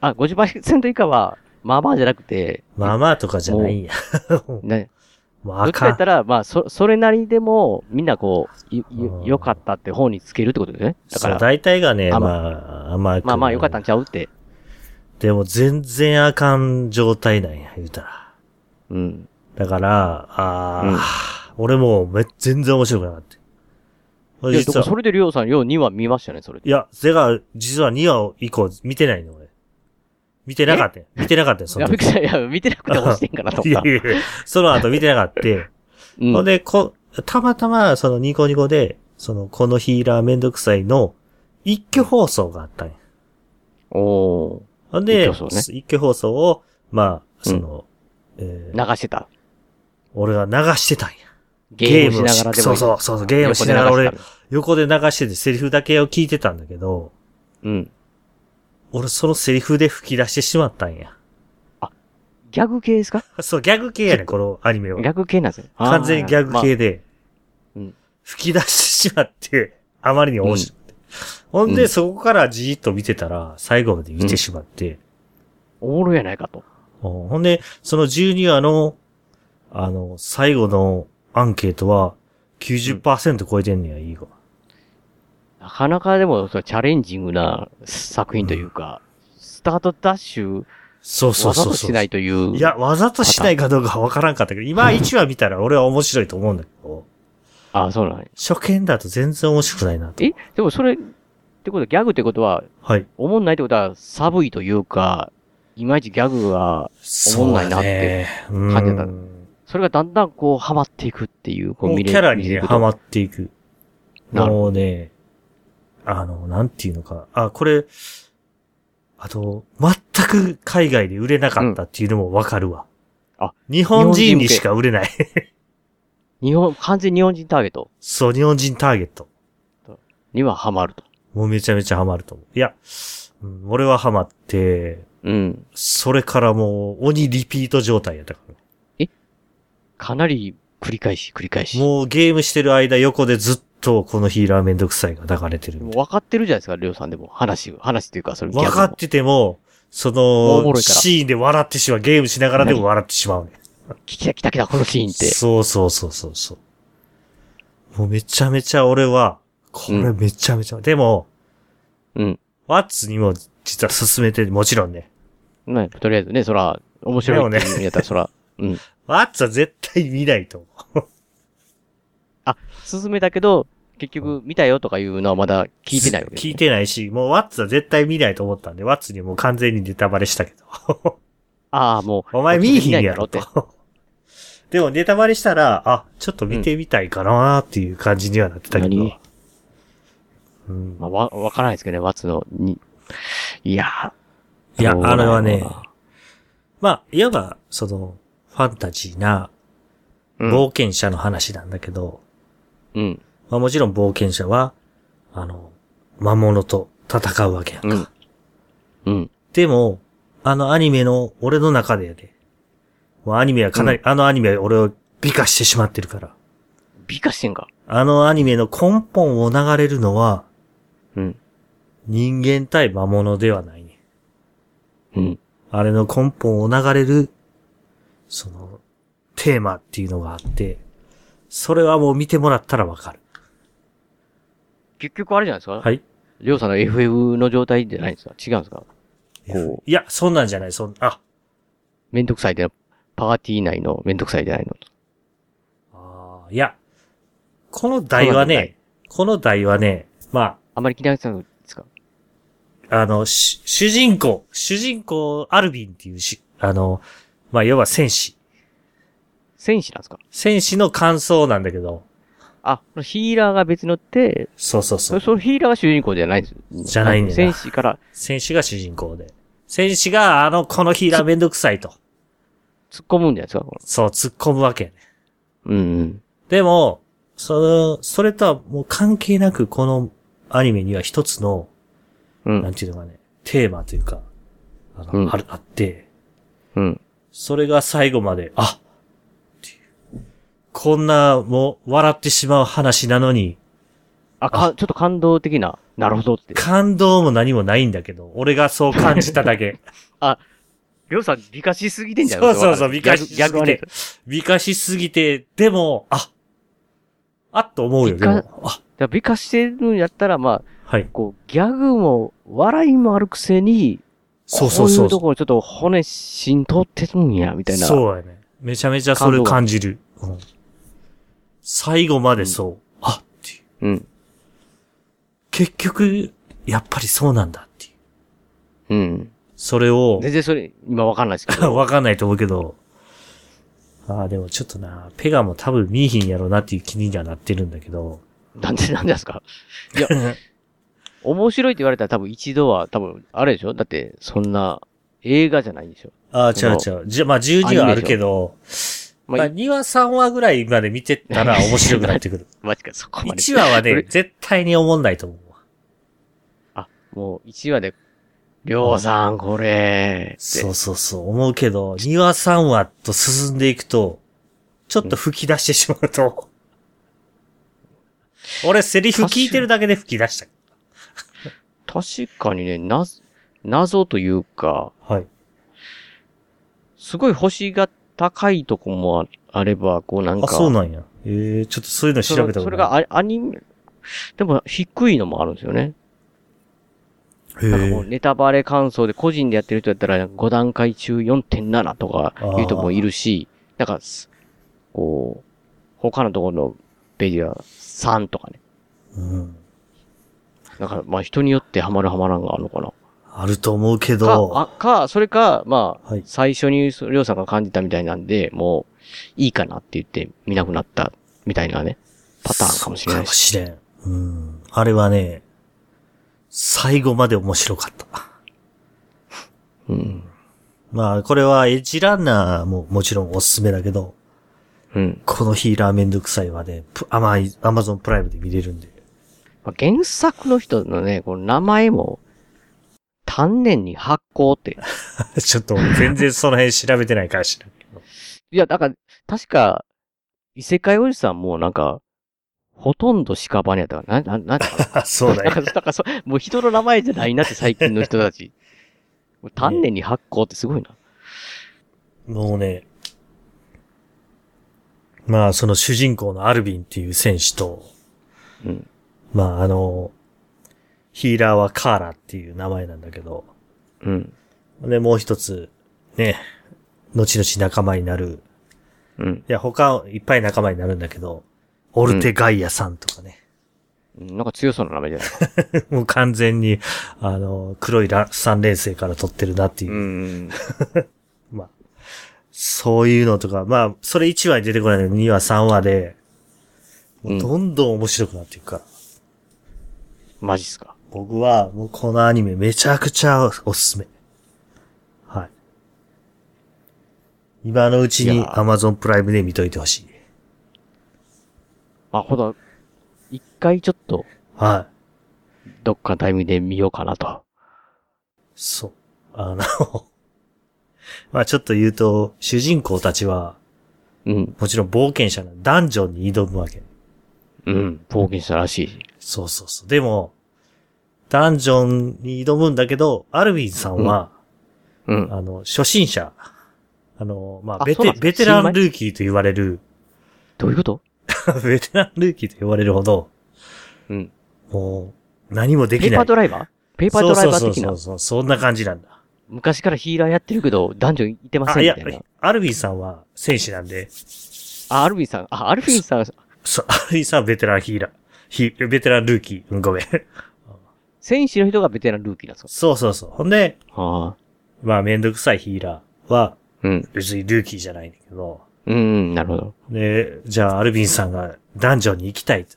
あ、50%以下は、まあまあじゃなくて、まあまあとかじゃないんや。ね。もうどあっちかかやっん。たら、まあ、そ、それなりでも、みんなこう、いよ、良かったって方につけるってことですね。だかそう、ら、大体がね、あままあ、甘く。まあまあ良かったんちゃうって。でも全然あかん状態なんや、言うたら。うん。だから、ああ、俺もめ全然面白くなかった。い俺や、で実もそは、れでりょうさん、よう2話見ましたね、それで。いや、ゼが、実は2話以降見てないの、俺。見てなかったよ。見てなかったよ、そいのや、びっく時りしたいや、見てなくて落ちてんかなと い思っやたい。やいやその後見てなかった。ほんで、こ、たまたま、そのニコニコで、その、このヒーラーめんどくさいの、一挙放送があったんや。おほん一で、挙放送一挙放送を、まあ、その、流してた。俺が流してたんや。ゲームをしながらでもいいそうそうそうそう、ゲームをしながら横で流俺して、横で流しててセリフだけを聞いてたんだけど、うん。俺そのセリフで吹き出してしまったんや。ギャグ系ですかそう、ギャグ系やね、このアニメは。ギャグ系なんですね。あー完全にギャグ系。で、うん吹き出してしまって、あまりに面白くて。ほんで、うんそこからじーっと見てたら、最後まで見てしまって、おもろいやないかと。うんほんで、その12話の、あの、最後のアンケートは、90%超えてんねや、いいが。なかなかでも、そうチャレンジングな作品というか、スタートダッシュ、そうそうそうそうわざとしないという。いや、わざとしないかどうかわからん かったけど、今1話見たら俺は面白いと思うんだけど、あ、そうなんや初見だと全然面白くないなと。えでもそれ、ってことは、ギャグってことは、はい。おもんないってことは、寒いというか、いまいちギャグがおもんないなってそうだね感じだった。うそれがだんだんこう、ハマっていくっていう、こうもう見キれャラに見れるね、こハとマっていく。なるもうね、あの、なんていうのか。あ、これ、あと、全く海外で売れなかったっていうのもわかるわ。あ、日本人にしか売れない。日本、完全に日本人ターゲット そう、日本人ターゲット。にはハマると。もうめちゃめちゃハマると思う。いや、うん俺はハマって、うん。それからもう鬼リピート状態やったから。かなり繰り返し繰り返し。もうゲームしてる間横でずっとこのヒーラーめんどくさいが流れてる。もう分かってるじゃないですか、りょうさんでも。話、話というか、それギャグ分もかってても、そおものろいからシーンで笑ってしまう。ゲームしながらでも笑ってしまうね。来た来た来た、このシーンって。そうそうそうそうそう。もうめちゃめちゃ俺は、これめちゃめちゃ、でも、うん。ワッツにも実は勧めて、もちろんね。ね、とりあえずね、そら、面白いっていう意味だったら、そら、うん。ワッツは絶対見ないと思う。あ、進めたけど、結局、見たよとかいうのはまだ聞いてないわけ、聞いてないし、もうワッツは絶対見ないと思ったんで、ワッツにもう完全にネタバレしたけど。ああ、もう。お前見いひんやろって。 でもネタバレしたら、あ、ちょっと見てみたいかなーっていう感じにはなってたけど。何うんまあ、わ、わからないですけどね、ワッツの、に。いやー。いやどう、あなのれはね、まあ、いわば、その、ファンタジーな、冒険者の話なんだけど、うん。まあもちろん冒険者は、あの、魔物と戦うわけやんか。うん。でも、あのアニメの、俺の中でやで。もうアニメはかなり、あのアニメは俺を美化してしまってるから。美化してんか。あのアニメの根本を流れるのは、うん。人間対魔物ではないね。うん。あれの根本を流れる、その、テーマっていうのがあって、それはもう見てもらったらわかる。結局あれじゃないですかはい。りょうさんの FF の状態じゃないんですか違うんですかこう、いや、そんなんじゃない、そん、あ、めんどくさいで、パーティー内のめんどくさいじゃないの。あいや、この題はそうなんじゃないね、この題はね、まあ、あまり嫌いなんですかあの、し主人公、主人公、アルビンっていうし、あの、まあ、要は戦士。戦士なんですか戦士の感想なんだけど、あ、このヒーラーが別に乗って、そうそうそう。そのヒーラーが主人公じゃないんです。じゃないねんな戦士から戦士が主人公で。戦士が、あの、このヒーラーめんどくさいと。突っ込むんじゃないですかそう、突っ込むわけね。うんうん。でも、その、それとはもう関係なく、このアニメには一つの、うんなんていうのかね、テーマというか、あの、うんあるあって、うん。それが最後まで、あこんな、もう、笑ってしまう話なのに、あ、か、ちょっと感動的な、なるほどって。 感動も何もないんだけど、俺がそう感じただけ。あ、りょうさん美化しすぎてんじゃなそいうそうそう、美化しすぎ逆にて。。美化しすぎて、でも、あ、あっと思うよ、美で化も。だあ、から美化してるんやったら、まあ、はい。こう、ギャグも、笑いもあるくせに、そうそうこそうういうところちょっと骨しんとってるんや、みたいな。そうやね。めちゃめちゃそれ感じる。うん最後までそう。あ、う。うん。結局、やっぱりそうなんだっていう。うん。それを、全然それ、今わかんないですけど。 わかんないと思うけど、ああ、でもちょっとな、ペガも多分見えひんやろなっていう気にはなってるんだけど、なんで、なんでですかいや、面白いって言われたら多分一度は、多分、あれでしょだって、そんな、映画じゃないんでしょああ、そ違うの違う。じゃ、まあ12はあるけど、まあまあ2話3話ぐらいまで見てったら面白くなってくる。マジか、そこ まで。 1話はそね、れ絶対に思んないと思うわ。あ、もう1話で、りょうさん、これ、ってそうそうそう、思うけど、2話3話と進んでいくと、ちょっと吹き出してしまうと。俺、セリフ聞いてるだけで吹き出した。確かにね、な、謎というか、はい。すごい星が高いとこもああれば、こうなんか、あ、そうなんや。ええちょっとそういうの調そのべたそことれない。がアアニメ、でも低いのもあるんですよね。へなんかもうーネタバレ感想で個人でやってる人やったら5段階中4.7とかいう人もいるし、なんかす、こう、他のところのページは3とかね。うん。だからまあ人によってハマるハマらんがあるのかな。あると思うけか、ど、あか、それか、まあ、はい最初にりょうさんが感じたみたいなんで、もう、いいかなって言って見なくなったみたいなね、パターンかもしれないかもし。しれん。うん。あれはね、最後まで面白かった。うん。まあ、これはエッジランナーももちろんおすすめだけど、うん。このヒーラーめんどくさいはね、プアマアマゾンプライムで見れるんで。 まあ、原作の人のね、この名前も、丹念に発行って。ちょっと全然その辺調べてないから知らんけど。いや、だから、確か、異世界おじさんもなんか、ほとんど屍やったから、な、な、 な、そうだよなんか、だから そ、もう人の名前じゃないなって最近の人たち。もう丹念に発行ってすごいな。もうね、まあその主人公のアルビンっていう選手と、うんまああの、ヒーラーはカーラっていう名前なんだけど、うん。で、もう一つ、ね、後々仲間になる、うん。いや、他いっぱい仲間になるんだけど、オルテガイアさんとかね、うんなんか強そうな名前じゃない もう完全に、あの、黒いラ三連星から撮ってるなっていう、まあ、そういうのとか、まあ、それ1話に出てこないのに2話、3話で、もうどんどん面白くなっていくから。マジっすか。僕は、もうこのアニメめちゃくちゃおすすめ。はい。今のうちいにや Amazon プライムで見といてほしい。あ、ほど、一回ちょっと、はどっかのタイミングで見ようかなと。い。そう。あの、まあちょっと言うと、主人公たちは、うん。もちろん冒険者な、ダンジョンに挑むわけ。うん。冒険したらしい。そうそうそう。でも、ダンジョンに挑むんだけど、アルビンさんは、うん。あの、初心者。あの、まあ、あベそうなテんですベテランルーキーと言われる、 どういうことベテランルーキーと言われるほど、うん。もう、何もできなペーい。パードライバーペーパードライバー的そうそうそなう。そう、そんな感じなんだ。昔からヒーラーやってるけど、男女いてませあ、んいみやたいな。、アルビンさんは戦士なんで、あ、アルビンさん。あ、アルビンさん、そう、 アルビンさんはベテランヒーラー、ヒベテランルーキー、うん、ごめん。 戦士の人がベテランルーキーなんですかそうそうそう。ほんで、はまあ、めんどくさいヒーラーは、あ。うん。別にルーキーじゃないんだけど、うんうん、なるほど。で、じゃあ、アルビンさんがダンジョンに行きたいと。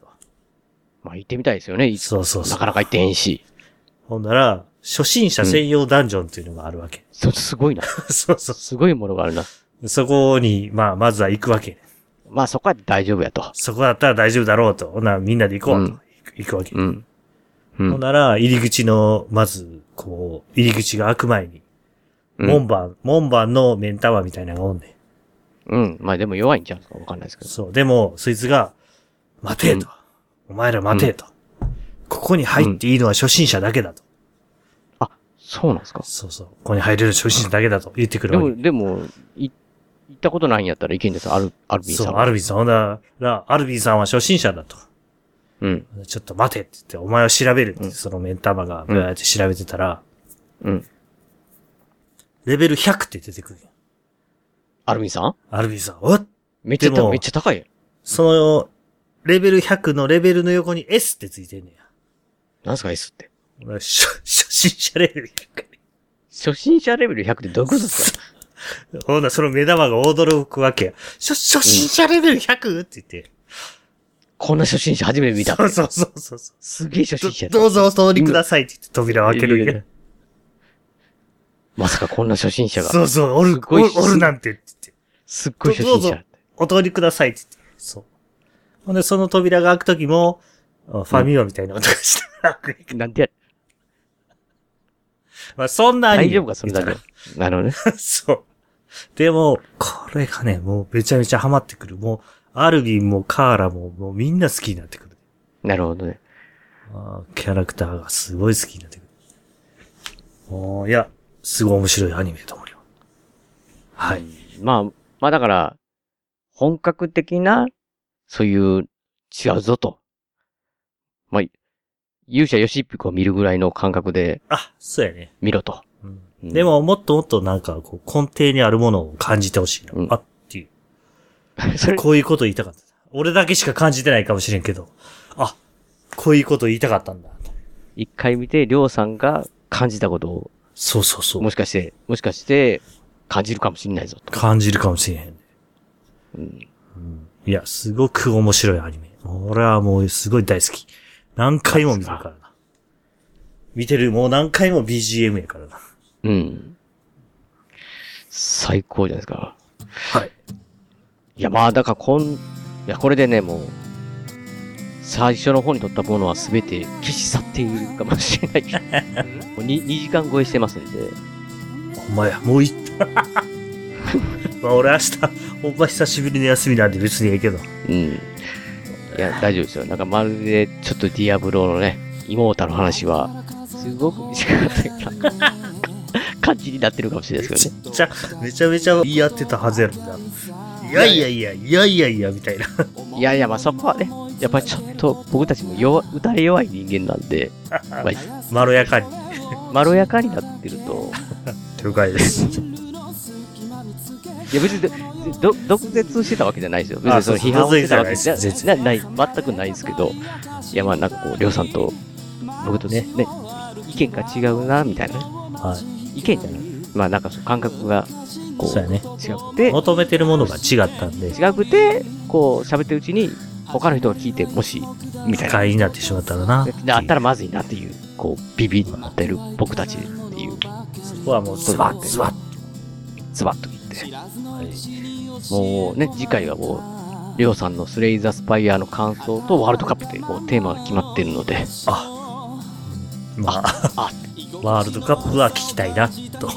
まあ、行ってみたいですよね。いそうそうそう。なかなか行ってへんし。ほんなら、初心者専用ダンジョンっていうのがあるわけ。 そ、すごいな。そうそう。すごいものがあるな。そこに、まあ、まずは行くわけ。まあ、そこは大丈夫やと。そこだったら大丈夫だろうと。ほんならみんなで行こうと。うん行くわけ。うん。うんほんなら、入り口の、まず、こう、入り口が開く前に、うん門番、門番のメンタワーみたいなのがおんねうん。まあ、でも弱いんちゃうんですかわかんないですけん。ど。そう。でも、そいつが、待てと。お前ら待てと。ここに入っていいのは初心者だけだと。そうなんですかそうそう。ここに入れる初心者だけだと言ってくるでわけも、。でも、い、行ったことないんやったらいけんですアル、アルビンそさんう、は。アルビンさん。ほんなら、アルビンさんは初心者だと。うん。ちょっと待てって言って、お前を調べるって、そのメンタマが、ブワーって調べてたら、うん。レベル100って出てくるよ。アルビンさんアルビンさん、おっめっちゃでた、もめっちゃ高いやん。その、レベル100のレベルの横に S ってついてんねなんすか S って。や。初、初心者レベル初心者レベル100ってどういうことです か100。ほんならその目玉が驚くわけや。初、初心者レベル 100? って言って。こんな初心者初めて見た。そうそうそうそうそう。すげえ初心者やったどどうぞお通りくださいって言って扉を開けるいやいんややい。まさかこんな初心者が。そうそう、おる、おごいるおるなんてって言って。すっごい初心者やっお通りくださいって言って。そう。ほんで、その扉が開くときも、あファミマみたいな音がして、た。なんでや、 まあ、そんなアニメ大丈夫か、それだけ。なるほどね。そう。でも、これがね、もうめちゃめちゃハマってくる。もう、アルビンもカーラも、もうみんな好きになってくる。なるほどね。あーキャラクターがすごい好きになってくる。もういや、すごい面白いアニメだと思うよ。はい。まあ、まあだから、本格的な、そういう、違うぞと。まあ、勇者ヨシッピコを見るぐらいの感覚であ、そうやね。見ろと。うんうんで、も、もっともっとなんか、こう、根底にあるものを感じてほしいな。うんあっていう。それ、こういうこと言いたかった。俺だけしか感じてないかもしれんけど、あ、こういうこと言いたかったんだ。一回見て、りょうさんが感じたことを、そうそうそうも。しかして、もしかして、感じるかもしれないぞと。感じるかもしれへん。うんいや、すごく面白いアニメ。俺はもうすごい大好き。何回も見てるからな。見てる、もう何回も BGM やからな。うん。最高じゃないですか。はい。いや、まあ、だからこん、いや、これでね、もう、最初の方に撮ったものは全て消し去っているかもしれない。もう 2, 時間超えしてますんで。お前、もういった。 まあ俺明日、ほんま久しぶりの休みなんで別にええけど。うん。いや、大丈夫ですよ。なんかまるで、ちょっとディアブロのね、妹の話は、すごく短かったけど感じになってるかもしれないですけどね。めちゃ、めちゃめちゃ言い合ってたはずやろな。いやいやいや、いやいやいや、みたいな。いやいや、まあそこはね、やっぱりちょっと僕たちも弱打たれ弱い人間なんで、まあ、まろやかに。まろやかになってると。了解です。いや別にど、ど毒舌してたわけじゃないですよ。別あにその批判をそうそうしてたわけじゃ毒舌なない、全くないですけど、いやまあなんかこう、りょうさんと、僕とね、ね、意見が違うな、みたいな。はい。意見じゃない。まあなんかその感覚が、こう、そうやね。違くて、求めてるものが違ったんで、違くて、こう、喋ってるうちに、他の人が聞いて、もし、みたいな。不快になってしまったらな。なったらまずいなっていう、こう、ビビってる僕たちっていう。そこはもうズバッズバッ。ズバッと言って。もうね、次回はもう、りょうさんのスレイザースパイアの感想とワールドカップってこうテーマが決まってるの で。あ、まあ、ワールドカップは聞きたいな、と。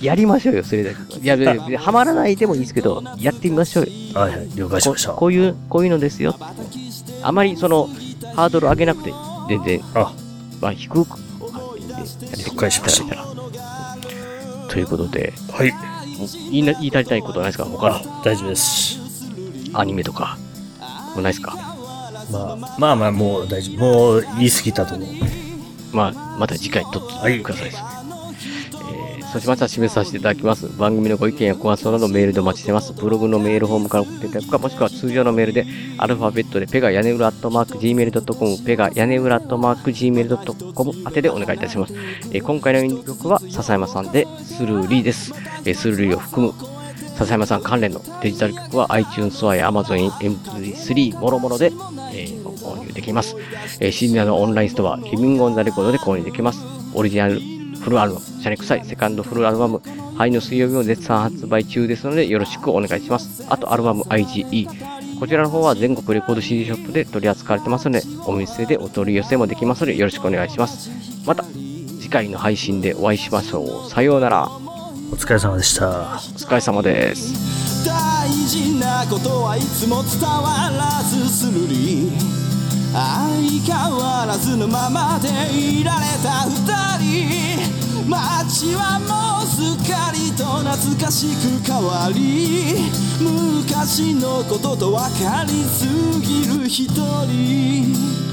やりましょうよ、スレイザースパイア。いや、別にはまらないでもいいですけど、やってみましょうよ。 はいはい、了解しました。ここういう、こういうのですよ。あまりその、ハードル上げなくて、全然、あまあ、低く、了。解しましたということで、はい。言いな言い足りたいことはないですか他の。大丈夫です。アニメとか、もうないですかまあ、まあまあ、もう大丈夫。もう言い過ぎたと思う。まあ、また次回撮ってください。えーそうしましたら締めさせていただきます。番組のご意見やご感想などメールでお待ちしてます。ブログのメールフォームから送っていただくか、もしくは通常のメールで、アルファベットでペガヤネウラットマーク Gmail.com、ペガヤネウラットマーク Gmail.com 宛てでお願いいたします。えー今回の演曲は笹山さんでスルーリーです。えースルーリーを含む笹山さん関連のデジタル曲は iTunes ストアや Amazon MP3 もろもろで、えーご購入できます。えー、シニアのオンラインストア、リビングオンザレコードで購入できます。オリジナルフルアルバム、シャレクサイセカンドフルアルバム、灰の水曜日も絶賛発売中ですのでよろしくお願いします。あとアルバム IGE。こちらの方は全国レコード CD ショップで取り扱われてますので、お店でお取り寄せもできますのでよろしくお願いします。また、次回の配信でお会いしましょう。さようなら。お疲れ様でした。お疲れ様です。大事なことはいつも伝わらずするり相変わらずのままでいられた二人街はもうすっかりと懐かしく変わり昔のことと分かりすぎる一人